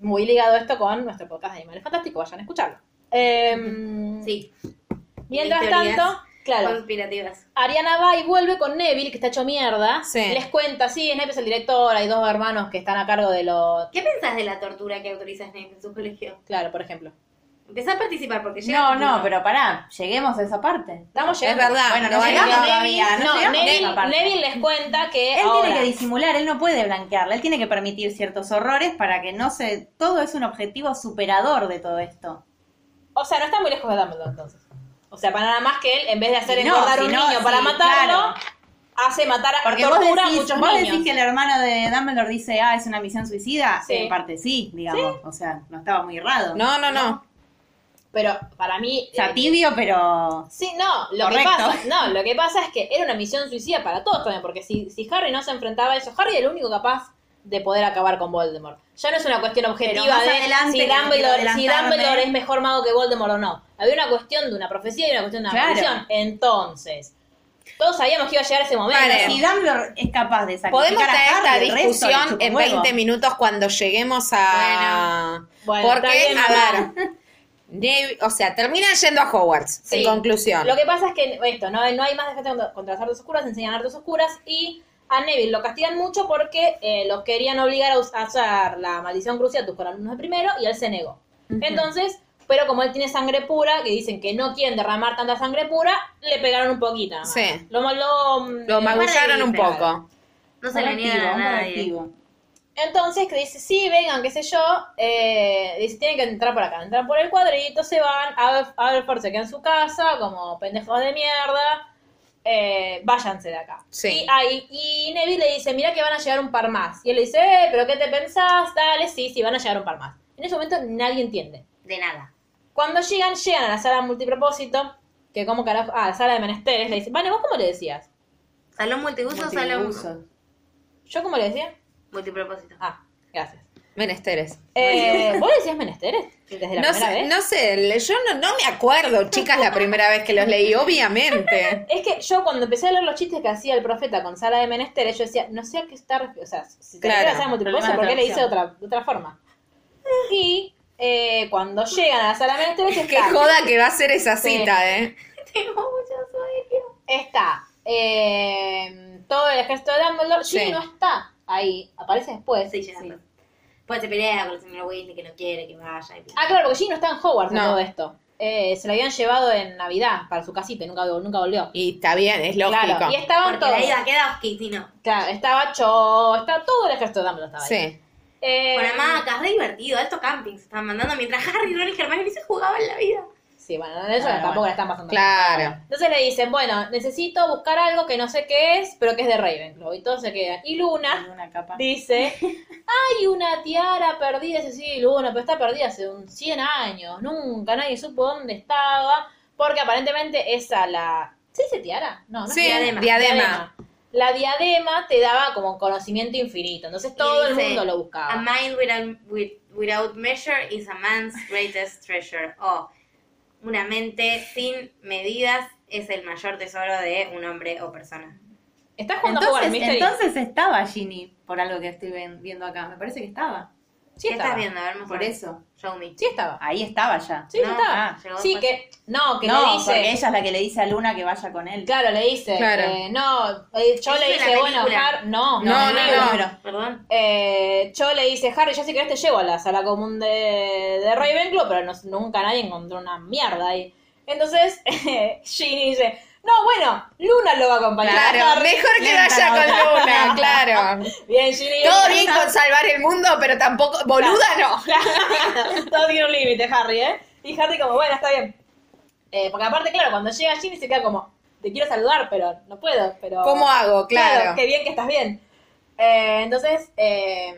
A: muy ligado esto con nuestro podcast de Animales Fantásticos, vayan a escucharlo. Eh,
B: Sí.
A: Mientras
B: Mil teorías.
A: tanto, claro,
B: Conspirativas.
A: Ariana va y vuelve con Neville, que está hecho mierda.
C: Sí.
A: Les cuenta, sí, Snape es el director, hay dos hermanos que están a cargo de lo...
B: ¿Qué pensás de la tortura que autoriza Snape en su colegio?
A: Claro, por ejemplo.
B: Empezá a participar porque llega.
D: No,
B: el
D: no,
B: futuro.
D: pero pará, lleguemos a esa parte.
A: Estamos
C: Es
A: llegando.
C: verdad.
D: Bueno, no
C: no,
D: llegamos
C: no,
D: todavía, no
A: No,
D: llegamos a
A: Neville,
D: esa parte.
A: Neville les cuenta que
D: Él
A: ahora...
D: tiene que disimular, él no puede blanquearla, él tiene que permitir ciertos horrores para que no se... Todo es un objetivo superador de todo esto.
A: O sea, no está muy lejos de Dumbledore, entonces. O sea, para nada más que él, en vez de hacer
D: Si no,
A: engordar
D: si
A: un
D: no,
A: niño para
D: sí,
A: matarlo,
D: claro.
A: hace matar a
D: Porque vos
A: tortura a
D: decís,
A: muchos
D: vos
A: niños.
D: decís que el hermano de Dumbledore dice, ah, es una misión suicida.
A: Sí.
D: En parte sí, digamos. O sea, no estaba muy errado.
C: no, no, no.
A: Pero para mí...
D: O sea,
A: eh,
D: tibio, pero...
A: Sí, no, lo
D: Correcto.
A: que pasa, no, lo que pasa es que era una misión suicida para todos también, porque si, si Harry no se enfrentaba a eso, Harry era el único capaz de poder acabar con Voldemort. Ya no es una cuestión objetiva
D: más
A: de
D: adelante
A: si
D: que ¿eh? no quiero
A: Dumbledore, si
D: adelantarme.
A: Dumbledore es mejor mago que Voldemort o no. Había una cuestión de una profecía y una cuestión de una
D: Claro.
A: maldición. Entonces, todos sabíamos que iba a llegar ese momento.
C: Pare.
D: Si Dumbledore es capaz de sacrificar
C: Podemos
D: a
C: tener esta
D: Harry, el resto le
C: discusión
D: chupa
C: en
D: un huevo.
C: 20 minutos cuando lleguemos a...
A: Bueno, está
C: Porque,
A: bien,
C: a
A: mamá.
C: ver, Neville- o sea, termina yendo a Hogwarts,
A: Sí.
C: en conclusión.
A: Lo que pasa es que esto, no, no hay más defensa contra, contra las artes oscuras, enseñan artes oscuras y a Neville lo castigan mucho porque eh, los querían obligar a us- a usar la maldición cruciatus con alumnos de primero y él se negó. Entonces, pero como él tiene sangre pura, que dicen que no quieren derramar tanta sangre pura, le pegaron un poquito. nada más.
C: Sí.
A: Lo, lo- mm,
C: Lo magullaron un
D: Para de-
C: poco.
B: No se le
D: Correctivo,
B: niega a
D: un
B: nadie.
D: correctivo.
A: Entonces, que dice, sí, vengan, qué sé yo, eh, dice, tienen que entrar por acá, entran por el cuadrito, se van, Ab- Aberford se queda en su casa, como pendejos de mierda, eh, váyanse de acá.
C: Sí.
A: Y, ahí- y Neville le dice, mira que van a llegar un par más. Y él le dice, eh, pero ¿qué te pensás? Dale, sí, sí, van a llegar un par más. En ese momento nadie entiende.
B: De nada.
A: Cuando llegan, llegan a la sala multipropósito, que como carajo, ah, la sala de menesteres, le dice, vale, ¿vos cómo le decías?
B: Salón multiuso, salón
D: Multiuso.
A: ¿Yo cómo le decía?
B: multipropósito.
A: Ah, gracias.
C: Menesteres.
A: Eh, ¿Vos le decías menesteres? Desde la
C: No
A: primera
C: sé,
A: vez.
C: no sé, le- yo no, no me acuerdo, chicas, la primera vez que los leí, obviamente.
A: Es que yo cuando empecé a leer los chistes que hacía el profeta con sala de menesteres, yo decía, no sé a qué está refiriendo. O sea, si te
C: Claro,
A: refieres a sala multipropósito,
D: problema de
A: ¿por qué le hice de
D: traducción.
A: otra, de otra forma? Y eh, cuando llegan a la sala de menesteres
C: Qué
A: está,
C: joda que va a ser esa
A: Sí.
C: cita, ¿eh?
B: Tengo mucho sueño.
A: está eh, todo el ejército de Dumbledore, Ginny
C: Sí.
A: no está. ahí aparece después.
B: Sí, llegando. Pues se pelea con el señor Weasley que no quiere que vaya. y bla.
A: Ah, claro, porque Ginny no está en Hogwarts en
C: No.
A: todo esto. Eh, se lo habían llevado en Navidad para su casita y nunca, nunca volvió.
C: Y está bien, es lógico.
A: Claro, y estaban
B: Porque
A: todos.
B: la ida queda Oski, si no.
A: Claro, estaba Cho, estaba todo el ejército de Dumbledore estaba ahí.
C: Sí.
A: Eh,
B: Con hamacas, re divertido, alto camping se estaban mandando mientras Harry, Ron y Hermione se jugaban la vida.
A: Sí, bueno, de eso
F: Claro,
A: tampoco
F: bueno.
A: la están pasando.
C: Ah, Claro.
A: Entonces le dicen, bueno, necesito buscar algo que no sé qué es, pero que es de Ravenclaw. Y todos se quedan. Y Luna
D: Una capa.
A: dice, hay una tiara perdida. Dice, sí, Luna, pero está perdida hace un 100 años. Nunca nadie supo dónde estaba. Porque aparentemente esa la... ¿Se dice tiara? No, no es
C: Sí,
A: diadema.
C: diadema.
A: La diadema te daba como conocimiento infinito. Entonces todo el
B: dice,
A: mundo lo
B: A
A: buscaba.
B: mind without, with- without measure is a man's greatest treasure. O una mente sin medidas es el mayor tesoro de un hombre o persona.
A: ¿Estás jugando a
D: Entonces,
A: Hogwarts Mystery?
D: entonces estaba Ginny, por algo que estoy ven- viendo acá. Me parece que estaba.
A: sí
B: ¿Qué
A: estaba.
B: estás viendo? A ver,
D: Por
B: mostrame.
D: eso.
B: Show me.
A: Sí estaba.
D: Ahí estaba ya.
A: Sí, sí
B: No,
A: estaba.
D: ah,
B: llegó
A: sí,
B: después.
A: que... No, que le
D: no,
A: dice...
D: porque ella es la que le dice a Luna que vaya con él.
A: Claro, le dice.
C: Claro.
A: eh, no, eh, yo
B: Eso
A: le
B: es
A: dice,
B: la
A: bueno,
B: película.
A: Har- no,
C: No,
A: el
C: no,
A: libro.
C: no.
D: Pero-
B: Perdón.
A: Eh, yo le dice, Harry, yo sé que te llevo a la sala común de, de Ravenclaw, pero no- nunca nadie encontró una mierda ahí. Entonces, Ginny dice, no, bueno, Luna lo va a acompañar. a
C: Claro,
A: Harry".
C: mejor que vaya con Luna, claro.
A: Bien, Ginny.
C: Todo bien con salvar el mundo, pero tampoco. Boluda no.
A: Todo tiene un límite, Harry, ¿eh? Y Harry como, bueno, está bien. Eh, porque aparte, claro, cuando llega Ginny se queda como, te quiero saludar, pero no puedo. Pero...
C: ¿Cómo hago? Claro.
A: qué bien que estás bien. Eh, entonces, eh,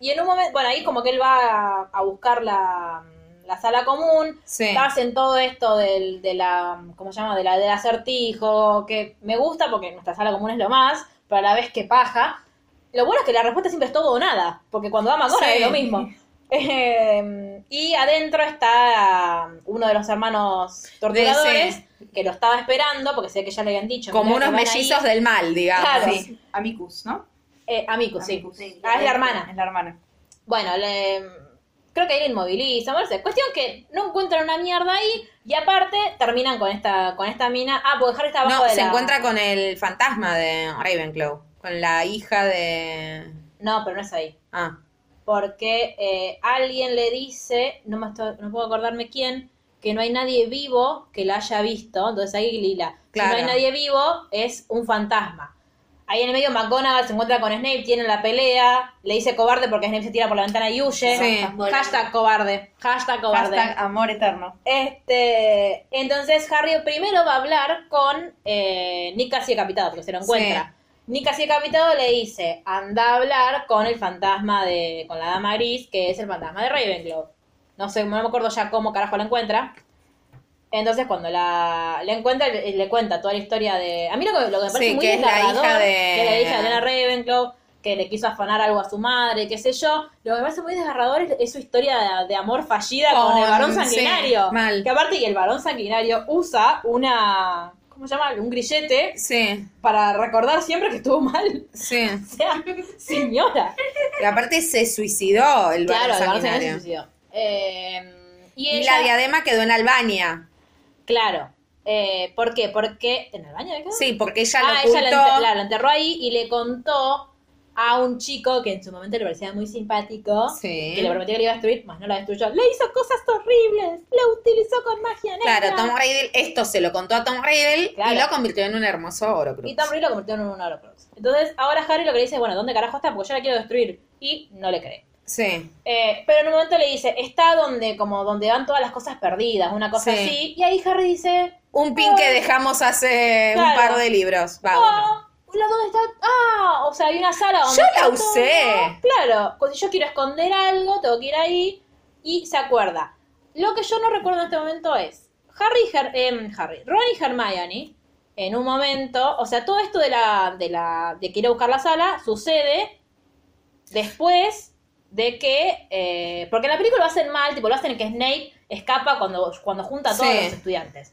A: y en un momento, bueno, ahí como que él va a, a buscar la, la sala común,
C: Sí.
A: hacen todo esto del, de la, ¿cómo se llama? De la, del acertijo, que me gusta porque nuestra sala común es lo más, pero a la vez que paja. Lo bueno es que la respuesta siempre es todo o nada, porque cuando va Magora
C: Sí.
A: es lo mismo. Eh, y adentro está uno de los hermanos torturadores que lo estaba esperando porque sé que ya le habían dicho.
C: Como
A: mirá,
C: unos
A: van ahí.
C: mellizos del mal, digamos.
A: Claro.
C: Sí.
D: Amicus, ¿no?
A: Eh, Amicus, sí.
D: Amicus.
A: Ah, es la hermana.
D: Es la hermana.
A: Bueno, le, creo que ahí le inmoviliza, no sé. Cuestión que no encuentran una mierda ahí y aparte terminan con esta con esta mina. Ah, porque Harry está abajo
C: No,
A: de
C: se
A: la-
C: encuentra con el fantasma de Ravenclaw. Con la hija de.
A: No, pero no es ahí.
C: Ah,
A: Porque eh, alguien le dice, no, me estoy- no puedo acordarme quién, que no hay nadie vivo que la haya visto. Entonces ahí Lila,
C: Claro.
A: si no hay nadie vivo, es un fantasma. Ahí en el medio McGonagall se encuentra con Snape, tienen la pelea, le dice cobarde porque Snape se tira por la ventana y huye.
C: Sí.
A: Hashtag cobarde. Hashtag cobarde.
D: Hashtag amor eterno.
A: Este, entonces Harry primero va a hablar con eh, Nick casi decapitado, porque se lo encuentra. Nick casi decapitado le dice, anda a hablar con el fantasma de, con la dama gris, que es el fantasma de Ravenclaw. No sé, no me acuerdo ya cómo carajo la encuentra. Entonces cuando la, la encuentra, le, le cuenta toda la historia de... A mí lo que, lo que me parece
C: Sí,
A: muy
C: que es la
A: desgarrador,
C: hija de-
A: que es la hija de Elena Ravenclaw, que le quiso afanar algo a su madre, qué sé yo. Lo que me parece muy desgarrador es, es su historia de, de amor fallida con,
C: Con-
A: el varón
C: sí,
A: sanguinario.
C: mal.
A: Que aparte que el varón sanguinario usa una... ¿Cómo se llama? Un grillete
C: sí,
A: para recordar siempre que estuvo mal.
C: sí.
A: O sea, señora.
C: Y aparte se suicidó el
A: claro,
C: varón
A: el varón sanguinario se
C: sanguinario.
A: suicidó. Eh, y
C: Y
A: ella... Ah.
C: la diadema quedó en Albania.
A: Claro. Eh, ¿Por qué? Porque... ¿En el baño de qué?
C: Sí, porque ella
A: Ah,
C: lo
A: ella la, enter-
C: ocultó.
A: la- la enterró ahí y le contó a un chico que en su momento le parecía muy simpático,
C: Sí.
A: que le prometió que le iba a destruir, más no la destruyó. Le hizo cosas horribles, la utilizó con magia negra.
C: Claro, Tom Riddle, esto se lo contó a Tom Riddle
A: Claro.
C: y lo convirtió en un hermoso Horcrux.
A: Y Tom Riddle lo convirtió en un Horcrux. Entonces, ahora Harry lo que le dice es, bueno, ¿dónde carajo está? Porque yo la quiero destruir. Y no le cree.
C: Sí,
A: Eh, pero en un momento le dice, está donde, como donde van todas las cosas perdidas, una cosa
C: Sí.
A: así. Y ahí Harry dice,
C: un pin que dejamos hace un
A: Claro.
C: par de libros. Va, uno.
A: Ah, la- ¿dónde está? Ah, o sea, hay una sala donde.
C: Yo
A: está
C: la
A: todo,
C: usé.
A: Claro, cuando yo quiero esconder algo, tengo que ir ahí y se acuerda. Lo que yo no recuerdo en este momento es Harry, y Her- em, Harry, Ron y Hermione en un momento, o sea, todo esto de la de la de que ir a buscar la sala sucede después de que eh, porque en la película lo hacen mal, tipo lo hacen que Snape escapa cuando cuando junta a todos
C: Sí.
A: los estudiantes.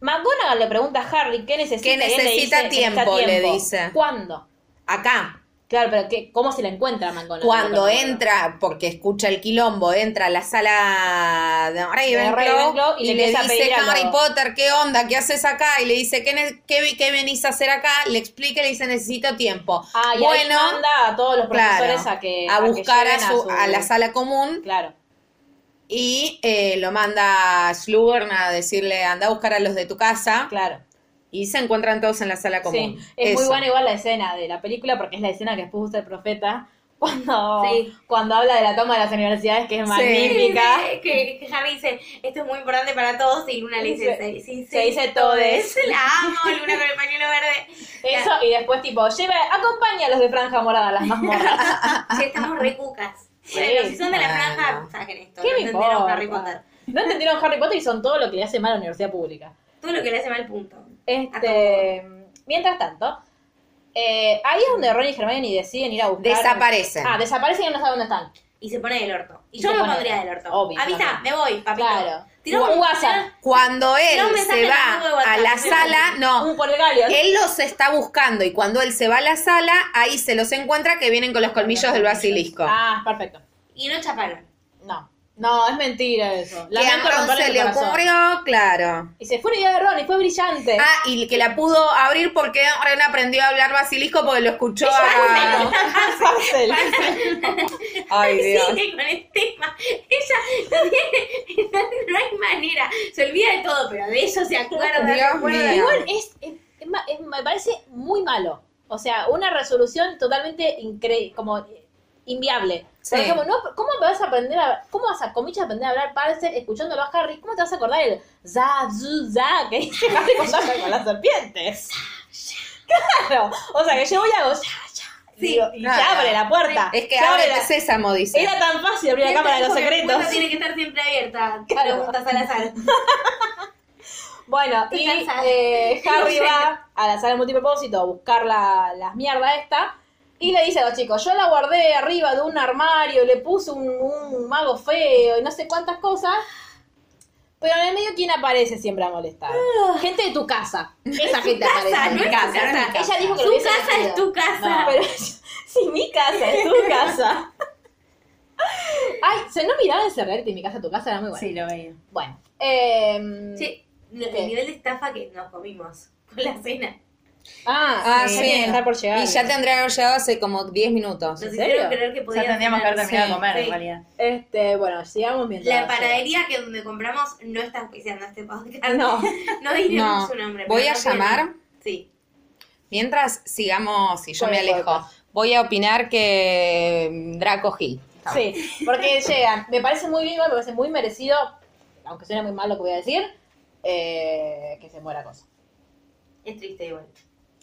A: McGonagall le pregunta a Harry qué necesita.
C: ¿Qué
A: y él le
C: necesita
A: dice,
C: tiempo, le dice.
A: ¿Cuándo?
C: Acá.
A: Claro, pero ¿qué, ¿cómo se la encuentra Mangona?
C: Cuando entra, porque escucha el quilombo, entra a la sala de Ravenclaw
A: Ravenclaw y
C: y,
A: le
C: le
A: empieza a
C: dice,
A: pedir a
C: Harry
A: los-
C: Potter, ¿qué onda? ¿Qué haces acá? Y le dice, ¿qué, ne- qué, qué venís a hacer acá? Le explica y le dice, necesito tiempo.
A: Ah, y ahí
C: bueno,
A: manda a todos los profesores
C: claro,
A: Eh, a que
C: a
A: que
C: buscar a,
A: lleguen
C: su- a la sala común
A: Claro.
C: y eh, lo manda a Slughorn a decirle, anda a buscar a los de tu casa
A: Claro.
C: y se encuentran todos en la sala común.
A: Sí, es muy
C: Eso.
A: buena igual la escena de la película porque es la escena que puso el profeta cuando,
B: Sí.
A: cuando habla de la toma de las universidades que es magnífica.
B: Sí, Que, que Harry dice, esto es muy importante para todos y Luna le dice, sí, sí,
A: Se dice todes.
B: La amo, Luna con el pañuelo verde.
A: Eso y después tipo, lleva, acompaña a los de franja morada a las mazmorras.
B: Sí, estamos re cucas. Ah, Bueno, si son de la
C: bueno.
B: franja, saquen esto.
A: ¿Qué
B: no
A: me
B: entendieron
A: importa?
B: Harry Potter.
A: No entendieron Harry Potter y son todo lo que le hace mal a la universidad pública.
B: Todo lo que le hace mal punto.
A: Este, mientras tanto, eh, ahí es donde Ron y Hermione deciden ir a buscar.
C: Desaparecen.
A: Ah, desaparecen y no saben dónde están.
B: Y se pone del orto. Y
A: Y
B: yo
A: se
B: me
A: pone
B: pondría
A: del
B: del orto.
A: orto, obvio,
B: Avisa,
A: también.
B: me voy, papito.
A: Claro.
B: Tiró
A: Un WhatsApp.
C: Cuando él
B: No, un mensaje
C: se
B: en el grupo de
C: va a
B: WhatsApp.
C: la sala, no,
A: Un polgalio.
C: él los está buscando y cuando él se va a la sala, ahí se los encuentra que vienen con los colmillos del basilisco.
A: Ah, perfecto.
B: Y no chaparon.
A: No. No, es mentira eso.
C: Que a
A: Lamento
C: Ron
A: romperle
C: se
A: el
C: le
A: corazón.
C: ocurrió, claro.
A: Y se fue una idea de Ron y fue brillante.
C: Ah, y que la pudo abrir porque Ron aprendió a hablar basilisco porque lo escuchó a...
A: Marcel.
C: Ay, Dios.
B: Sigue con el tema. Ella no tiene. No hay manera. Se olvida de todo, pero de eso se acuerda.
C: Dios
B: se acuerda.
C: mío.
A: Igual es, es- es ma- es- me parece muy malo. O sea, una resolución totalmente incre como eh, inviable.
C: Sí.
A: Porque como no, ¿cómo vas a aprender a cómo vas a comillas aprender a hablar Parcel escuchándolo a Harry? ¿Cómo te vas a acordar el za zu za que dice Harry cuando habla con las serpientes? Claro. O sea, que yo voy a hago ya, ya.
B: Sí,
A: Digo, y
C: claro.
A: ya abre la puerta.
C: Es que
A: Ya
C: abre
A: la-
C: el sésamo, dice.
A: Era tan fácil abrir la cámara de los
B: Porque la
A: secretos.
B: puerta tiene que estar siempre abierta.
A: Claro.
B: Preguntas al azar.
A: Bueno,
B: Estoy
A: y
B: cansada.
A: eh, Harry
B: No sé.
A: va a la sala de multipropósito a buscar la, la mierda esta. Y le dice a los chicos, yo la guardé arriba de un armario, le puse un, un mago feo y no sé cuántas cosas. Pero en el medio, ¿quién aparece siempre a molestar? Gente de Ah. tu casa. Esa gente
B: Casa,
A: aparece.
B: no es casa.
A: Ella dijo que lo
B: Tu
A: hubiese
B: casa
A: elegido.
B: es tu casa.
A: No, pero si mi casa es tu casa. Ay, se no miraba ese reality, mi casa, tu casa, era muy bueno.
D: Sí, lo veía.
A: Bueno. em,
B: Che, lo-
A: ¿Qué?
B: el nivel de estafa que nos comimos con la cena.
A: Ah,
C: Ah,
A: sí,
C: sí.
A: tiene que estar por llegar.
C: Y ya tendrían que haber llegado hace como 10 minutos.
B: Nos
A: serio?
B: hicieron creer que
D: Ya
B: podíamos.
D: tendríamos que haber terminado
B: cenar.
D: de comer,
B: Sí.
D: en realidad.
A: Este, bueno, sigamos mientras.
B: La panadería que donde compramos no está auspiciando este podcast.
A: Ah, No.
B: No diremos
C: No.
B: su nombre. pero
C: Voy a
B: no tiene-
C: llamar.
B: Sí.
C: Mientras sigamos, y yo
A: Con
C: me
A: el
C: alejo,
A: podcast.
C: voy a opinar que mm, Draco Gil.
A: Sí, porque llegan. Me parece muy bien, igual, me parece muy merecido, aunque suene muy mal lo que voy a decir, eh, que se muera cosa.
B: Es triste igual.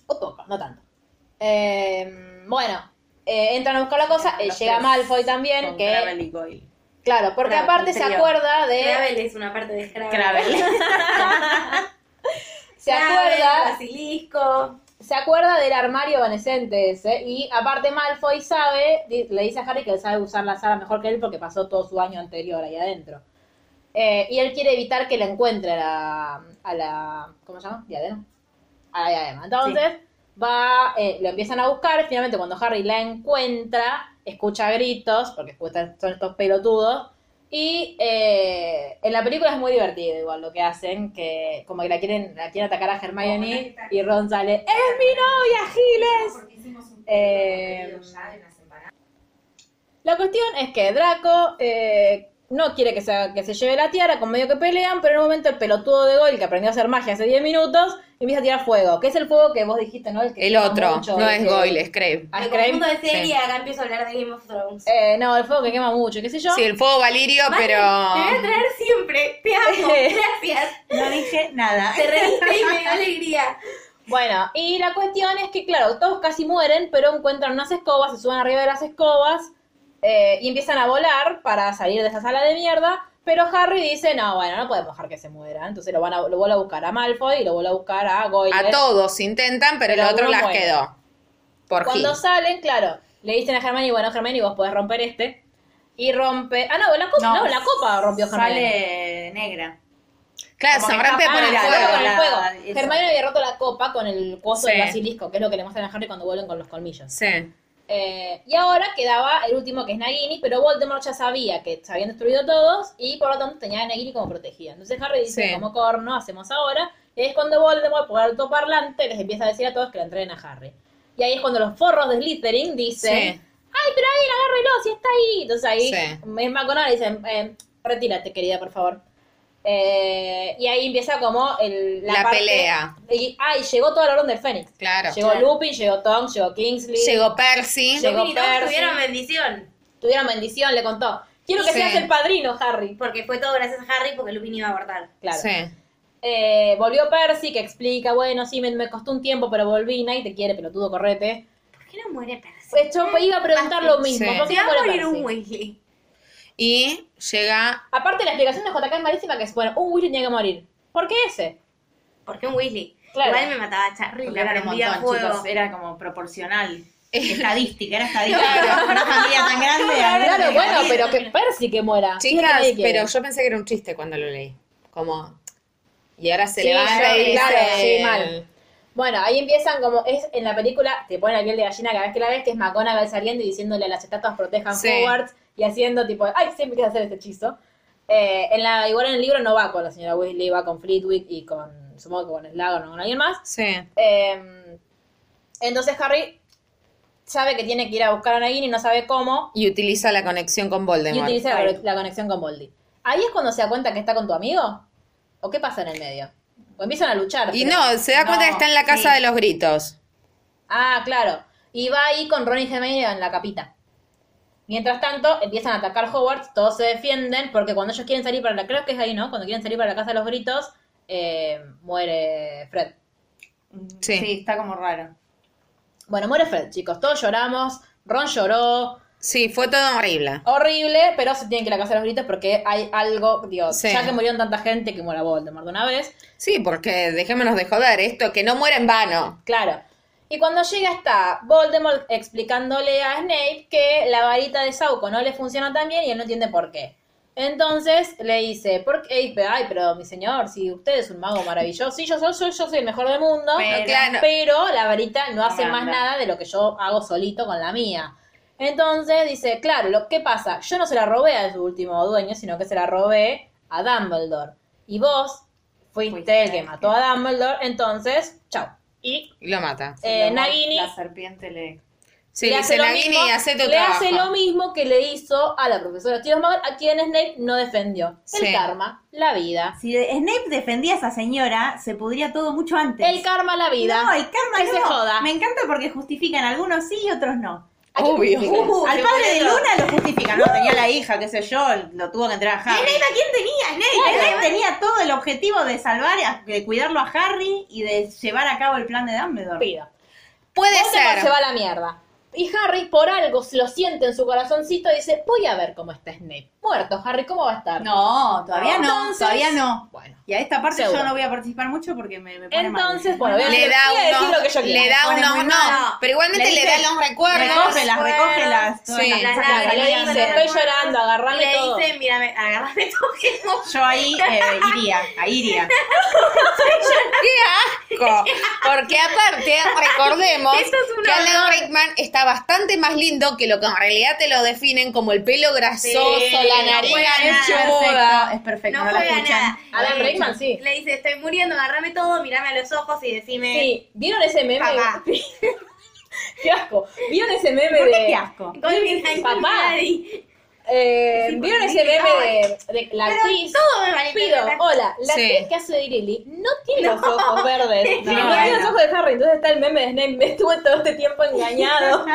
A: Un poco, no tanto. Eh, bueno, eh, entran a buscar la cosa, eh,
D: Los
A: llega
D: tres.
A: Malfoy también,
D: Con
A: que...
D: Gravel y Goyle.
A: Claro, porque
D: Gravel,
A: aparte
D: el
A: se
D: trío.
A: acuerda de...
B: Gravel es una parte de Gravel.
D: Gravel.
A: Se acuerda...
B: Basilisco.
A: se acuerda del armario evanescente ese y aparte Malfoy sabe, di- le dice a Harry que él sabe usar la sala mejor que él porque pasó todo su año anterior ahí adentro. Eh, y él quiere evitar que le encuentre a la, a la ¿cómo se llama? Diadema. A la diadema. Entonces va, eh, lo empiezan a buscar, finalmente cuando Harry la encuentra, escucha gritos, porque escucha- son estos pelotudos, y eh, en la película es muy divertido igual lo que hacen, que como que la quieren, la quieren atacar a Hermione y Ron sale, ¡Es mi novia, Giles! Eh, la cuestión es que Draco eh, no quiere que se, que se lleve la tiara, con medio que pelean, pero en un momento el pelotudo de Goyle, que aprendió a hacer magia hace 10 minutos, empieza a tirar fuego, que es el fuego que vos dijiste, ¿no? que
C: El
A: quema
C: otro,
A: mucho,
C: no
A: el
C: es
A: que-
C: Goyle, es Crave.
A: Ah,
B: Me
A: es Crane.
B: confundo de serie
C: Sí.
B: y acá empiezo a hablar de Game of Thrones.
A: Eh, no, el fuego que quema mucho, qué sé yo.
C: Sí, el fuego Valirio,
B: Vale,
C: pero...
B: Te voy a traer siempre. Te amo.
A: Eh,
B: Gracias.
D: No dije nada.
B: Te reíste y me dio alegría.
A: Bueno, y la cuestión es que, claro, todos casi mueren, pero encuentran unas escobas, se suben arriba de las escobas eh, y empiezan a volar para salir de esa sala de mierda. Pero Harry dice, no, bueno, no podemos dejar que se muera. Entonces lo van a, lo vuelve a buscar a Malfoy y lo vuelve a buscar a Goyle.
C: A todos intentan, pero el
A: Pero
C: otro
A: alguno
C: las
A: muere.
C: quedó. Por Gil.
A: Cuando salen, claro, le dicen a Germán y bueno, Germán, y vos podés romper este. Y rompe... Ah, no, la copa, no,
D: No,
A: la copa rompió Germán.
D: Sale negra.
C: Claro,
D: como
C: se
D: que
C: rompe
D: escapa
A: Ah,
C: por el
D: la-
C: fuego.
A: con el fuego.
D: eso.
A: Hermione había roto la copa con el coso
C: Sí.
A: del basilisco, que es lo que le muestran a Harry cuando vuelven con los colmillos.
C: Sí.
A: Eh, y ahora quedaba el último que es Nagini, pero Voldemort ya sabía que se habían destruido todos y por lo tanto tenía a Nagini como protegida. Entonces Harry dice,
C: Sí.
A: como corno, hacemos ahora. Y ahí es cuando Voldemort, por altoparlante, les empieza a decir a todos que la entreguen a Harry. Y ahí es cuando los forros de Slytherin dicen,
C: Sí.
A: ay, pero alguien agárrelo, si está ahí. Entonces ahí
C: Sí.
A: es McGonagall y dicen, eh, retírate, querida, por favor. Eh, y ahí empieza como el,
C: La
A: parte-
C: pelea.
A: Y, ah, y llegó todo el orden del Fénix.
C: Claro.
A: Llegó Lupin, llegó Tom, llegó Kingsley.
C: Llegó Percy.
A: Llegó
B: Lupin y Tom
A: Percy.
B: tuvieron bendición.
A: Tuvieron bendición, le contó. Quiero que
C: Sí.
A: seas el padrino, Harry.
B: Porque fue todo gracias a Harry porque Lupin iba a abortar.
A: Claro.
C: Sí.
A: Eh, volvió Percy, que explica, bueno, sí, me, me costó un tiempo, pero volví, nadie te quiere, pelotudo, correte.
B: ¿Por qué no muere Percy?
A: Pues yo iba a preguntar lo mismo,
C: Ah, Sí.
A: ¿por qué
B: Se va
A: no
B: a
A: muere
B: morir un
A: Percy?
B: Weasley.
C: Y llega.
A: Aparte, la explicación de JK es malísima, que es, bueno, un Weasley tenía que morir. ¿Por qué ese?
B: ¿Por qué un Weasley?
A: Claro.
B: Igual me mataba a Charlie,
D: Porque
B: la
D: era un
B: prendía
D: montón,
B: fuego.
D: chicos. Era como proporcional. Estadística, era estadística. Una familia tan grande.
A: Claro,
D: realmente,
A: bueno,
D: morir.
A: pero que Percy que muera. Sí,
C: Chicas,
A: nadie quiere.
C: pero yo pensé que era un chiste cuando lo leí. Como. Y ahora se
A: Sí,
C: levanta
A: yo-
C: y dice.
A: claro, sí, mal. Bueno, ahí empiezan como es en la película, te ponen la piel de gallina cada vez que la ves, que es McGonagall saliendo y diciéndole a las estatuas protejan
C: Sí.
A: Hogwarts y haciendo tipo, ay, siempre quise hacer este hechizo. Eh, en la, igual en el libro no va con la señora Weasley, va con Flitwick y con, supongo que con Slughorn o con alguien más.
C: Sí.
A: Eh, entonces Harry sabe que tiene que ir a buscar a Nagini, no sabe cómo,
C: Y utiliza la conexión con
A: y
C: Voldemort.
A: utiliza la, la conexión con Voldy. Ahí es cuando se da cuenta que está con tu amigo, o qué pasa en el medio. O empiezan a luchar.
C: Y
A: creo.
C: no, se da
D: No,
C: cuenta que está en la casa
D: sí.
C: de los gritos.
A: Ah, claro. Y va ahí con Ron y Hermione en la capita. Mientras tanto, empiezan a atacar Hogwarts, todos se defienden, porque cuando ellos quieren salir para la... Creo que es ahí, ¿no? Cuando quieren salir para la casa de los gritos, eh, muere Fred.
C: Sí.
D: Sí, está como raro.
A: Bueno, muere Fred, chicos. Todos lloramos. Ron lloró.
C: Sí, fue todo horrible.
A: Horrible, pero se tienen que ir a la casa de los gritos porque hay algo... Dios,
C: Sí.
A: ya que murieron tanta gente que muera Voldemort de una vez.
C: Sí, porque dejémonos de joder, esto que no muera en vano.
A: Claro. Y cuando llega está Voldemort explicándole a Snape que la varita de Sauco no le funciona tan bien y él no entiende por qué. Entonces le dice, ¿por qué? Ey, pe- Ay, pero mi señor, si usted es un mago maravilloso, sí, yo soy, soy- yo soy el mejor del mundo,
D: Pero-
C: Claro.
A: pero la varita no hace
D: No me
A: más
D: anda.
A: nada de lo que yo hago solito con la mía. Entonces dice, claro, lo ¿qué pasa? Yo no se la robé a su último dueño, sino que se la robé a Dumbledore. Y vos fuiste,
D: Fuiste
A: el que
D: el
A: mató
D: que-
A: a Dumbledore, entonces, chao. Y
C: Y lo mata.
A: eh,
D: Luego
A: Nagini
D: La serpiente le.
C: Sí,
A: le
C: dice
A: hace, lo
C: Nagini,
A: mismo,
C: hace tu
A: le
C: trabajo.
A: hace lo mismo que le hizo a la profesora Tío Magal, a quien Snape no defendió. El
C: Sí.
A: karma, la vida.
D: Si Snape defendía a esa señora, se pudría todo mucho antes.
A: El karma, la vida.
D: No, el karma
A: Que
D: no.
A: se joda.
D: Me encanta porque justifican algunos sí y otros no.
A: ¿A quién
C: Obvio.
A: justifican?
D: Uh, Al padre de Luna lo justifican, ¿no? Tenía la hija, qué sé yo, lo tuvo que entrar a Harry.
B: ¿A quién tenía?
D: Snape
B: Snape.
D: tenía todo el objetivo de salvar, a- de cuidarlo a Harry y de llevar a cabo el plan de Dumbledore.
A: Pido.
C: Puede
A: Voldemort se
C: ser.
A: va a la mierda. Y Harry, por algo, lo siente en su corazoncito y dice, voy a ver cómo está Snape. Muerto, Harry, ¿cómo va a estar?
D: No, todavía no,
A: Entonces-
D: todavía no.
A: Bueno.
D: Y a esta parte
A: Seguro.
D: yo no voy a participar mucho porque me, me pone
A: Entonces,
D: mal.
A: bueno, voy a
C: Le
A: decir,
C: da
A: voy a decir
C: unos,
A: lo que yo
C: le
A: quiero.
C: da
D: Pone
C: unos
D: muy
C: no,
D: mal.
C: pero igualmente
D: Le
C: le, da
D: dice,
C: los recuerdos.
D: recógelas,
B: Bueno,
D: recógelas. todas
C: Sí.
D: las
B: Las
D: cosas que
A: Claro, le
B: lágrimas,
D: tenía.
A: dice,
B: las
A: estoy
B: lágrimas".
A: llorando, agarrame
B: Y le
A: todo.
B: dice, mira, agarrame todo que no.
D: Yo ahí eh, iría, ahí iría.
C: ¡Qué asco! Porque aparte, recordemos
B: Esto es un
C: que Alan
B: horror.
C: Rickman está bastante más lindo que lo que en realidad te lo definen como el pelo grasoso,
B: Sí,
C: la
B: no
C: nariz
B: juega
C: ganchuda.
D: es perfecto,
B: No
D: no, la
B: juega
D: escuchan.
B: nada.
A: Alan
B: Le-
A: Rickman, sí.
B: Le dice, estoy muriendo, agarrame todo, mirame a los ojos y decime.
A: Sí, ¿vieron ese meme?
B: Papá.
A: qué asco. ¿Vieron ese meme
D: ¿Por
A: de...?
D: qué qué asco?
B: "Call me my
A: Papá.
B: daddy".
A: Eh,
B: Sí,
A: ¿Vieron
B: porque
A: ese
B: Lily-
A: meme de, de la
B: Pero
A: actriz?
B: todo me vale
A: Pido, hola, la
C: Sí.
A: actriz que hace de Lily no tiene los ojos verdes, no,
D: No,
A: tiene los
D: bueno.
A: ojos de Harry, entonces está el meme de Snape, me estuve todo este tiempo engañado,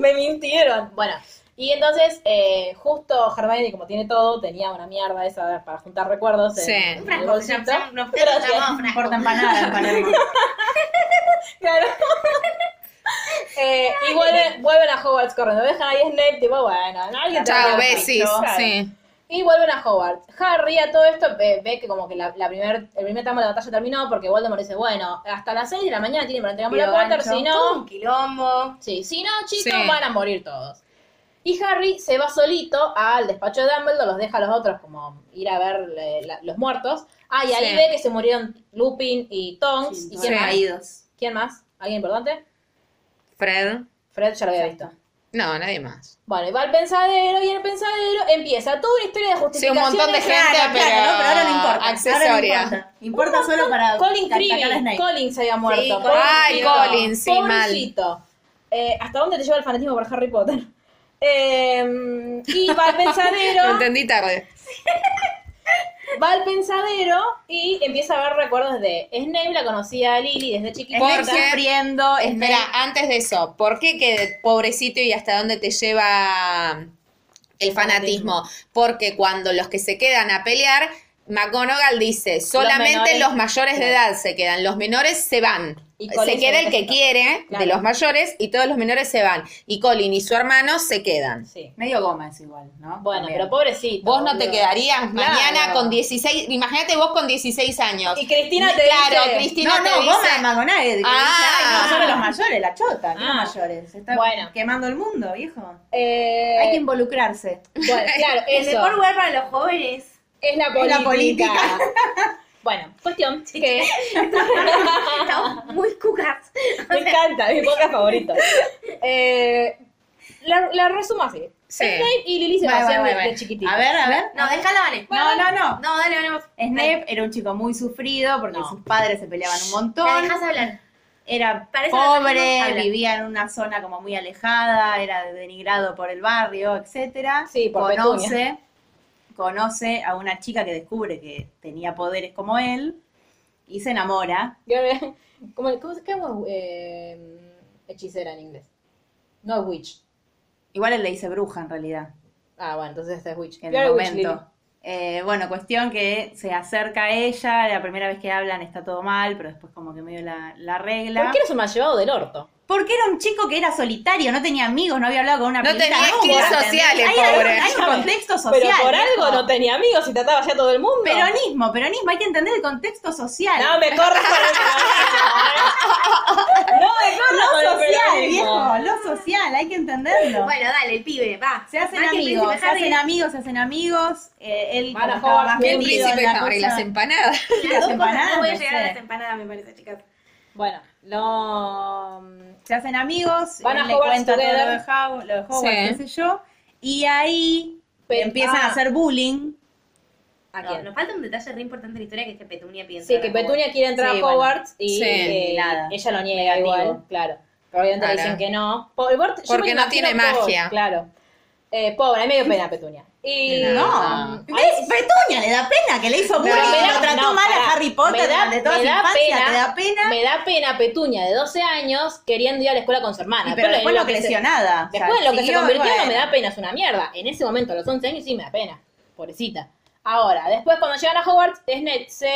A: me mintieron. Bueno, y entonces eh, justo Hermione, como tiene todo, tenía una mierda esa para juntar recuerdos en-
C: Sí.
A: en el
B: Un frasco,
A: bolsito.
B: se llama- no,
A: Gracias.
B: se llama
D: No
B: frasco.
D: importa empanada en Palermo.
A: Claro. Eh, y vuelven, vuelven a Hogwarts corriendo. Dejan ahí a Snape, tipo, bueno, no, alguien te
C: Chao,
A: va a
C: besis.
A: Claro.
C: Sí.
A: Y vuelven a Hogwarts. Harry a todo esto ve, ve que como que la, la primer, el primer tramo de la batalla terminó porque Voldemort dice, bueno, hasta las 6 de la mañana tienen para entregar
D: Pido
A: la Potter,
D: gancho.
A: si
B: Todo
A: no,
B: un quilombo.
A: sí, si no, chicos,
C: Sí.
A: van a morir todos. Y Harry se va solito al despacho de Dumbledore, los deja a los otros como ir a ver eh, la- los muertos. Ah, y ahí
C: Sí.
A: ve que se murieron Lupin y Tonks. ¿Y
D: Sí,
A: quién,
C: sí.
A: más?
D: caídos.
A: ¿Quién más? ¿Alguien importante?
C: Fred.
A: Fred ya lo había visto.
C: No, nadie más.
A: Bueno, y va al pensadero y en el pensadero empieza toda una historia de
C: Sí,
A: justificación.
C: un montón de gente,
D: Claro,
C: pero,
D: claro, ¿no? pero ahora no importa. ahora no
C: Accesoria.
D: importa. Importa solo para.
A: Colin
D: atacar a
A: Creevy.
D: Snape.
A: Collins se había muerto.
D: Sí,
A: Pobrecito.
C: Ay, Colin, sí,
A: Pobrecito. Eh, ¿Hasta dónde te lleva el fanatismo por Harry Potter? Eh, y va al
C: Lo
A: pensadero,
C: entendí tarde.
A: va al pensadero y empieza a ver recuerdos de Snape, la conocía a Lily desde chiquita.
C: Porque-
D: sufriendo.
C: Espera, ah. antes de eso, ¿por qué que pobrecito y hasta dónde te lleva el fanatismo? Porque cuando los que se quedan a pelear, McGonagall dice, solamente los,
A: menores-
C: mayores de edad se quedan, los menores se van.
A: Y Colin
C: Se queda
A: se
C: el que
A: queda.
C: quiere
A: Claro.
C: de los mayores y todos los menores se van. Y Colin y su hermano se quedan.
A: Sí.
D: Medio goma es igual, ¿no?
A: Bueno,
D: También.
A: pero pobrecito.
C: Vos no te
A: boludo.
C: quedarías mañana
A: Claro.
C: con 16, imagínate vos con 16 años.
A: Y Cristina te
C: Claro,
A: dice-
C: Cristina
D: no,
C: te
D: no,
C: dice,
D: goma de McGonagall. que
C: Ah.
D: dice, "Ay, no, solo los mayores, la chota, que
A: Ah.
D: los mayores. Se Está
A: Bueno.
D: quemando el mundo, viejo.
A: Eh,
D: Hay que involucrarse.
A: Bueno, claro,
B: El
A: eso.
B: mejor lugar para los jóvenes.
A: Es la política.
D: la política.
A: bueno, cuestión que
B: Estamos muy cucas.
A: me encanta, es mi podcast favorito. Eh, la, la resumo así.
C: Sí.
A: Snape y Lily se
D: Bye,
A: conocían
D: bye,
A: de,
D: bye.
A: de chiquititos.
D: A ver, a ver.
B: No, déjala, vale.
D: No, no, no.
B: No, dale, hablemos.
D: Snape era un chico muy sufrido porque sus padres se peleaban un
B: La
D: montón.
B: dejas hablar.
D: Era
B: Para eso la
D: pobre,
B: dejamos hablar.
D: vivía en una zona como muy alejada, era denigrado por el barrio, etcétera.
A: Sí, por
D: conoce, conoce a una chica que descubre que tenía poderes como él y se enamora.
A: Y ahora, ¿Cómo, cómo se llama eh, hechicera en inglés? No es witch.
D: Igual él le dice bruja en realidad,
A: Ah, bueno, entonces esta es witch.
D: en
A: Y
D: el
A: ahora witch, Lily.
D: momento. Eh, bueno, cuestión que se acerca a ella, la primera vez que hablan está todo mal, pero después como que medio la, la regla.
A: ¿Por qué eres un mal llevado del orto?
D: Porque era un chico que era solitario, no tenía amigos, no había hablado con una
C: No
D: pibita
C: tenía
D: nunca,
C: skills
D: ¿entendés?
C: sociales,
D: Hay algo-
C: pobre.
D: Hay un contexto social.
A: Pero por
D: viejo.
A: algo no tenía amigos y trataba ya a todo el mundo.
D: Peronismo, peronismo, hay que entender el contexto social.
A: No me corras con el peronismo, ¿eh? No me corras con
D: lo
A: el
D: social,
A: peronismo.
D: viejo, lo social, hay que entenderlo.
B: Bueno, dale, el pibe, va.
D: se hacen
B: Va que el
D: amigos, se
B: príncipe
D: hacen
B: Harry-
D: amigos, se hacen amigos. eh, él
A: Van a
D: como estaba
A: jugar
D: más
A: bien,
C: El
D: metido
C: príncipe
D: en la
C: Harry,
D: cosa-
C: las empanadas.
B: Las dos cosas,
D: empanadas,
B: No voy a
D: no
B: llegar a
D: sé.
B: las empanadas, me parece, chicas.
A: Bueno, mm, no.
D: se hacen amigos,
A: Van a
D: él le
A: Hogwarts
D: cuenta todo lo de
A: together.
D: Hogwarts, lo de Hogwarts,
C: Sí.
D: qué sé yo, y ahí
A: Pe-
D: empiezan
A: ah.
D: a hacer bullying.
A: ¿A
B: No, nos falta un detalle re importante de la historia que es que Petunia piensa.
A: Sí, que Petunia quiere entrar
D: Sí,
A: a
D: bueno.
A: Hogwarts y
C: Sí,
A: eh,
D: nada.
A: ella lo niega
D: Negativo.
A: igual, claro. Pero obviamente le
C: Claro.
A: dicen que no. Po- igual yo
C: Porque
A: me
C: no
A: imagino
C: tiene
A: pobre,
C: magia.
A: Claro. Eh, pobre, a mí me dio pena Petunia. Y
C: No.
A: Mm,
D: ¿Ves? Petunia le da pena que le hizo bullying,
A: me da-
D: lo trató
A: no,
D: mal
A: pará.
D: a Harry Potter
A: Me da-
D: durante toda
A: me
D: su
A: da
D: infancia,
A: pena.
D: te da pena.
A: Me da pena Petunia de 12 años queriendo ir a la escuela con su hermana.
D: Y pero después
A: en
D: no
A: que se-
D: creció nada. O sea,
A: Después en lo que se
D: siguió,
A: convirtió
D: bueno.
A: no me da pena, es una mierda. En ese momento, a los 11 años, sí me da pena. Pobrecita. Ahora, después cuando llegan a Hogwarts, Snape se,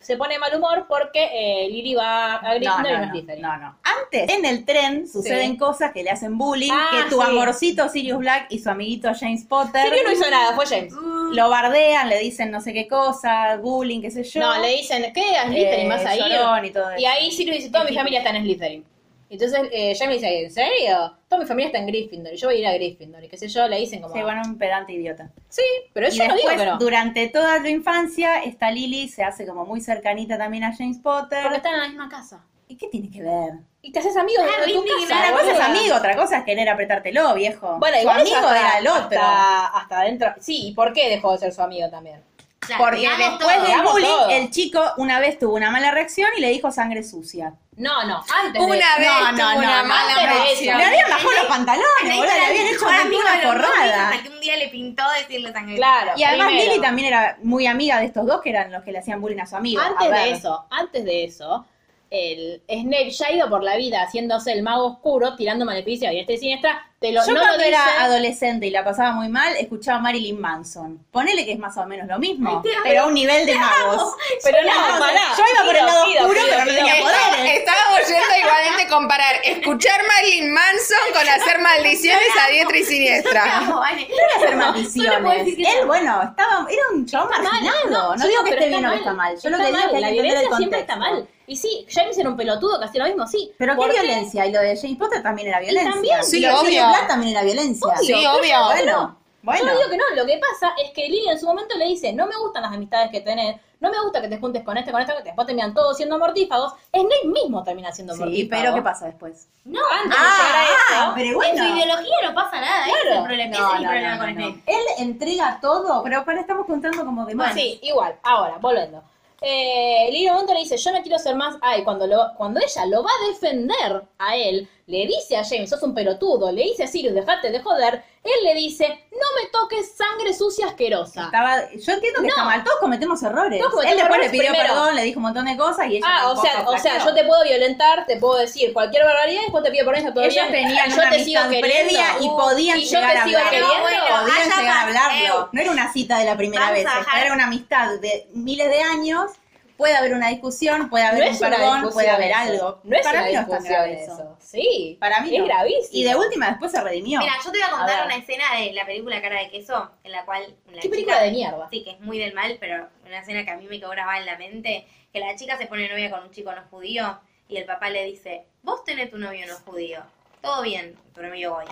A: se pone de mal humor porque eh, Lily va a Gryffindor y no es Slytherin.
D: no, no. Antes, en el tren suceden cosas que le hacen bullying,
A: Ah,
D: que tu
A: sí.
D: amorcito Sirius Black y su amiguito James Potter
A: Sirius no hizo nada, fue James.
D: lo bardean, le dicen no sé qué cosa, bullying, qué sé yo.
A: No, le dicen, ¿qué? ¿A Slytherin
D: Eh,
A: vas a ir?
D: llorón y todo eso.
A: Y ahí Sirius dice, toda mi familia está en Slytherin. Entonces eh, James dice, ¿en serio? Toda mi familia está en Gryffindor y yo voy a ir a Gryffindor. Y qué sé yo, le dicen como,
D: Se van a un pedante idiota.
A: sí, pero
D: Y
A: yo no digo
D: después,
A: que no.
D: durante toda tu infancia, esta Lily se hace como muy cercanita también a James
A: Porque
D: Potter.
A: están en la misma casa.
D: ¿Y qué tiene que ver?
A: Y te haces amigos
B: Ah,
A: de tu
B: Whitney,
A: casa.
B: una
D: Una cosa es
A: boluda.
D: amigo, otra cosa es querer apretártelo, viejo.
A: Bueno,
D: Su
A: igual es
D: amigo
A: hasta-
D: era el otro.
A: Hasta, hasta adentro. Sí, ¿y por qué dejó de ser su amigo también?
B: Claro,
D: Porque
B: digamos
D: después del
B: todo.
A: digamos
D: bullying,
A: todo.
D: el chico una vez tuvo una mala reacción y le dijo sangre sucia.
A: No, no, antes de
C: Una vez
D: No, no,
C: tuvo
D: no,
C: una
D: no,
C: mala
A: antes de
C: reacción.
D: Le habían bajado los pantalones,
B: Snape
D: boludo, le
B: era
D: habían
B: el
D: hecho
B: mejor
D: una
B: amigo de los dos,
D: forrada.
B: Hasta que un día le pintó decirle sangre.
A: Claro.
D: Y además
A: primero.
D: Lily también era muy amiga de estos dos que eran los que le hacían bullying a su amigo. A
A: Antes de
D: ver.
A: eso, antes de eso, el Snape ya iba por la vida haciéndose el mago oscuro, tirando maleficio y este y siniestra. Te lo,
D: Yo
A: no lo
D: cuando
A: dice-
D: era adolescente y la pasaba muy mal, escuchaba a Marilyn Manson. Ponele que es más o menos lo mismo, pero a un nivel de magos.
A: Pero no,
D: Entonces,
A: pará.
D: Yo iba por el
A: Pido,
D: lado
A: pido,
D: oscuro,
A: pido,
D: pero no
A: pido.
D: tenía
C: Estaba-
D: poderes.
C: Estábamos yendo igualmente comparar escuchar Marilyn Manson con hacer maldiciones a diestra y siniestra.
B: No, vale.
D: hacer
B: Solo puedo decir que
D: maldiciones. Él, bueno, estaba, era un chabón marginado. No,
A: chicos,
D: digo que
A: pero
D: esté bien o
A: mal.
D: que está mal. Yo lo que
A: este Está
D: digo es
A: mal,
D: que hay que
A: la
D: entender el
A: violencia
D: contexto.
A: siempre está mal. Y sí, James era un pelotudo que hacía lo mismo, sí.
D: Pero qué
A: ¿Por
D: violencia. Y lo de James Potter también era violencia.
A: también,
C: Sí,
D: Y lo de
C: obvio.
D: Sirius Black también era violencia.
C: Sí, obvio.
D: Bueno,
A: Yo
D: bueno.
A: no digo que no, lo que pasa es que Lily en su momento le dice, no me gustan las amistades que tenés, no me gusta que te juntes con este, con este, con este, después terminan todos siendo mortífagos, Snape mismo termina siendo
D: Sí,
A: mortífago.
D: pero ¿qué pasa después? Ah,
B: No,
A: Antes de llegar a eso,
D: pero
B: en
D: bueno.
B: su ideología no pasa nada, ese es el problema, ese es mi problema con este. Snape.
D: Él entrega todo, pero para estamos contando como de más.
A: Sí, igual. Ahora, volviendo. Eh, Lilo Monte le dice, yo no quiero ser más Ay, cuando, lo, cuando ella lo va a defender a él, le dice a James, sos un pelotudo, le dice a Sirius, dejate de joder, él le dice, no me toques sangre sucia asquerosa.
D: Estaba, yo entiendo que está mal, todos cometemos errores.
A: Todos
D: Él
A: cometemos
D: después le
A: errores
D: pidió
A: primero.
D: perdón, le dijo un montón de cosas y ella
A: Ah, o
D: tampoco
A: sea, o sea,
D: flaqueó.
A: yo te puedo violentar, te puedo decir cualquier barbaridad, después te pido por eso todo
D: Ellos
A: bien,
D: tenían
A: yo
D: una
A: te sigo queriendo.
D: amistad
A: Uh,
D: previa y podían
A: y yo
D: llegar
A: te
D: a
A: sigo
D: hablarlo.
A: queriendo.
B: Bueno,
D: podían
B: haya
D: llegar a
B: pasado.
A: eh.
D: hablarlo. No era una cita de la primera
B: Vamos
D: vez,
B: a bajar.
D: era una amistad de miles de años. Puede haber una discusión, puede
A: No
D: haber un
A: es una
D: perdón,
A: discusión
D: puede haber
A: eso.
D: algo.
A: No es
D: Para
A: una
D: mí no es tan
A: discusión
D: grave
A: eso.
D: eso.
A: Sí,
D: Para mí
A: es
D: no.
A: gravísimo.
D: Y de última después se redimió.
B: Mira, yo te voy a
A: A
B: contar
A: ver.
B: una escena de la película Cara de Queso, en la cual... la
A: Qué película
B: chica-
A: de mierda.
B: Sí, que es muy del mal, pero una escena que a mí me quedó grabada en la mente, que la chica se pone novia con un chico no judío y el papá le dice, vos tenés tu novio no judío, todo bien, pero me yo voy.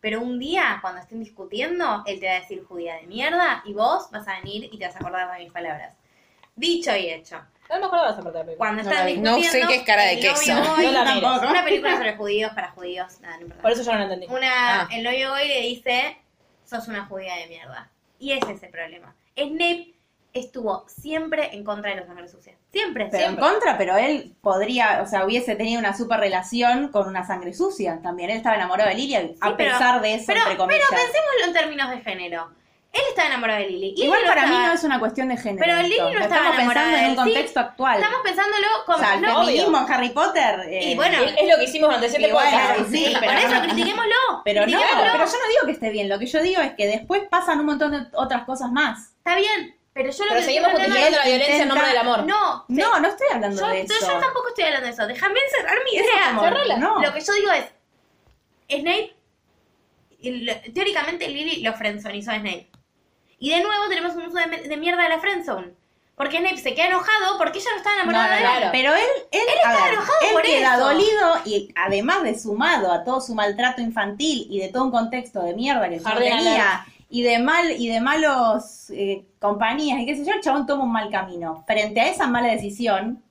B: Pero un día, cuando estén discutiendo, él te va a decir judía de mierda y vos vas a venir y te vas a acordar de mis palabras. Dicho y hecho.
A: No me acuerdo de esa parte de la película.
B: Cuando
C: No
B: están
C: la vi. No
B: discutiendo...
C: sé qué es Cara de
B: el novio
C: Queso.
B: hoy-
A: No la mires.
B: tampoco. Una película sobre judíos para judíos. Nada, no importa.
A: Por eso yo no la entendí.
B: Una,
C: Ah.
B: El novio hoy le dice, sos una judía de mierda. Y ese es el problema. Snape estuvo siempre en contra de los sangre sucia. Siempre,
D: Pero en
B: siempre.
D: contra, pero él podría, o sea, hubiese tenido una super relación con una sangre sucia también. Él estaba enamorado de Lilia, a
B: pero-
D: pesar de eso,
B: Pero,
D: entre
B: pero
D: comillas.
B: pensémoslo en términos de género. Él estaba enamorado de Lily. Y
D: Igual
B: él
D: para
B: estaba-
D: mí no es una cuestión de género.
B: Pero
D: esto.
B: Lily no
D: Lo
B: estaba
D: estamos pensando en
B: enamorada de
D: un
B: él, sí.
D: contexto actual.
B: Estamos pensándolo
D: o
B: como...
D: sea, el
B: no,
D: feminismo en Harry Potter.
B: Y
D: eh,
B: bueno,
A: Es es lo que hicimos durante siete
D: Y bueno,
A: podcasts.
D: sí,
B: por
D: pero
B: eso
D: no-
B: critiquémoslo.
D: Pero no,
B: critiquémoslo.
D: pero yo no digo que esté bien. Lo que yo digo es que después pasan un montón de otras cosas más.
B: Está bien, pero yo lo
A: Pero
B: que...
A: seguimos
B: no, no, no,
A: justificando la violencia en
D: intenta-
A: nombre del amor.
B: No,
D: No, no estoy hablando
B: Yo,
D: de
B: yo-
D: eso.
B: yo tampoco estoy hablando de eso. Déjame encerrar mi idea.
D: como-
B: Cerrala.
D: no.
B: Lo que yo digo es, Snape, y lo- teóricamente Lily lo frenzonizó a Snape. Y de nuevo tenemos un uso de, me- de mierda de la frenzone. Porque Snape se queda enojado porque ella no estaba
D: No,
B: enamorada
D: no, no,
B: de él.
D: Pero él, él, a
B: estaba
D: ver,
B: enojado
D: él
B: por
D: queda
B: eso.
D: dolido y además de sumado a todo su maltrato infantil y de todo un contexto de mierda que el chabón
A: Jardín
D: tenía y de mal y de malos eh, compañías y qué sé yo, el chabón toma un mal camino. Frente a esa mala decisión,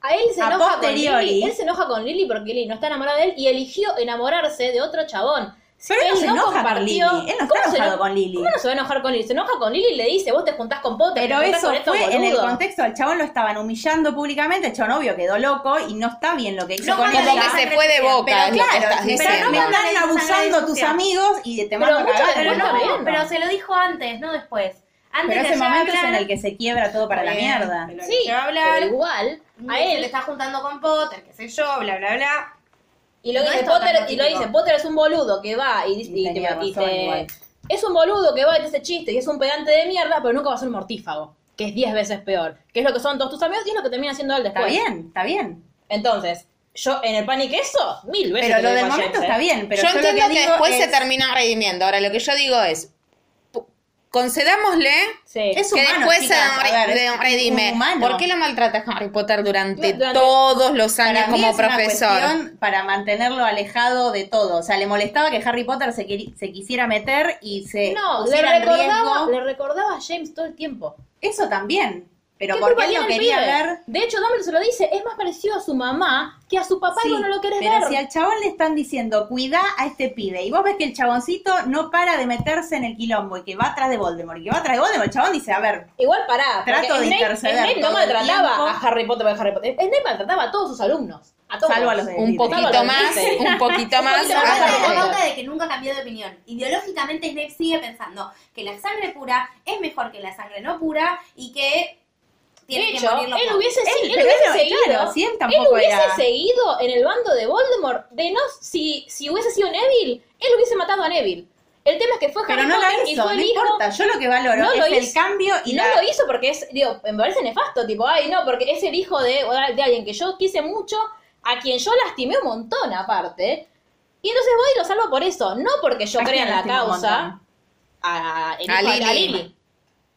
A: A él se
D: A
A: enoja con
D: posteriori.
A: Lily. Él se enoja con Lily porque Lily no está enamorada de él y eligió enamorarse de otro chabón. Si
D: pero él, no se enoja con Lili,
A: compartió-
D: él no
A: ¿Cómo
D: está
A: se
D: enojado
A: eno-
D: con Lili.
A: ¿Cómo no se va a enojar con Lily? Se enoja con Lily y le dice, vos te juntás con Potter,
D: Pero
A: te juntás
D: eso
A: con estos
D: fue en el
A: boludos.
D: contexto, al chabón lo estaban humillando públicamente, el chabón obvio quedó loco y no está bien lo que hizo
B: No,
D: con
B: porque
D: ella.
B: Pero
C: Como que se fue de boca,
D: Pero
C: es lo que
D: claro, sí,
C: estás
D: pero
C: diciendo.
D: no
B: diciendo.
D: andan abusando a tus amigos y te
A: Pero
D: mandan a
A: mucho
D: cagar.
B: Pero,
A: después
B: no,
A: también.
B: pero se lo dijo antes, no después. Antes
D: Pero
B: de
D: ese
B: ya
D: momento es en
B: hablar- eh,
D: el que se quiebra todo para la
B: Bien,
D: mierda.
B: pero
A: Sí,
B: se va a
A: pero
B: hablar.
A: igual a
B: Se le
A: él
B: está juntando con Potter, qué sé yo, bla, bla, bla.
A: y lo
B: no
A: dice
B: es todo tan
A: Potter y lo
B: positivo.
A: dice Potter es un boludo que va y,
D: Y
A: y te-
D: tenía
A: y
D: razón
A: te-
D: igual.
A: es un boludo que va y te hace chiste y es un pedante de mierda, pero nunca va a ser un mortífago, que es 10 veces peor, que es lo que son todos tus amigos y es lo que termina siendo él
D: Está
A: después.
D: bien, está bien.
A: Entonces, yo en el pánico eso, mil veces.
D: Pero
A: te
D: lo del
A: digo a
D: momento
A: James,
D: está
A: ¿eh?
D: bien. Pero
C: yo,
D: yo, lo
C: entiendo que,
D: digo
C: después se
D: es-
C: termina redimiendo. Ahora, lo que yo digo es, pu- concedámosle
A: Sí.
D: Es
C: que
D: humano,
C: después
D: chicas,
C: se re-
D: a ver,
C: de-
D: es un
C: redime.
D: humano.
C: ¿Por qué lo maltratas Harry Potter durante,
A: Durante-
C: todos los años
D: mí
C: como
D: es una
C: profesor?
D: cuestión para mantenerlo alejado de todo. O sea, le molestaba que Harry Potter se, queri- se quisiera meter y se
A: No, le
D: pusiera en
A: recordaba,
D: riesgo.
A: le recordaba a James todo el tiempo.
D: Eso también. Pero
A: ¿Qué
D: porque
A: culpa
D: él
A: tiene
D: no
A: el
D: quería
A: pibe?
D: ver...
A: De hecho, Dumbledore se lo dice, es más parecido a su mamá que a su papá y
D: Sí,
A: vos no lo querés
D: pero
A: ver.
D: si al chabón le están diciendo, cuida a este pibe, y vos ves que el chaboncito no para de meterse en el quilombo y que va atrás de Voldemort, y que va atrás de Voldemort, el chabón dice, a ver,
A: Igual pará, porque
D: Trato de
A: Snape-
D: interceder
A: Snape no
D: todo el
A: maltrataba
D: tiempo.
A: a Harry Potter por Harry Potter. Snape maltrataba a todos sus alumnos. A todos.
D: Salvo a los de-
C: Un poquito
A: Sábado,
C: más,
A: sí.
C: un poquito más.
A: poquito más
C: hasta
A: a
B: Aparte
A: Harry
B: de la
C: que-
A: Potter.
B: pauta de que nunca cambió de opinión. Ideológicamente Snape sigue pensando que la sangre pura es mejor que la sangre no pura y que tiene
A: De
B: que
A: hecho,
B: morir los
A: él
B: dos.
A: hubiese, sí, él
D: pero
A: hubiese
D: no,
A: seguido.
D: claro, sí, él
A: él
D: tampoco
A: hubiese
D: era-
A: seguido en el bando de Voldemort. De no, si, si hubiese sido Neville, él hubiese matado a Neville. El tema es que fue Harry
D: pero no la
A: Potter y
D: hizo,
A: fue
D: no
A: el hijo.
D: importa, yo lo que valoro
A: No lo
D: es el
A: hizo.
D: cambio y
A: Y no
D: la-
A: lo hizo porque es, digo, me parece nefasto, tipo, ay, no, porque es el hijo de, de alguien que yo quise mucho, a quien yo lastimé un montón aparte. Y entonces voy y lo salvo por eso, no porque yo
D: ¿A
A: crea
D: quién
A: en la
D: lastimó un
A: causa,
D: montón?
A: a, el
C: A
A: hijo-
C: Lily.
A: a Lily.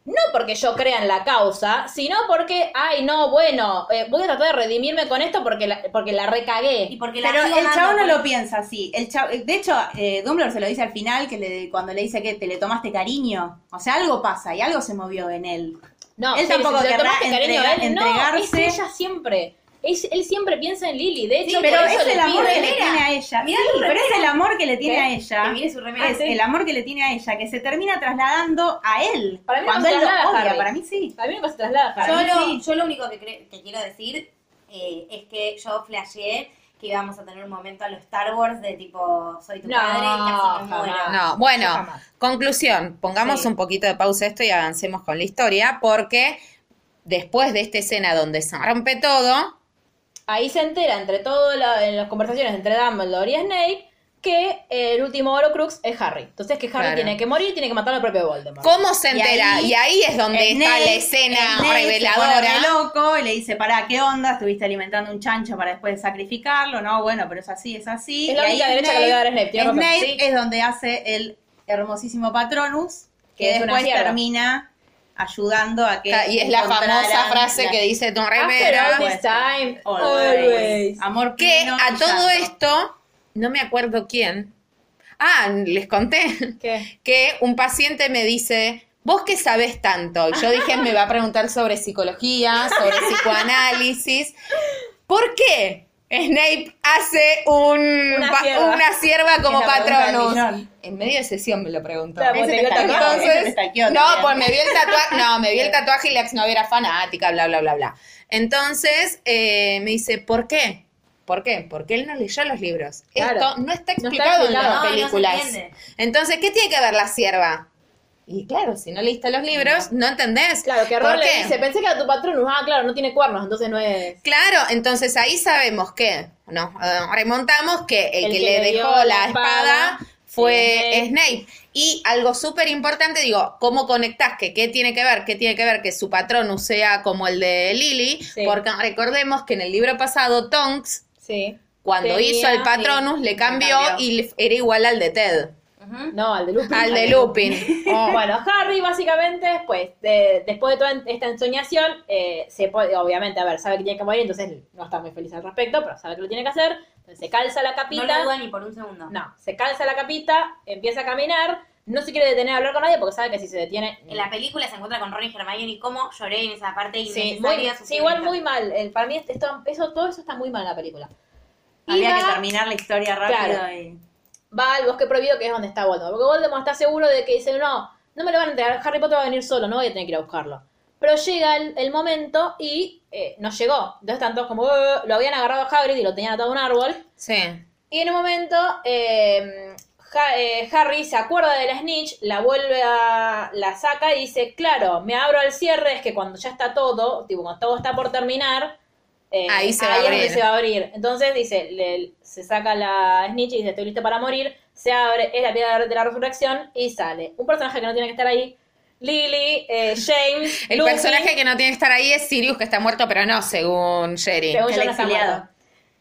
A: No porque yo crea en la causa, sino porque, ay, no, bueno, eh, voy a tratar de redimirme con esto porque la, porque la
B: Y
A: recagué.
B: porque la
D: Pero
B: sigo
D: el
B: amando
D: chabón no
B: por-
D: lo piensa así. El chab- De hecho, eh, Dumbledore se lo dice al final, que le- cuando le dice que te le tomaste cariño. O sea, algo pasa y algo se movió en él.
A: No,
D: Él
A: pero si
D: tampoco
A: lo
D: querrá
A: tomaste cariño a él,
D: entregar-
A: no, es
D: entregarse.
A: ella siempre. Es- él siempre piensa en Lily. De hecho,
D: Sí, pero
A: por eso
D: es
A: le
D: el amor
A: pide-
D: que le
B: remera.
D: tiene a ella.
B: Mirá
D: Sí,
B: tu
D: pero
B: remera.
D: es el amor que le tiene
B: ¿Qué?
D: a ella.
B: Que mire su remera.
D: Es
B: Ah, sí.
D: el amor que le tiene a ella, que se termina trasladando a él.
A: Para mí no
D: cuando
A: se
D: él lo
A: traslada,
D: odia,
A: Harry.
D: para mí sí.
A: A mí nunca se traslada. Harry.
B: Yo
D: mí
B: lo,
D: sí.
B: yo lo único que, cre- que quiero decir eh, es que yo flasheé que íbamos a tener un momento a los Star Wars de tipo, soy tu
A: No,
B: padre y casi me muero.
A: jamás.
C: No, bueno,
A: Yo jamás.
C: conclusión, pongamos
B: Sí.
C: un poquito de pausa a esto y avancemos con la historia, porque después de esta escena donde se rompe todo,
A: Ahí se entera entre todas las conversaciones entre Dumbledore y Snape que el último Horocrux es Harry. Entonces que Harry
C: Claro.
A: tiene que morir y tiene que matar al propio Voldemort.
C: ¿cómo se
D: Y
C: entera?
D: ahí-
C: y ahí es donde está
D: Snape-
C: la escena
D: Snape se
C: reveladora.
D: pone re loco y le dice, pará, ¿qué onda? Estuviste alimentando un chancho para después sacrificarlo. No, bueno, pero es así, es así.
A: Es la
D: Y
A: única
D: ahí
A: derecha que le voy a dar a Snape, tiene razón.
D: Snape
A: Sí.
D: es donde hace el hermosísimo Patronus, que,
A: Que es una
D: después
A: sierva.
D: termina ayudando a que
C: y es la
D: encontraran
C: famosa frase
D: la- Ah,
C: que dice Don
A: After
C: Rivera,
A: all this time,
D: Always.
A: always.
D: Amor
C: que
D: pleno
C: a
D: y
C: todo
D: llanto.
C: esto, no me acuerdo quién, ah, les conté,
A: ¿Qué?
C: que un paciente me dice, vos qué sabés tanto. Y yo dije, me va a preguntar sobre psicología, sobre psicoanálisis. ¿Por qué Snape hace un,
A: Una
C: pa-
A: cierva.
C: una sierva como
D: Es la pregunta del
C: patronus?
D: millón.
C: En medio de sesión me lo preguntó.
A: Claro,
D: Ese
A: porque
D: te
A: yo también.
D: stalkeó, ese te
C: Entonces,
D: stalkeó
C: no,
D: también.
C: pues me vi el tatuaje, no, me vi el tatuaje y la exnovia era fanática, bla, bla, bla, bla. Entonces, eh, me dice, ¿por qué? ¿Por qué? Porque él no leyó los libros.
A: Claro.
C: Esto
A: No
C: no está
A: está
C: explicado en
A: explicado.
C: las
B: No, no se
C: películas.
B: entiende.
C: Entonces, ¿qué tiene que ver la sierva? Y claro, si no leíste los libros, no, entendés.
A: Claro, que Ron
C: ¿Por
A: le
C: qué?
A: dice, pensé que era tu patronus. Ah, claro, no tiene cuernos, entonces no es...
C: Claro, entonces ahí sabemos que, nos eh, remontamos que el, que, le
A: dio
C: dejó la
A: la espada
C: espada
A: fue
C: fue Snape. Y algo súper importante, digo, ¿cómo conectás? Que, ¿Qué tiene que ver? ¿Qué tiene que ver que su patronus sea como el de Lily?
A: Sí.
C: Porque recordemos que en el libro pasado, Tonks,
A: Sí.
C: cuando
A: Tenía,
C: hizo el
A: sí.
C: patronus, le cambió,
D: cambió.
C: y le- era igual al de Ted,
A: No, al de Lupin.
C: al de Lupin.
A: Oh,
C: Oh,
A: Bueno, Harry básicamente después, de- después de toda en- esta ensoñación, eh, se pone- obviamente, a ver, sabe que tiene que morir, entonces no está muy feliz al respecto, pero sabe que lo tiene que hacer, entonces se calza la
B: No
A: capita.
B: lo duda ni por un segundo.
A: No, se calza la capita, empieza a caminar, no se quiere detener a hablar con nadie porque sabe que si se detiene...
B: En la película se encuentra con Ron y Hermione y cómo lloré en esa parte
A: Sí,
B: innecesaria.
A: muy- sí, igual muy mal. eh, para mí esto- eso, todo eso está muy mal en la película. Y
D: Había que
A: va-
D: terminar la historia rápido
A: Claro.
D: y...
A: va al bosque prohibido que es donde está Voldemort. Porque Voldemort está seguro de que dice, no, no me lo van a entregar, Harry Potter va a venir solo, no voy a tener que ir a buscarlo. Pero llega el, el momento y eh, no llegó. Entonces están todos como, "Eh", lo habían agarrado a Hagrid y lo tenían atado a un árbol.
C: Sí.
A: Y en un momento eh, Ja- eh, Harry se acuerda de la snitch, la vuelve a... la saca y dice, claro, me abro al cierre, es que cuando ya está todo, tipo, cuando todo está por terminar, eh,
C: Ahí se va a
A: es donde
C: abrir.
A: se va a abrir. Entonces dice, le- se saca la snitch y dice, estoy listo para morir, se abre, es la piedra de la resurrección y sale. Un personaje que no tiene que estar ahí, Lily, eh, James,
C: El
A: Lupin,
C: personaje que no tiene que estar ahí es Sirius, que está muerto, pero no, según Sherry.
A: según
D: El
A: yo, no está
D: exiliado.
A: muerto.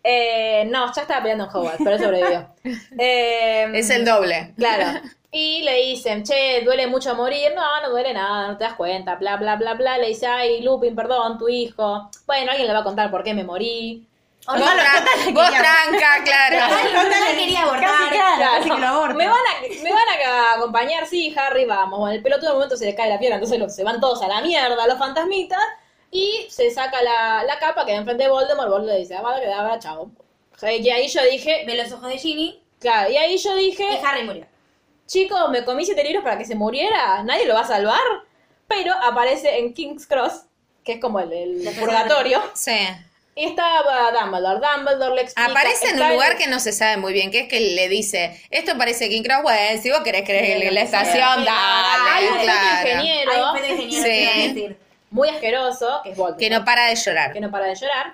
A: Eh, no, ya estaba peleando en Hogwarts, pero él sobrevivió. Eh,
C: Es el doble.
A: Claro. Y le dicen, che, duele mucho morir. No, no duele nada, no te das cuenta, bla, bla, bla, bla. Le dice, ay, Lupin, perdón, tu hijo. Bueno, alguien le va a contar por qué me morí.
C: Vos, tran- vos tranca, claro.
B: Ay, no la quería
D: Casi,
B: abordar.
D: claro,
A: Claro.
D: casi que lo aborta.
A: Me van, a, me van a ca- acompañar, sí, Harry, vamos. Bueno, el pelotudo en un momento se le cae la piedra, entonces lo- se van todos a la mierda, los fantasmitas. Y se saca la, la capa, queda enfrente de Voldemort. Voldemort le dice, ah, vale, que da, chao. Y ahí yo dije,
B: Ve los ojos de Ginny
A: claro, y ahí yo dije,
B: y Harry murió.
A: Chicos, me comí siete libros para que se muriera. Nadie lo va a salvar. Pero aparece en King's Cross, que es como el, el
B: La
A: purgatorio.
C: Sí.
A: Y está uh, Dumbledore. Dumbledore le explica.
C: Aparece en
A: está
C: un lugar que no se sabe muy bien, que es que le dice, esto parece King Cross, bueno, si vos querés creer en la estación,
B: Sí, hay
A: Eh, Ah, Hay
C: dale,
A: un
C: claro.
A: jefe ingeniero
B: Ay, fue de genial,
C: Sí.
B: te iba a decir.
A: muy asqueroso, que es Voldemort.
C: Que no para de llorar.
A: que no para de llorar.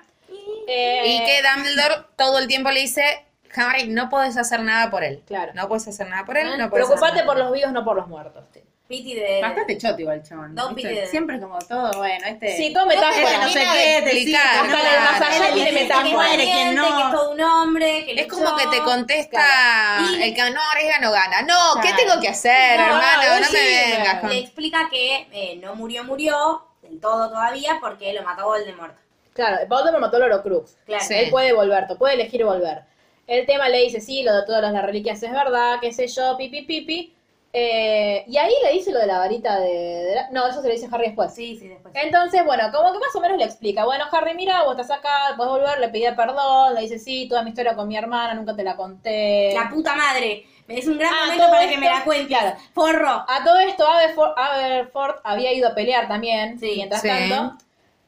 A: Eh,
C: Y que Dumbledore todo el tiempo le dice, Harry, no podés hacer nada por él.
A: Claro. Ah,
C: No podés hacer nada por él, no podés hacer
A: ¿eh? Preocupate
C: nada.
A: por los vivos, no por los muertos.
B: Piti de.
D: Bastante choto igual, chabón.
B: No,
D: ¿viste?
B: pide.
D: Siempre como todo, bueno, este...
A: Sí, todo metáfora.
D: Este no sé
C: Termina de
D: qué, te
C: explicar,
D: sigue,
C: hasta
D: no,
C: el más allá
D: no,
A: tiene
D: no,
B: Que es
A: metáfora.
D: muere,
B: valiente,
D: que
B: que es
D: no.
B: todo un hombre, que
C: Es
B: luchó.
C: como que te contesta
B: Claro. Y-
C: el que no arriesga no gana. No, ¿qué
D: Claro.
C: tengo que hacer,
A: No,
C: hermano?
A: no,
C: No me
A: sí,
C: vengas
B: Le
C: con...
B: explica que eh, no murió, murió del todo todavía porque lo mató Voldemort.
A: Claro, Voldemort mató al Horocrux.
B: Claro.
C: Sí.
A: Él puede volver, te puede elegir volver. El tema le dice, sí, lo de todas las reliquias es verdad, qué sé yo, pipi, pipi. Eh, y ahí le dice lo de la varita de, de la- No, eso se lo dice Harry después.
B: Sí, sí, después.
A: Entonces, bueno, como que más o menos le explica, bueno, Harry, mira, vos estás acá, puedes volver, le pedía perdón, le dice, sí, toda mi historia con mi hermana, nunca te la conté.
B: La puta madre. Es un gran
A: Ah,
B: momento
A: todo
B: para que
A: esto,
B: me la cuentes.
A: claro.
B: Forro.
A: A todo esto, Aberford, Aberford había ido a pelear también,
B: Sí,
A: mientras
C: sí.
A: tanto.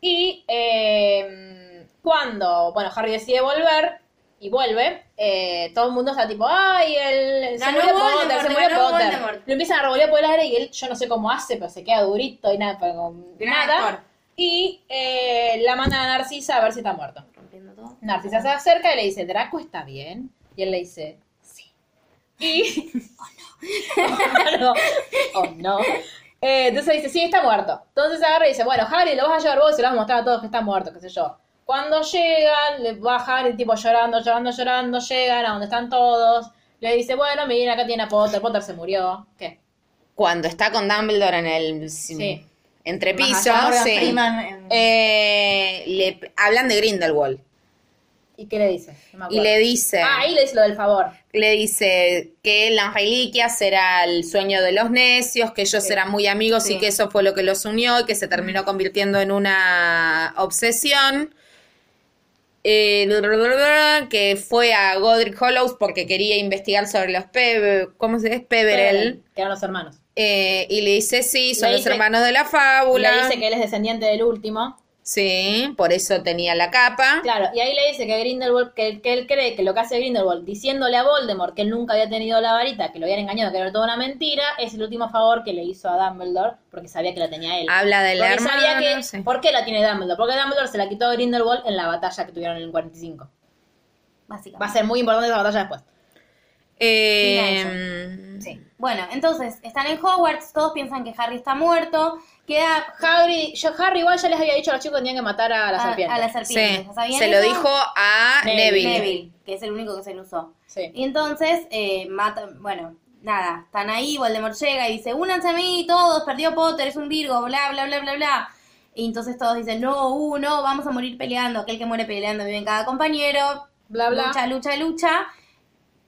A: Y eh, cuando, bueno, Harry decide volver y vuelve, eh, todo el mundo está tipo, ay, el...
B: Ganó Voldemort,
A: se murió
B: ganó
A: Potter.
B: Voldemort.
A: Lo empiezan a revolver por el aire y él, yo no sé cómo hace, pero se queda durito y nada, pero
B: Gran
A: nada.
B: actor.
A: Y eh, la manda a Narcisa a ver si está muerto.
B: Rompiendo todo.
A: Narcisa se acerca y le dice, Draco está bien. Y él le dice, sí. Y... oh no. oh no. Eh, entonces dice, sí, está muerto. Entonces agarra y dice, bueno, Harry, lo vas a llevar vos y se lo vas a mostrar a todos que está muerto, qué sé yo. Cuando llegan, le va Harry tipo llorando, llorando, llorando, llegan a donde están todos. Le dice, bueno, miren, acá tiene a Potter, Potter se murió. ¿Qué?
C: Cuando está con Dumbledore en el
A: Sí.
C: entrepiso,
A: Más allá,
C: sí.
D: Freeman, eh,
C: Eh, le, hablan de Grindelwald
A: ¿Y qué le dice? No me
C: y
A: acuerdo.
C: le dice,
A: Ah, ahí le dice lo del favor.
C: le dice que las reliquias será el sueño de los necios, que ellos
A: Sí.
C: eran muy amigos
A: Sí.
C: y que eso fue lo que los unió y que se terminó convirtiendo en una obsesión. Eh, que fue a Godric Hollows porque quería investigar sobre los Pe ¿cómo se dice? Peverell.
A: Que eran los hermanos.
C: Eh, y le dice, sí, son
A: Le
C: los
A: dice-
C: hermanos de la fábula.
A: Le dice que él es descendiente del último.
C: Sí, por eso tenía la capa.
A: Claro, y ahí le dice que Grindelwald, que, que él cree que lo que hace Grindelwald diciéndole a Voldemort que él nunca había tenido la varita, que lo habían engañado, que era toda una mentira, es el último favor que le hizo a Dumbledore porque sabía que la tenía él.
C: Habla de la
A: porque sabía
C: hermana.
A: que,
C: sí.
A: ¿Por qué la tiene Dumbledore? Porque Dumbledore se la quitó a Grindelwald en la batalla que tuvieron en el 45. Va a
B: Básicamente.
A: ser muy importante esa batalla después.
C: Eh,
A: Sí.
B: Bueno, entonces, están en Hogwarts, todos piensan que Harry está muerto. Queda
A: Harry, yo Harry igual ya les había dicho a los chicos que tenían que matar a la
B: Ah, a,
A: serpiente.
B: a la serpiente.
C: sí.
B: ¿ya sabían
C: Se lo
B: eso?
C: dijo a
A: Neville.
C: Neville.
B: Neville, que es el único que se lo usó.
A: Sí.
B: Y entonces, eh, matan, bueno, nada, están ahí, Voldemort llega y dice, únanse a mí todos, perdió Potter, es un Virgo, bla, bla, bla, bla, bla. Y entonces todos dicen, no, uh, no, vamos a morir peleando, aquel que muere peleando vive en cada compañero,
A: Bla, bla.
B: lucha, lucha, lucha.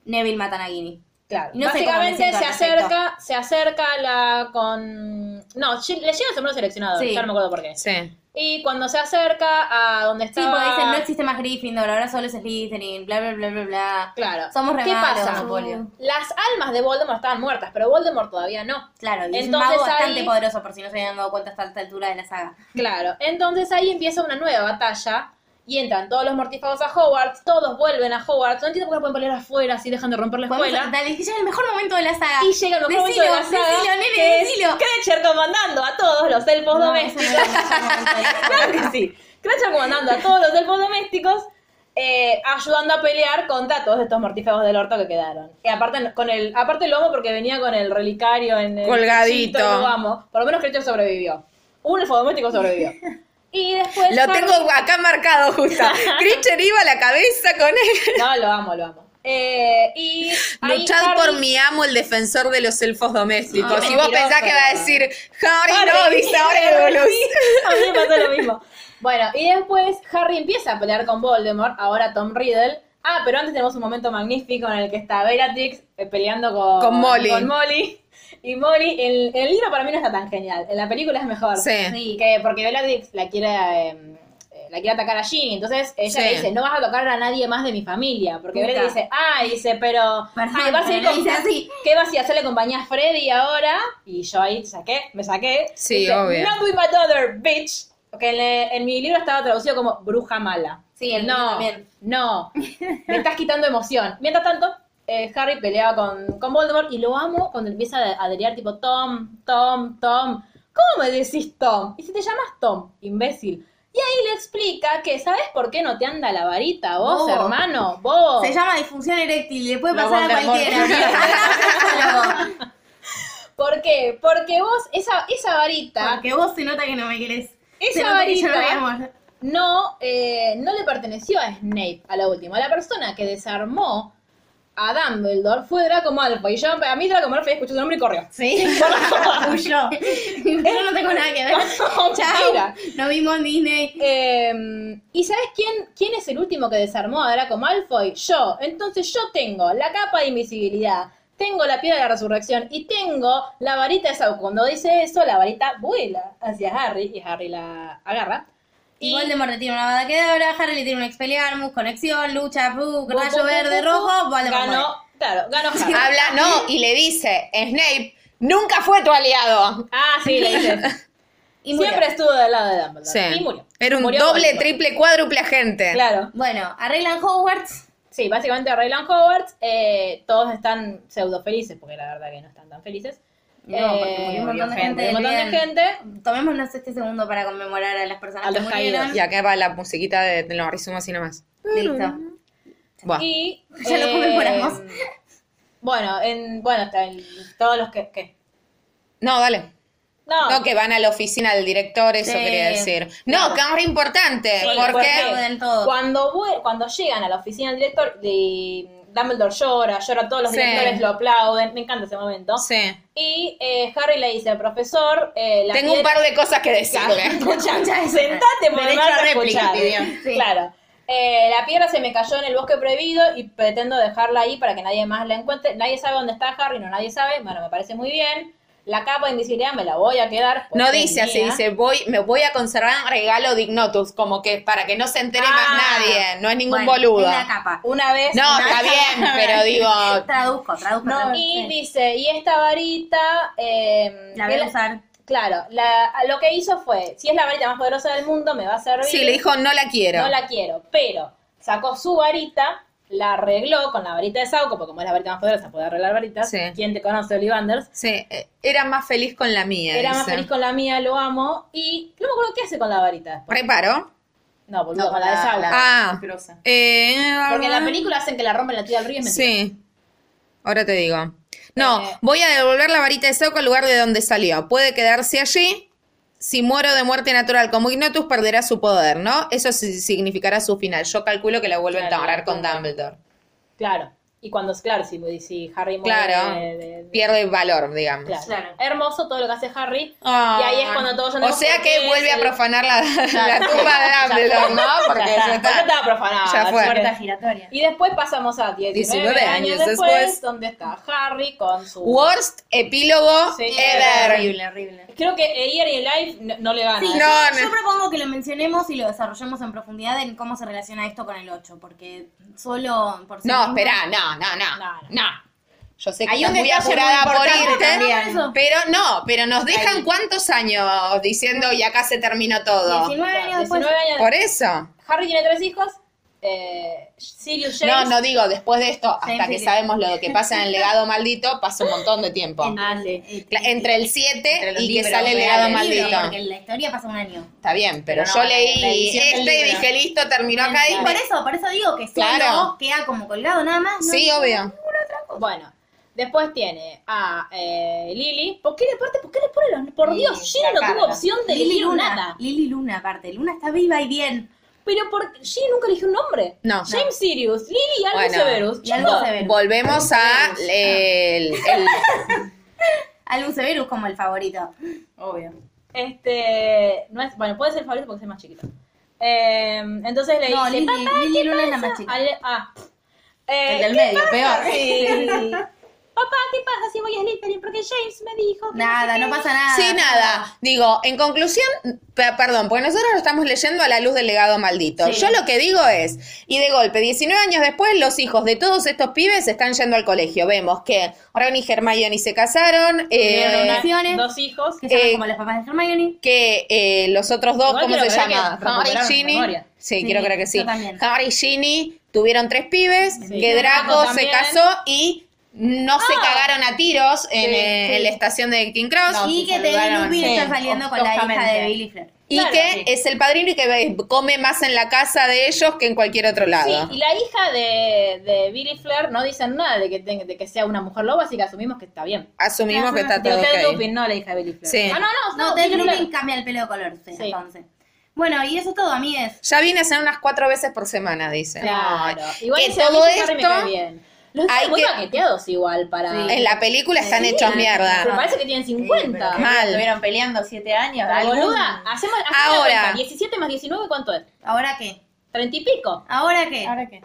B: Neville mata a Nagini.
A: Claro.
B: Y no sé cómo
A: Básicamente
B: me siento
A: se
B: al respecto.
A: acerca, se acerca la con. No, lle- le llega el sombrero seleccionado,
B: Sí.
A: ya no me acuerdo por qué.
C: Sí.
A: Y cuando se acerca a donde
B: Sí,
A: estaba...
B: porque dicen, no existe más Gryffindor, ahora solo es Slytherin, bla, bla, bla, bla, bla.
A: Claro.
B: Somos re
A: ¿Qué
B: malos,
A: pasa?
B: Monopolio.
A: Las almas de Voldemort estaban muertas, pero Voldemort todavía no.
B: Claro, y es un
A: Entonces
B: mago bastante
A: ahí-
B: poderoso, por si no se habían dado cuenta hasta esta altura de la saga.
A: Claro. Entonces ahí empieza una nueva batalla y entran todos los mortífagos a Hogwarts, todos vuelven a Hogwarts. No entiendo por qué no pueden pelear afuera si dejan de romper la
B: Vamos
A: escuela.
B: a- dale, que ya es el mejor momento de la saga.
A: Y llega el mejor momento
B: Decilo,
A: de la saga,
B: decilo, nene,
A: que es
B: decilo.
A: Cratcher comandando a todos los elfos
B: No, eso no
A: domésticos.
B: era el mejor momento de la saga.
A: Claro que sí. Cratcher comandando a todos los elfos domésticos, eh, ayudando a pelear contra todos estos mortífagos del orto que quedaron. Y aparte, con el, aparte lo amo porque venía con el relicario en el
C: Colgadito.
A: cuchito, Lo amo. Por lo menos Cratcher sobrevivió. Un elfo doméstico sobrevivió. Y después.
C: Lo
A: Harry-
C: tengo acá marcado justo. Grincher iba a la cabeza con él.
A: No, lo amo, lo amo. Eh, y ahí
C: Luchad
A: Harry-
C: por mi amo, el defensor de los elfos domésticos.
A: Qué
C: Si vos
A: mentiroso.
C: pensás que va a decir, Harry, no,
A: Harry.
C: dice ahora el
A: Sí, A mí me pasó lo mismo. Bueno, y después Harry empieza a pelear con Voldemort, ahora Tom Riddle. Ah, pero antes tenemos un momento magnífico en el que está Bellatrix eh, peleando con,
C: Con Molly.
A: con Molly. Y Molly, el, el libro para mí no está tan genial, en la película es mejor.
C: Sí.
A: Y que porque Bellatrix la quiere eh, eh, la quiere atacar a Ginny, entonces ella
C: Sí.
A: le dice, no vas a tocar a nadie más de mi familia, porque
B: Puta.
A: Bellatrix dice, ay, dice, pero
B: Perdón,
A: ay, vas a ir
B: pero
A: con,
B: le dice así.
A: ¿qué vas a ir a hacerle compañía a Freddy ahora? Y yo ahí saqué, me saqué.
C: Sí,
A: Dice,
C: obvio.
A: Not with my daughter, bitch. Que en, le- en mi libro estaba traducido como bruja mala.
B: Sí, el mío
A: no,
B: también.
A: no, me estás quitando emoción. Mientras tanto, eh, Harry peleaba con, con Voldemort y lo amo cuando empieza a adherir tipo Tom, Tom, Tom. ¿Cómo me decís Tom? Y si te llamas Tom, imbécil. Y ahí le explica que, ¿sabes por qué no te anda la varita vos,
B: Bobo.
A: hermano? Vos.
B: Se llama disfunción eréctil, le puede
C: Lo
B: pasar a
C: Voldemort.
B: cualquiera. amigo.
A: ¿Por qué? Porque vos, esa, esa varita,
B: Porque vos se nota que no me querés. Se
A: esa
B: nota que yo no voy a
A: varita
B: amar.
A: no, eh, no le perteneció a Snape a la última. La persona que desarmó a Dumbledore fue Draco Malfoy. Y yo, a mí Draco Malfoy escuchó su nombre y corrió.
B: Sí. Yo. Yo no tengo nada que ver.
A: No,
B: Chao.
A: mentira.
B: Nos vimos en Disney.
A: Eh, ¿Y sabes quién, quién es el último que desarmó a Draco Malfoy? Yo. Entonces yo tengo la capa de invisibilidad, tengo la piedra de la resurrección y tengo la varita de Sauco. Cuando dice eso, la varita vuela hacia Harry y Harry la agarra.
B: Y Voldemort le tiene una bada quedabra, Harry le tiene un Expelliarmus, conexión, lucha, puk, rayo verde, rojo, Voldemort
A: ganó,
B: muere.
A: claro, ganó Harry.
C: Habla, no, y le dice, Snape, nunca fue tu aliado.
A: Ah, sí, le dice.
B: Y murió.
A: Siempre estuvo del lado de Dumbledore.
C: Sí.
A: Y murió.
C: Era un
A: Murió
C: doble,
A: Voldemort.
C: triple, cuádruple agente.
A: Claro.
B: Bueno, arreglan Hogwarts.
A: Sí, básicamente arreglan Hogwarts. eh, todos están pseudo felices, porque la verdad que no están tan felices.
B: No,
A: Eh,
B: porque murió un montón de
A: murió
B: gente
A: Un montón de
B: del bien.
A: gente.
B: Tomémonos este segundo para conmemorar a las personas
A: A
B: que
A: los
B: murieron.
A: caídos.
C: Y acá va la musiquita de, de los resumos y nomás.
B: Listo.
C: Buah.
A: Y. eh,
B: Ya lo conmemoramos.
A: Bueno, en, bueno, está en todos los que. que-
C: No, dale.
A: No,
C: No, que van a la oficina del director, eso
B: Sí.
C: quería decir. No, que ahora importante,
A: Sí,
C: porque...
B: porque- Aplauden todo.
A: Cuando, vu- cuando llegan a la oficina del director, y Dumbledore llora, llora, todos los
C: Sí.
A: directores lo aplauden. Me encanta ese momento.
C: Sí.
A: Y eh, Harry le dice al profesor: eh, la
C: Tengo un
A: piedra-
C: par de cosas que
A: Claro,
C: decirle.
A: escuchá, sentate porque me
D: Derecho
A: vas
D: a
A: a
D: réplica,
A: escuchar.
D: pidió.
B: Sí.
A: Claro. Eh, la piedra se me cayó en el bosque prohibido y pretendo dejarla ahí para que nadie más la encuentre. Nadie sabe dónde está Harry, no nadie sabe. Bueno, me parece muy bien. La capa de invisibilidad me la voy a quedar. porque
C: No
A: es
C: dice así,
A: mía.
C: dice, voy, me voy a conservar un regalo dignotus, como que para que no se entere
A: Ah,
C: más nadie, no es ningún
B: Bueno,
C: boludo.
B: es la capa. Eh,
A: Una vez.
C: No, está bien, pero digo,
B: Traduzco, traduzco.
A: Ah. No,
B: traduzco.
A: y
B: Sí.
A: dice, y esta varita. eh,
B: La
A: que
B: voy a
A: la-
B: usar.
A: Claro, la- lo que hizo fue: si es la varita más poderosa del mundo, me va a servir.
C: sí, le dijo, no la quiero.
A: No la quiero, pero sacó su varita, la arregló con la varita de Sauco, porque como es la varita más poderosa, puede arreglar varitas.
C: Sí.
A: ¿Quién te conoce, Ollivanders?
C: Sí, eh, era más feliz con la mía.
A: Era más
C: dice.
A: feliz con la mía, lo amo. Y no me acuerdo qué hace con la varita después.
C: ¿Reparo?
A: No, boludo,
D: No,
A: con la, de Sauco.
C: Ah,
D: grosa.
C: eh,
A: porque en la película hacen que la rompen la tía del río y me
C: Sí, ahora te digo. No,
A: Eh.
C: voy a devolver la varita de Sauco al lugar de donde salió. Puede quedarse allí. Si muero de muerte natural como Ignotus, perderá su poder, ¿no? Eso sí significará su final. Yo calculo que la vuelven
A: Claro,
C: a agarrar con
A: claro.
C: Dumbledore.
A: Claro. Y cuando, claro, si, si Harry muere
C: Claro.
A: de- de- de-
C: Pierde valor, digamos.
A: claro.
B: Claro.
A: Hermoso todo lo que hace Harry.
C: Ah.
A: Y ahí es cuando todos
C: O
A: lloramos
C: sea
A: porque
C: que vuelve
A: es
C: a
A: el-
C: profanar la, la tumba de Dumbledore, ¿no? Porque
A: ya está,
C: ya está.
A: ya estaba profanada.
C: Ya fue.
A: suerte.
B: Puerta giratoria.
A: Y después pasamos a 19,
C: 19
A: años,
C: años
A: después,
C: después.
A: donde está Harry con su...
C: Worst epílogo
A: Sí,
C: ever.
B: Horrible, horrible.
A: Creo que Ear y Life no, no le gana.
B: Sí,
A: ¿eh?
C: No,
B: yo,
C: no.
B: yo propongo que lo mencionemos y lo desarrollemos en profundidad en cómo se relaciona esto con el 8, porque solo por sí
C: No,
B: mismo-
C: espera, no, no, no,
A: No,
C: no. Yo sé que
D: Hay
C: estás
D: un
C: muy
D: detalle muy
C: apurada por
D: importante
C: irte,
D: también.
C: pero no, pero nos dejan cuántos años diciendo y acá se terminó todo.
B: 19 años después.
A: 19 años.
C: Por eso.
A: Harry tiene tres hijos. Eh, Sirius
C: No,
A: James.
C: no digo, después de esto,
B: James
C: hasta que
B: y-
C: sabemos lo que pasa en el legado maldito, pasa un montón de tiempo.
A: Ah, sí.
C: Cla- Entre el 7
D: los
C: y que
D: libros eh,
C: sale el
D: reales.
C: legado
B: El libro, porque
C: maldito.
B: la historia pasa un año.
C: Está bien, pero
D: Pero
C: yo
D: no, la
C: leí
D: edición del
C: este y
D: libro.
C: dije, listo, terminó acá.
B: Y
C: y-
B: por eso, por eso digo que solo
C: Claro.
B: queda como colgado nada más. ¿no?
C: Sí, obvio.
A: Bueno. Después tiene a eh, Lily. ¿Por qué le parte? ¿Por qué le pone los.? Por
D: Lily,
A: Dios, Ginny
D: la
A: no tuvo
D: Carla.
A: opción de
B: Lili
A: elegir
B: Luna.
A: nada.
B: Lili Luna, aparte. Luna está viva y bien.
A: Pero por Ginny nunca eligió un nombre.
C: No.
A: James Sirius, Lily y Albus
C: Bueno.
A: Severus.
B: Y algo
A: Chicos,
B: Severus.
C: Volvemos a el- el
B: Algo Severus como el favorito.
D: Obvio.
A: Este. No es, bueno, puede ser favorito porque es más chiquito. Eh, entonces le
B: No,
A: dice.
B: Lily,
A: "Papá,
B: Lily
A: ¿qué
B: Luna es la
A: pasa?"
B: más chica.
A: Ale- ah. Eh,
D: El del
A: ¿qué
D: medio,
A: pasa
D: peor.
A: si- Papá, ¿qué pasa si voy a Slytherin? Porque James me dijo. que
B: Nada,
A: sé
B: no
A: qué".
B: pasa nada.
C: Sí, nada. Digo, en conclusión, pe- perdón, porque nosotros lo estamos leyendo a la luz del legado maldito. Yo lo que digo es, y de golpe, 19 años después, los hijos de todos estos pibes están yendo al colegio. Vemos que Ron y Hermione se casaron,
A: Tuvieron
C: eh,
A: una-
B: Acciones.
A: dos hijos.
B: Que se llaman
C: Eh,
B: como los papás de Hermione.
C: que eh, los otros dos,
A: Igual
C: ¿cómo se
A: quiero creer que
C: llama? Harry y
A: recuperaron
C: Ginny.
A: memoria.
C: Sí,
B: Sí,
C: quiero creer que sí.
B: yo también.
C: Harry y Ginny tuvieron tres pibes, que
A: Draco
C: Draco se
A: también. Ah.
C: casó y no se cagaron a tiros en,
A: Sí,
C: eh,
A: sí.
C: en la estación de King Cross.
B: y que te Lupin está saliendo con la hija de
D: toscamente.
B: Billy Fleur.
C: Y
A: Claro,
C: que
A: sí.
C: es el padrino y que ve- come más en la casa de ellos que en cualquier otro
A: Sí,
C: lado.
A: y la hija de, de Billy Flair no dicen nada de que, tenga- de que sea una mujer loba, así que asumimos que está bien.
C: Asumimos que está
A: De
C: todo
A: Ted
C: ok.
A: Lupin, no la hija de Billy Flair.
C: Sí.
A: Ah, no, no,
B: No,
A: no,
B: Ted
A: Billy Fleur.
B: Lupin cambia el pelo de color, sí,
A: Sí.
B: entonces. Bueno, y eso es todo, amigues.
C: Ya vine a hacer unas cuatro veces por semana, dice. Ay,
A: Claro. Igual
C: que
A: ese
C: todo
A: Harry me cae
C: esto
A: bien. Los
C: hay
A: hay muy
C: que-
A: paqueteados igual para...
C: en la película están hechos
A: Pero
C: mierda.
A: parece que tienen 50.
C: pero- Mal.
D: Estuvieron peleando siete años.
A: La
D: algún-
A: boluda, hacemos, hacemos la
C: Ahora.
A: cuenta, 17 más 19, ¿cuánto es?
B: ¿Ahora qué?
A: 30 y pico.
B: ¿Ahora qué?
D: ¿Ahora qué?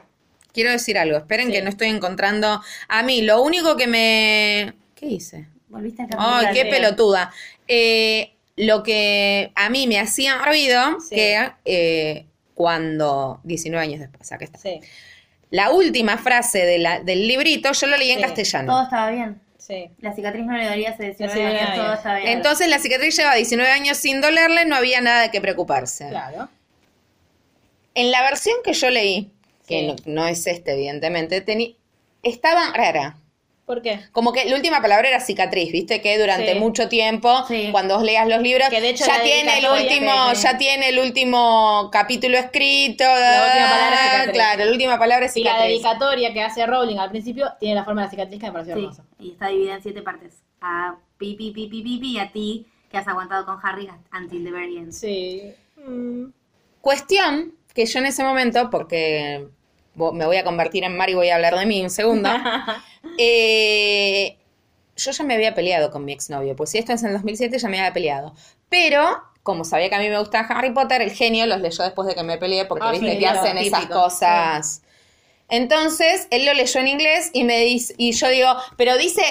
C: quiero decir algo. Esperen que no estoy encontrando. A mí, lo único que me. ¿Qué hice?
D: Volviste a
C: Ay,
D: caminar.
C: qué pelotuda. Eh, lo que a mí me hacía ruido, que eh, cuando, 19 años después, acá está.
A: Sí,
C: La última frase de la- del librito, yo la leí en
A: Sí.
C: castellano.
E: Todo estaba bien.
A: sí.
E: La cicatriz no le dolía hace 19
A: No, sí,
E: años,
A: no,
E: todo
A: no.
E: estaba bien.
C: Entonces la cicatriz lleva 19 años sin dolerle, no había nada de qué preocuparse.
A: Claro.
C: En la versión que yo leí, que
A: Sí.
C: no, no es este, evidentemente, teni- estaba rara.
A: ¿Por qué?
C: Como que la última palabra era cicatriz, viste que durante
A: Sí.
C: mucho tiempo,
E: Sí.
C: cuando vos leas los libros,
A: Que de hecho
C: ya
A: la
C: tiene el
A: dedicatoria
C: último,
A: que-
C: ya tiene el último capítulo escrito.
A: última palabra es cicatriz.
C: Claro, la última palabra es
A: Y la
C: cicatriz.
A: dedicatoria que hace Rowling al principio tiene la forma de la cicatriz que me pareció
E: Sí,
A: hermosa.
E: y está dividida en siete partes. A pi, pi, pi, pi, pi, pi, y a ti que has aguantado con Harry until the very end.
A: Sí. Mm.
C: Cuestión que yo en ese momento, porque vo- me voy a convertir en Mari y voy a hablar de mí un segundo, eh, yo ya me había peleado con mi exnovio, pues si esto es en 2007 ya me había peleado. Pero, como sabía que a mí me gustaba Harry Potter, el genio los leyó después de que me peleé, porque
A: Ah,
C: viste
A: sí,
C: que
A: claro,
C: hacen esas
D: típico,
C: cosas. Entonces, él lo leyó en inglés y me dice, y yo digo, pero dice,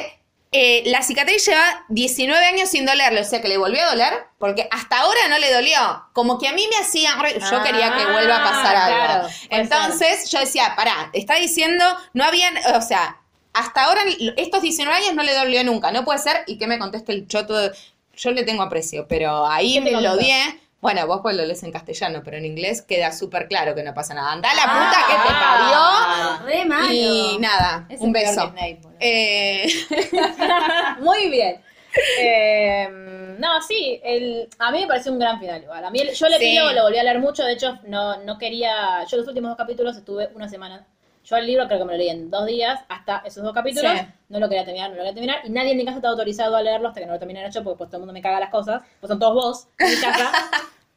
C: eh, la cicatriz lleva 19 años sin dolerle, o sea que le volvió a doler, porque hasta ahora no le dolió. Como que a mí me hacía, re- yo quería que vuelva a pasar
A: Ah,
C: algo.
A: claro, puede
C: Entonces, yo decía, pará, está diciendo, no habían, o sea, hasta ahora estos 19 años no le dolió nunca, no puede ser, y que me conteste el choto, de- yo le tengo aprecio, pero ahí
A: ¿Qué te
C: me lo
A: contestó?
C: di. Bueno, vos pues lo lees en castellano, pero en inglés queda súper claro que no pasa nada. Anda la
E: Ah.
C: puta que te
E: Re
B: Ah,
C: parió.
A: Ah,
E: malo.
C: Y nada,
D: Es
C: un
D: peor
C: beso.
D: que Snape, boludo.
C: Eh,
A: Ah, Muy bien. Eh, no, sí, el, a mí me pareció un gran final igual. A mí, el- yo le
C: Sí.
A: pido, lo volví a leer mucho, de hecho no, no quería, yo los últimos dos capítulos estuve una semana. Yo el libro creo que me lo leí en dos días, hasta esos dos capítulos,
C: Sí.
A: no lo quería terminar, no lo quería terminar, y nadie en mi casa estaba autorizado a leerlo hasta que no lo terminara yo, porque pues todo el mundo me caga las cosas, pues son todos vos, en mi casa.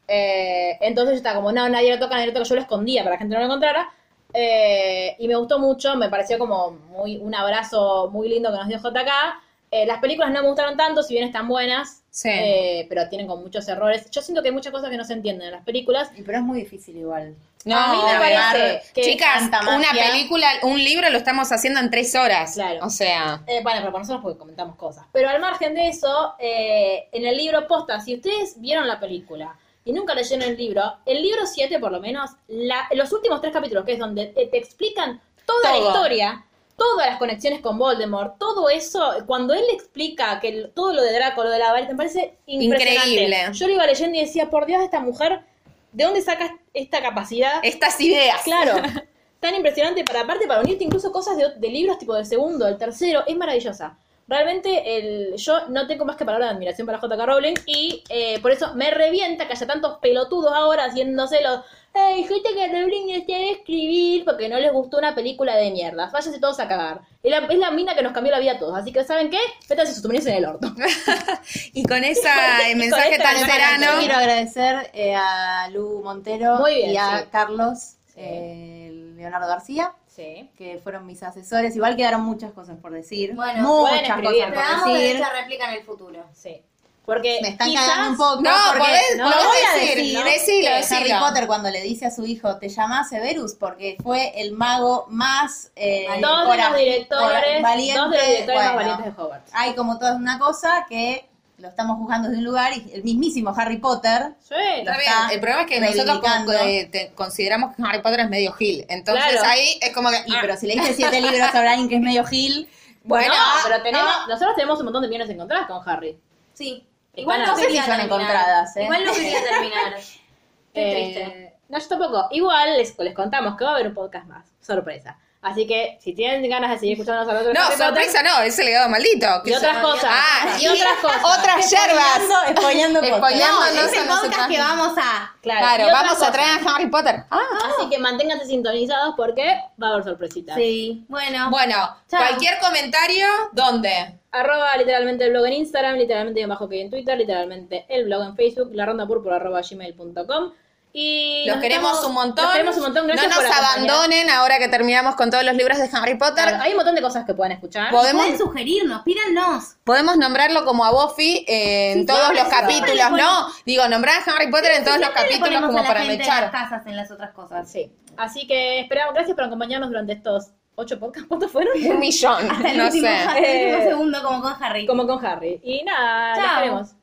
A: Eh, entonces yo estaba como, no, nadie lo toca, nadie lo toca, yo lo escondía para que la gente no lo encontrara. Eh, y me gustó mucho, me pareció como muy un abrazo muy lindo que nos dio JK. Eh, las películas no me gustaron tanto, si bien están buenas,
C: sí.
A: eh, pero tienen con muchos errores. Yo siento que hay muchas cosas que no se entienden en las películas.
D: Y Pero es muy difícil igual.
C: No,
A: a mí me
C: obvio.
A: parece que
C: Chicas,
D: tanta
C: una
D: magia.
C: película, un libro lo estamos haciendo en tres horas.
A: Claro.
C: O sea,
A: Eh, bueno, pero para nosotros porque comentamos cosas. Pero al margen de eso, eh, en el libro posta, si ustedes vieron la película y nunca leyeron el libro, el libro 7 por lo menos, la- los últimos tres capítulos, que es donde eh, te explican toda la
C: Todo.
A: historia, todas las conexiones con Voldemort, todo eso, cuando él explica que el- todo lo de Draco, lo de la varita, me parece impresionante.
C: Increíble.
A: Yo lo iba leyendo y decía, por Dios, esta mujer, ¿de dónde sacas esta capacidad?
C: estas ideas.
A: Claro. Tan impresionante para aparte para unirte incluso cosas de, de libros tipo del segundo, el tercero, es maravillosa. Realmente el, yo no tengo más que palabras de admiración para JK Rowling y eh, por eso me revienta que haya tantos pelotudos ahora haciéndose los ¡Ey, JK Rowling está de escribir! Porque no les gustó una película de mierda. Váyanse todos a cagar. Es la, es la mina que nos cambió la vida a todos. Así que, ¿saben qué? Métanse sus opiniones en el orto.
C: Y con ese mensaje
A: este
C: tan
A: mensaje
C: serano.
D: Yo quiero agradecer eh, a Lu Montero
A: Muy bien,
D: y a
A: sí.
D: Carlos eh, Leonardo García,
A: Sí.
D: que fueron mis asesores. Igual quedaron muchas cosas por decir.
E: Bueno,
A: pueden
D: muchas
A: escribir.
D: cosas
E: Te
D: por
E: damos
D: decir.
E: derecha réplica en el futuro.
A: Sí. Porque
D: Me están
A: quizás-
D: cagando un poco.
C: No,
D: porque
C: podés-
D: lo
C: podés
D: voy a
C: decir,
D: decir.
C: ¿no? decilo,
D: que Harry
C: decilo.
D: Potter cuando le dice a su hijo, te llamás Severus, porque fue el mago más... eh,
A: Dos de
D: cora-
A: los directores,
D: cora- valiente,
A: dos de los directores más
D: bueno.
A: valientes de Hogwarts.
D: hay como toda una cosa que lo estamos juzgando desde un lugar y el mismísimo Harry Potter
A: Sí.
D: Lo está
C: Está bien, el problema es que nosotros con-
D: reivindicando.
C: eh, te- consideramos que Harry Potter es medio gil. Entonces
A: Claro.
C: ahí es como que.
D: y
C: ah,
D: pero si leíste siete libros a alguien que es medio gil
C: bueno, ah,
A: no, pero tenemos, nosotros tenemos un montón de millones encontradas con Harry.
E: Sí.
A: Igual
E: Igual
A: no
E: no
A: sé
E: quería
D: si son
E: terminar.
D: encontradas, ¿eh?
E: Igual no quería terminar. Qué
A: Eh,
E: triste.
A: No, yo tampoco. Igual les, les contamos que va a haber un podcast más. Sorpresa. Así que si tienen ganas de seguir escuchándonos a nosotros, este
C: no,
A: Harry Potter,
C: sorpresa no, es el legado maldito. que
A: Y otras
C: se-
A: cosas.
C: Ah,
A: y otras cosas.
C: otras
D: spoileando,
C: yerbas.
D: spoileando cosas.
C: Spoileando, no,
E: Ese
C: se nos
E: podcast que
C: está-
E: vamos a.
A: Claro,
C: Claro,
A: y otras
C: vamos a
A: cosas.
C: traer a Harry Potter. Ah,
A: Así que manténganse sintonizados porque va a haber sorpresitas.
E: Sí. Bueno.
C: bueno,
E: Chao.
C: cualquier comentario, ¿dónde?
A: Arroba literalmente el blog en Instagram, literalmente bajo que en Twitter, literalmente el blog en Facebook, la ronda arroba gmail.com. Y
C: Los
A: nos
C: queremos
A: estamos-
C: un montón.
A: Los queremos un montón. Gracias
C: no nos
A: por acompañar.
C: abandonen ahora que terminamos con todos los libros de Harry Potter.
A: Claro, hay un montón de cosas que pueden escuchar.
C: Podemos,
B: Pueden sugerirnos, pídanos.
C: podemos nombrarlo como a Buffy en
B: Sí,
C: todos
B: siempre,
C: los
B: siempre le
C: capítulos,
B: ponemos-
C: ¿no? Digo, nombrar a Harry Potter en todos los
B: Siempre le
C: capítulos
B: ponemos a
C: como
B: la
C: para
B: gente
C: mechar.
B: las casas en las otras cosas.
A: Sí. Así que esperamos. Gracias por acompañarnos durante estos ocho podcasts. ¿Cuántos fueron?
C: Un millón,
B: Hasta el
C: no
B: último,
C: sé.
B: hasta el último
A: Eh,
B: segundo, como con Harry.
A: Como con Harry. Y nada,
B: Chao.
A: les queremos.